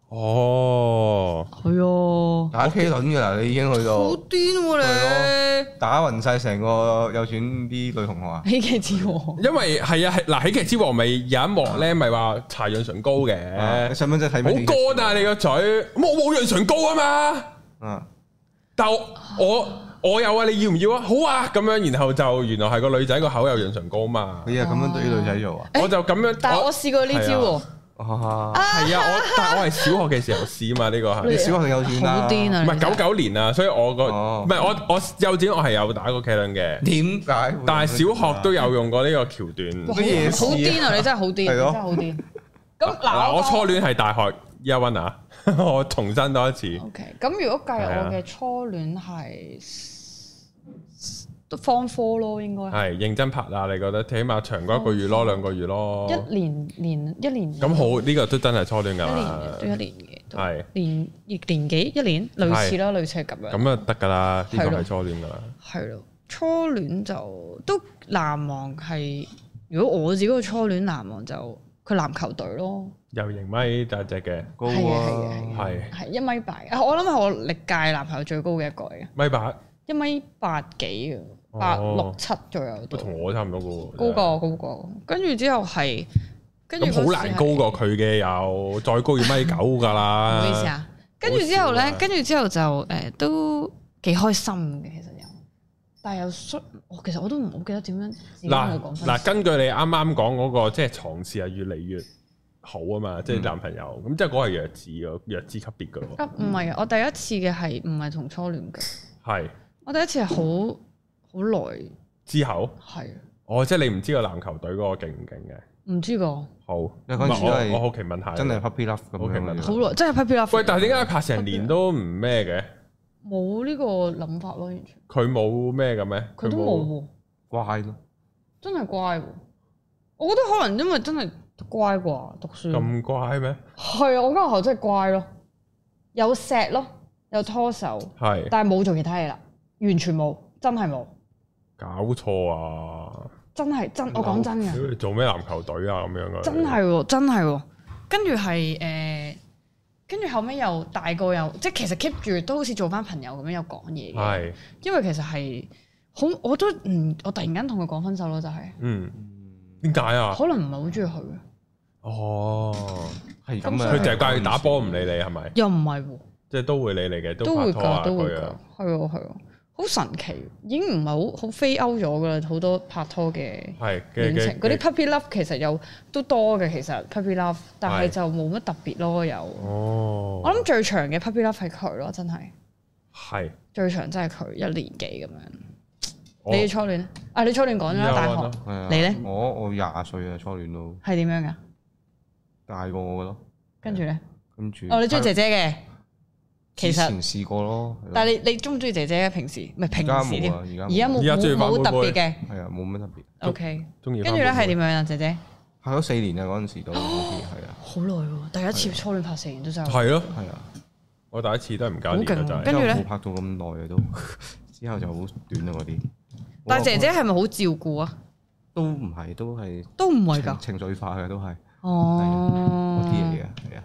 Speaker 1: 哦，
Speaker 3: 係啊，
Speaker 2: 打 K 輪㗎啦，你已經去
Speaker 3: 好
Speaker 2: 到
Speaker 3: 癲喎
Speaker 2: 打暈晒成個幼稚園啲女同學啊！
Speaker 3: 你！喜劇之王
Speaker 1: 因為係啊，係嗱，喜劇之王咪有一幕咧，咪話搽潤唇膏嘅，
Speaker 2: 啊你
Speaker 1: 好
Speaker 2: 細蚊仔睇咩？
Speaker 1: 乾啊！你個嘴，咁我冇潤唇膏啊嘛，
Speaker 2: 啊！
Speaker 1: 但我我我有啊，你要唔要啊？好啊，咁樣，然後就原來係個女仔個口有潤唇膏嘛，
Speaker 2: 你又咁樣對啲女仔做啊？
Speaker 1: 我就咁樣，
Speaker 3: 但係我試過呢招喎，
Speaker 2: 啊！
Speaker 1: 系啊， 我但我係小學嘅時候試嘛，呢個係
Speaker 2: 你小學定幼稚園啊？
Speaker 3: 好癲啊！
Speaker 1: 唔係九九年啊？所以我個
Speaker 2: 哦
Speaker 1: 唔係我我幼稚園我係有打過麒麟
Speaker 3: 哦
Speaker 1: 嘅，
Speaker 2: 點解？
Speaker 1: 但係小學都有用過呢個橋段。
Speaker 3: 哇
Speaker 2: 乜嘢事啊
Speaker 3: 好癲啊！你真係好癲，你
Speaker 2: 係
Speaker 3: 真
Speaker 2: 咯
Speaker 3: 係好癲。咁嗱，
Speaker 1: 嗱，我初
Speaker 3: 戀。
Speaker 1: 戀係大學 year one 啊， 我重申多一次，
Speaker 3: O K，咁如果計
Speaker 1: 啊
Speaker 3: 我嘅初戀係都方科咯，應該係
Speaker 1: 係認真拍啊！你覺得起碼長過一個月咯，兩個月咯，
Speaker 3: 哦一年年一年
Speaker 1: 咁好呢個都真係初戀㗎
Speaker 3: 一年
Speaker 1: 啦
Speaker 3: 嘅，都一年嘅，都
Speaker 1: 係
Speaker 3: 年年幾一年類似啦，類似係咁樣。
Speaker 1: 咁啊得㗎啦，呢
Speaker 3: 係
Speaker 1: 個
Speaker 3: 咯
Speaker 1: 係初戀㗎啦。
Speaker 3: 係咯，初戀就都難忘係。如果我自己個初戀難忘就佢籃球隊咯，
Speaker 1: 又型咪大隻嘅，
Speaker 2: 高
Speaker 3: 係啊係啊係
Speaker 2: 啊！
Speaker 1: 係
Speaker 3: 係一米八。啊我諗係我歷屆男朋友最高嘅一個嚟嘅，
Speaker 1: 咪把
Speaker 3: 一米八幾啊，
Speaker 1: 哦
Speaker 3: 八六七左右
Speaker 1: 都哦
Speaker 3: 到。
Speaker 1: 同我差唔多㗎喎，
Speaker 3: 高過我高過我，跟住之後係跟住
Speaker 1: 啊咁好
Speaker 3: 嗰時
Speaker 1: 難
Speaker 3: 係
Speaker 1: 高過佢嘅，又再高要米九㗎
Speaker 3: 唔
Speaker 1: 啦。
Speaker 3: 好意思啊。跟住之後
Speaker 1: 好少
Speaker 3: 咧
Speaker 1: 啊，
Speaker 3: 跟住之後就誒、呃都幾開心嘅，其實有，但係又衰，我其實我都唔好記得點樣自己同佢
Speaker 1: 嗱
Speaker 3: 講
Speaker 1: 嗱，根
Speaker 3: 分。
Speaker 1: 據你啱啱講嗰個，即係床事係啊越嚟越好啊嘛，
Speaker 3: 嗯
Speaker 1: 即係男朋友，咁即係嗰個係弱智嘅弱智級別嘅喎，
Speaker 3: 啊，唔係啊，我第一次嘅係唔係同初戀嘅，
Speaker 1: 係
Speaker 3: 我第一次係好好耐，
Speaker 1: 之後，
Speaker 3: 係
Speaker 1: 哦，即係你唔知個籃球隊嗰個勁唔勁嘅，
Speaker 3: 唔知個
Speaker 1: 好，啊
Speaker 2: 因為嗰陣時
Speaker 1: 唔係我
Speaker 2: 都係
Speaker 1: 我好奇問下，
Speaker 2: 真係。puppy love 咁
Speaker 1: OK，明
Speaker 2: 樣
Speaker 1: 白
Speaker 2: 嘅
Speaker 3: 好耐，真係 puppy love。
Speaker 1: 啊喂，但係點解拍成年都唔咩嘅？
Speaker 3: 冇呢個諗法咯？完全
Speaker 1: 佢冇咩嘅咩？
Speaker 3: 佢都冇喎，
Speaker 2: 乖咯。
Speaker 3: 真係乖喎。我覺得可能因為真係乖啩，讀書
Speaker 1: 咁乖咩？
Speaker 3: 係啊，我間學校真係乖咯，有錫咯，有拖手，
Speaker 1: 係
Speaker 3: 但係冇做其他嘢啦，完全冇，真係冇，
Speaker 1: 搞錯啊！
Speaker 3: 真係真，我講真嘅。
Speaker 1: 屌你做咩籃球隊啊？咁樣噶，
Speaker 3: 真係喎，真係喎。跟住係誒，跟住後尾又大個又，即係其實 keep 住都好似做翻朋友咁樣有講嘢嘅。
Speaker 1: 係
Speaker 3: 因為其實係好，我都唔，我突然間同佢講分手咯，就係、
Speaker 1: 嗯，
Speaker 2: 嗯，
Speaker 1: 點解啊？
Speaker 3: 可能唔係好中意佢，
Speaker 1: 哦，
Speaker 2: 係
Speaker 3: 咁
Speaker 2: 咁啊。
Speaker 1: 佢就係教你打波唔理你係咪？
Speaker 3: 又唔係喎，
Speaker 1: 即係都會理你嘅，都
Speaker 3: 都
Speaker 1: 拍
Speaker 3: 會
Speaker 1: 拖啊
Speaker 3: 㗎，都會
Speaker 1: 佢
Speaker 3: 㗎
Speaker 1: 啊，，
Speaker 3: 係啊係啊，好神奇，已經唔係好好飛歐咗噶啦，好多拍拖嘅。
Speaker 1: 係嘅
Speaker 3: 戀
Speaker 1: 嘅
Speaker 3: 情嗰啲 puppy love 其實有都多嘅，其實 puppy love，但係
Speaker 1: 係
Speaker 3: 就冇乜特別咯。有
Speaker 1: 哦，
Speaker 3: 我諗最長嘅 puppy love 係佢咯，真係。
Speaker 1: 係
Speaker 3: 最長真係佢一年幾咁樣。
Speaker 1: 我
Speaker 3: 你嘅初戀咧？啊，你初戀講咗啦，大
Speaker 1: 哦有啊
Speaker 2: 係
Speaker 3: 學
Speaker 2: 啊
Speaker 3: 你咧
Speaker 2: 我我廿歲啊，初戀都
Speaker 3: 係點樣噶？
Speaker 2: 大過我嘅咯。
Speaker 3: 跟住咧，
Speaker 2: 跟住
Speaker 3: 哦，你中意姐姐嘅，其
Speaker 2: 之
Speaker 3: 實
Speaker 2: 前試過咯，係咯
Speaker 3: 但係你你中唔中意姐姐嘅平時？唔係
Speaker 2: 而家
Speaker 3: 平時
Speaker 2: 冇
Speaker 3: 添，
Speaker 2: 啊，而家
Speaker 3: 而家冇
Speaker 1: 而家中意
Speaker 3: 冇
Speaker 1: 反
Speaker 3: 冇特
Speaker 1: 叛妹
Speaker 3: 別嘅。
Speaker 2: 係啊，冇乜特別。
Speaker 3: OK，
Speaker 1: 中意
Speaker 3: 跟
Speaker 1: 翻
Speaker 3: 住咧
Speaker 1: 本
Speaker 3: 係點樣啊？姐姐
Speaker 2: 拍咗四年啊，嗰陣
Speaker 3: 哦
Speaker 2: 時都好似係啊，
Speaker 3: 好耐喎，第一次初戀拍四年都真係好
Speaker 1: 係咯，
Speaker 2: 係啊，
Speaker 1: 我第一次都係唔搞掂
Speaker 3: 勁
Speaker 1: 嘅就
Speaker 3: 喎。
Speaker 1: 係
Speaker 3: 跟
Speaker 2: 之
Speaker 3: 住
Speaker 2: 後冇
Speaker 3: 咧，
Speaker 2: 拍到咁耐啊都， 之後就好短啊嗰啲。
Speaker 3: 但係姐姐係咪好照顧啊？
Speaker 2: 都唔係，都係
Speaker 3: 都唔係
Speaker 2: 情
Speaker 3: 㗎。
Speaker 2: 情緒化嘅，都係嗰
Speaker 3: 哦，
Speaker 2: 啲嘢嘅，係啊，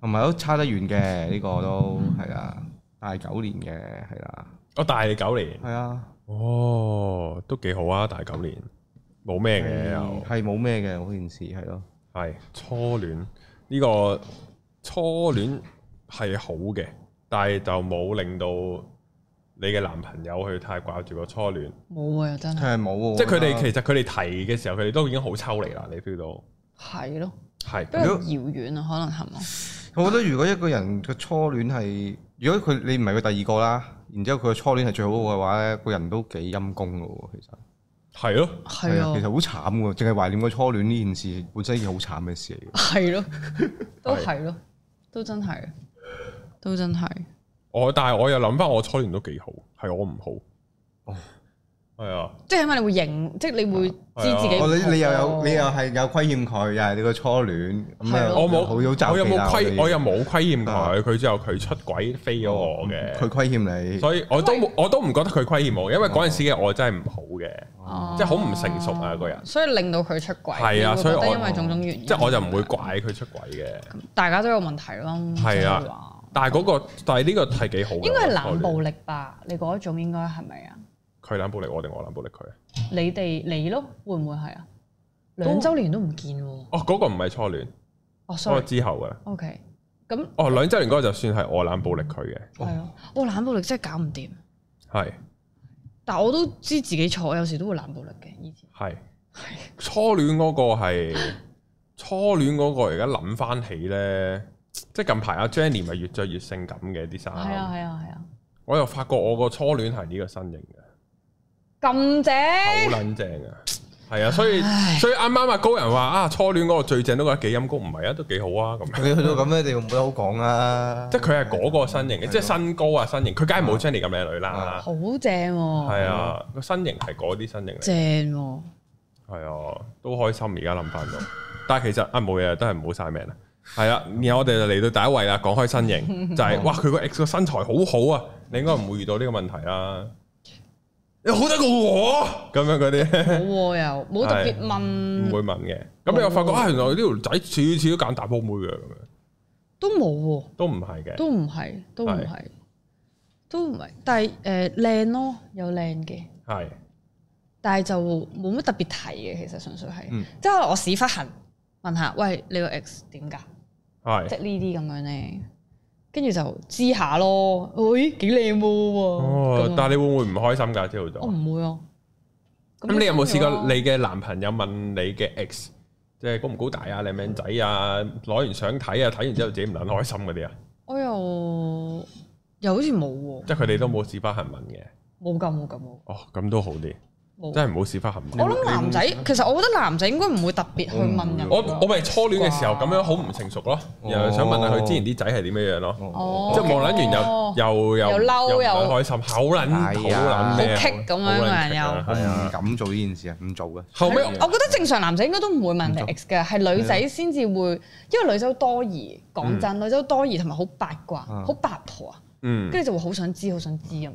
Speaker 2: 同埋都差得遠嘅呢個都係啊，大九年嘅係啦，
Speaker 1: 我大你九年，
Speaker 2: 係啊，
Speaker 1: 哦，都幾好啊，大九年冇咩嘅又
Speaker 2: 係係冇咩嘅嗰件事係咯，
Speaker 1: 係初戀呢個初戀係好嘅，但係就冇令到你嘅男朋友去太掛住個初戀，
Speaker 3: 冇啊，又真係
Speaker 2: 佢係冇喎，
Speaker 1: 嗯即係佢哋
Speaker 2: 我覺
Speaker 1: 其
Speaker 2: 得
Speaker 1: 實佢哋提嘅時候，佢哋都已經好抽離啦，你 feel 到
Speaker 3: 係咯，
Speaker 1: 係
Speaker 3: 比較遙遠啊，可能係嘛？
Speaker 2: 我覺得如果一個人嘅初戀係，如果佢你唔係佢第二個啦，然之後佢嘅初戀係最好嘅話咧，個人都幾陰功嘅喎，其實。
Speaker 1: 係咯，
Speaker 3: 係
Speaker 2: 啊，其
Speaker 3: 啊，
Speaker 2: 實好慘嘅，淨係懷念個初戀呢件事本身已經好慘嘅事嚟嘅。
Speaker 3: 係咯，都係咯，都真係，都真係。
Speaker 1: 我但係我又諗翻我初戀都幾好，係我唔好，
Speaker 2: 哦
Speaker 1: 係啊，
Speaker 3: 即係起碼你會認，即係你會知自己
Speaker 2: 哦，
Speaker 3: 唔同咯。
Speaker 2: 你你又有你又係有虧欠佢，又係你個初戀，咁
Speaker 3: 係
Speaker 2: 啊
Speaker 3: 咯
Speaker 1: 我冇
Speaker 2: 好有責
Speaker 1: 我又
Speaker 2: 備
Speaker 1: 冇
Speaker 2: 啦
Speaker 1: 虧我又冇虧欠
Speaker 2: 啊
Speaker 1: 佢，佢之後佢出軌飛咗我嘅。
Speaker 2: 佢虧欠你，
Speaker 1: 所以我都冇我都唔覺得佢虧欠我，因為嗰陣時嘅我真係唔好嘅，
Speaker 3: 哦
Speaker 1: 即係好唔成熟啊個人，
Speaker 3: 所以令到佢出軌。
Speaker 1: 係啊
Speaker 3: 你會
Speaker 1: 所以
Speaker 3: 覺得
Speaker 1: 我
Speaker 3: 因為種種原因，
Speaker 1: 即係我就唔會怪佢出軌嘅。
Speaker 3: 大家都有問題咯。
Speaker 1: 係啊
Speaker 3: 所以話，
Speaker 1: 但係嗰、個但係呢個係幾好嘅，
Speaker 3: 應該係冷
Speaker 1: 我
Speaker 3: 暴
Speaker 1: 覺
Speaker 3: 力吧？你嗰一種應該係咪啊？
Speaker 1: 得佢冷暴力我定我冷暴力佢？
Speaker 3: 你哋你咯，會唔會係啊？兩週年都唔見喎。
Speaker 1: 哦，嗰、個唔係初戀，嗰
Speaker 3: 哦
Speaker 1: 個
Speaker 3: ，sorry。
Speaker 1: 之後嘅。
Speaker 3: OK，咁
Speaker 1: 哦，兩週年嗰個就算係我冷暴力佢嘅，
Speaker 3: 係咯。我冷暴力真係搞唔掂，
Speaker 1: 係
Speaker 3: 但我都知自己錯，有時都會冷暴力嘅。以前
Speaker 1: 係初戀嗰個 係初戀嗰個，而家諗翻起咧，即係近排阿 Jenny 咪越着越性感嘅啲衫，
Speaker 3: 係啊係啊係啊，
Speaker 1: 我又發覺我個初戀係呢個身形嘅。
Speaker 3: 咁
Speaker 1: 好
Speaker 3: 正。
Speaker 1: 撚正啊！係啊，所以
Speaker 3: 唉
Speaker 1: 所以啱啱啊高人話啊初戀嗰個最正都覺得幾陰功，唔係啊都幾好啊咁樣，
Speaker 2: 你去到咁嘅地步冇得好講啊啦。
Speaker 1: 即係佢係嗰個身形嘅，即係身高啊身形，佢梗係冇
Speaker 2: 啊
Speaker 1: Jenny 咁靚女啦，
Speaker 3: 好正喎，
Speaker 1: 係啊個身形係嗰啲身形嚟，
Speaker 3: 正喎，
Speaker 1: 係啊都開心而家諗翻到，但係其實啊冇嘢都係唔好晒命啦，係啊，然後我哋就嚟到第一位啦，講開身 形就係哇佢個 ex 個身材好好啊，你應該唔會遇到呢個問題啦，你好得過我咁樣嗰啲。
Speaker 3: 冇喎又冇特別問
Speaker 1: 唔，會問嘅。咁你又發覺
Speaker 3: 冇
Speaker 1: 啊，原來呢條仔次次都揀大波妹嘅咁樣，
Speaker 3: 都冇喎，
Speaker 1: 都唔係嘅。
Speaker 3: 都唔係，都唔係，都唔係，但係誒靚咯，有靚嘅，
Speaker 1: 係
Speaker 3: 但係就冇乜特別提嘅，其實純粹係，
Speaker 2: 嗯
Speaker 3: 即係可能我屎忽痕，問下喂你個 ex 點㗎，即
Speaker 1: 係
Speaker 3: 係呢啲咁樣咧，跟住就知下咯，咦幾靚喎咁
Speaker 1: 哦
Speaker 3: 啊，
Speaker 1: 但係你會唔會唔開心㗎？朝
Speaker 3: 我
Speaker 1: 早
Speaker 3: 唔會啊，
Speaker 1: 咁你有冇試過
Speaker 3: 跟住
Speaker 1: 你
Speaker 3: 咯
Speaker 1: 嘅男朋友問你嘅 ex，即係高唔高大啊、靚唔靚仔啊？攞完相睇啊，睇完之後自己唔撚開心嗰啲啊？
Speaker 3: 我又又好似冇喎，
Speaker 1: 即係佢哋都冇屎忽痕問嘅。
Speaker 3: 冇咁冇咁冇。
Speaker 1: 哦，咁都好啲。
Speaker 3: 冇
Speaker 1: 真係唔好試翻含
Speaker 3: 我諗男仔，其實我覺得男仔應該唔會特別去問人。
Speaker 1: 我我咪初戀嘅時候
Speaker 3: 哇
Speaker 1: 咁樣好唔成熟咯，
Speaker 2: 哦
Speaker 1: 又想問下佢之前啲仔係點樣樣咯，
Speaker 3: 哦
Speaker 1: 即係望撚
Speaker 3: 哦
Speaker 1: 完又又
Speaker 3: 又嬲
Speaker 1: 又唔想開
Speaker 3: 又
Speaker 1: 心，口撚好
Speaker 2: 係啊
Speaker 1: 撚咩啊，
Speaker 3: 好棘咁樣
Speaker 1: 好撚
Speaker 3: 個人
Speaker 1: 棘啊
Speaker 2: 我
Speaker 1: 係
Speaker 2: 唔
Speaker 1: 啊，
Speaker 2: 敢做呢件事啊，唔做嘅。
Speaker 1: 後尾
Speaker 3: 我覺得正常男仔應該都哦唔會問人哋 ex 嘅，係女仔先至會，因為女仔好多疑。講真，女仔好多疑同埋好八卦，
Speaker 2: 嗯
Speaker 3: 好八婆啊，
Speaker 1: 嗯
Speaker 3: 跟住就會好想知，好想知咁樣，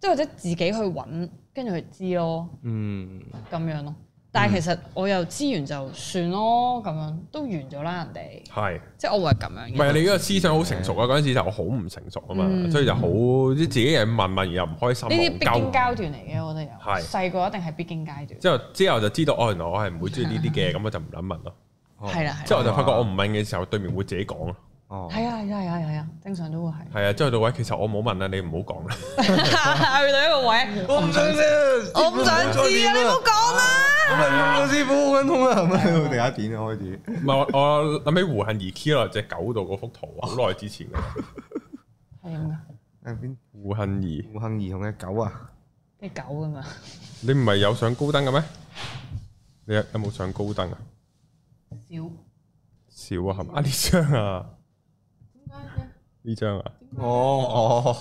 Speaker 3: 即係或者自己去揾，跟住去知咯，
Speaker 2: 嗯，
Speaker 3: 咁樣咯。但係其實我又知完就算咯，咁樣都完咗啦，人哋
Speaker 1: 係。
Speaker 3: 即係我會係咁樣
Speaker 1: 唔
Speaker 3: 嘅。
Speaker 1: 係你嗰個思想好成熟啊！嗰陣時就好唔成熟啊嘛，
Speaker 3: 嗯
Speaker 1: 所以就好即係自己嘢問問完又唔開心，
Speaker 3: 呢啲必經
Speaker 1: 戇鳩
Speaker 3: 階段嚟嘅，我覺得有
Speaker 1: 係
Speaker 3: 細個一定係必經階段，
Speaker 1: 之後之後就知道哦，原來我係唔會中意呢啲嘅，咁我就唔撚問咯。
Speaker 3: 係啦，
Speaker 1: 之
Speaker 3: 係
Speaker 1: 後
Speaker 3: 啦
Speaker 1: 我就發覺我唔問嘅時候，對面會自己講咯。
Speaker 2: 哦，
Speaker 3: 係啊係啊係啊係啊，正常都會 係。
Speaker 1: 係啊，之後到位其實我冇問啊，你唔好講啦。
Speaker 3: 去到一個位，
Speaker 2: 我唔想知，
Speaker 3: 我唔想知啊！你唔好講啦。
Speaker 2: 我問老師傅好緊痛啊，咁樣喺度地下點啊開始。
Speaker 1: 唔係我我諗起胡杏兒 key 落只狗度嗰幅圖啊，好耐之前嘅
Speaker 3: 係啊咁噶，
Speaker 2: 喺邊？
Speaker 1: 胡杏兒，
Speaker 2: 胡杏兒同嘅狗啊，
Speaker 3: 啲狗咁嘛。
Speaker 1: 你唔係有上高登嘅咩？你有有冇上高登啊？
Speaker 3: 少點
Speaker 1: 少啊，係嘛？啊呢張啊，
Speaker 3: 解嘅？
Speaker 1: 呢張啊，
Speaker 2: 哦哦，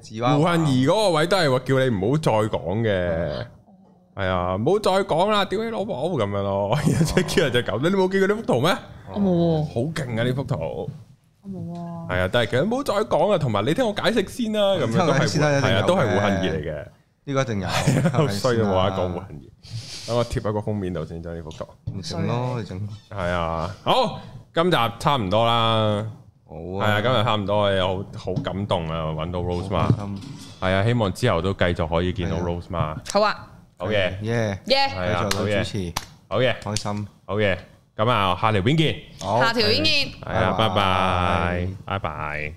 Speaker 2: 自娃
Speaker 1: 啊胡杏兒嗰個位都係話叫你唔好再講嘅。係啊，唔好再講啦，屌你老母咁樣咯， 然後即係 key 落只狗，你冇見過呢幅圖咩？
Speaker 3: 我冇喎，
Speaker 1: 好勁啊！呢幅圖。
Speaker 3: 哦我冇喎。
Speaker 1: 係啊，但係其實唔好再講啊，同埋你聽我解釋先
Speaker 2: 哦
Speaker 1: 啦，咁樣都係胡
Speaker 2: 先啦一定
Speaker 1: 係
Speaker 2: 有
Speaker 1: 啊，都係胡
Speaker 2: 嘅
Speaker 1: 杏兒嚟
Speaker 2: 呢個一定有，
Speaker 1: 嘅，好衰啊！
Speaker 2: 話
Speaker 1: 我一講胡杏兒，等我貼喺個封面度先，將呢幅圖。
Speaker 2: 唔成咯，你整
Speaker 1: 係啊，好，今集差唔多啦，
Speaker 2: 好
Speaker 1: 係
Speaker 2: 啊，
Speaker 1: 啊，今日差唔多，有好好感動啊，揾到 Rose 嘛，
Speaker 2: 心
Speaker 1: 係啊，希望之後都繼續可以見到 Rose 嘛，
Speaker 3: 好啊，
Speaker 1: 好嘅，
Speaker 2: 耶，
Speaker 3: 耶！
Speaker 2: 繼
Speaker 1: 係啊
Speaker 2: 續做
Speaker 1: 好嘢
Speaker 2: 主持，
Speaker 1: 好嘅，
Speaker 2: 開心，
Speaker 1: 好嘅，咁啊，下條片見，
Speaker 2: 好
Speaker 3: 下條片見。
Speaker 1: 係啊，拜拜，拜拜。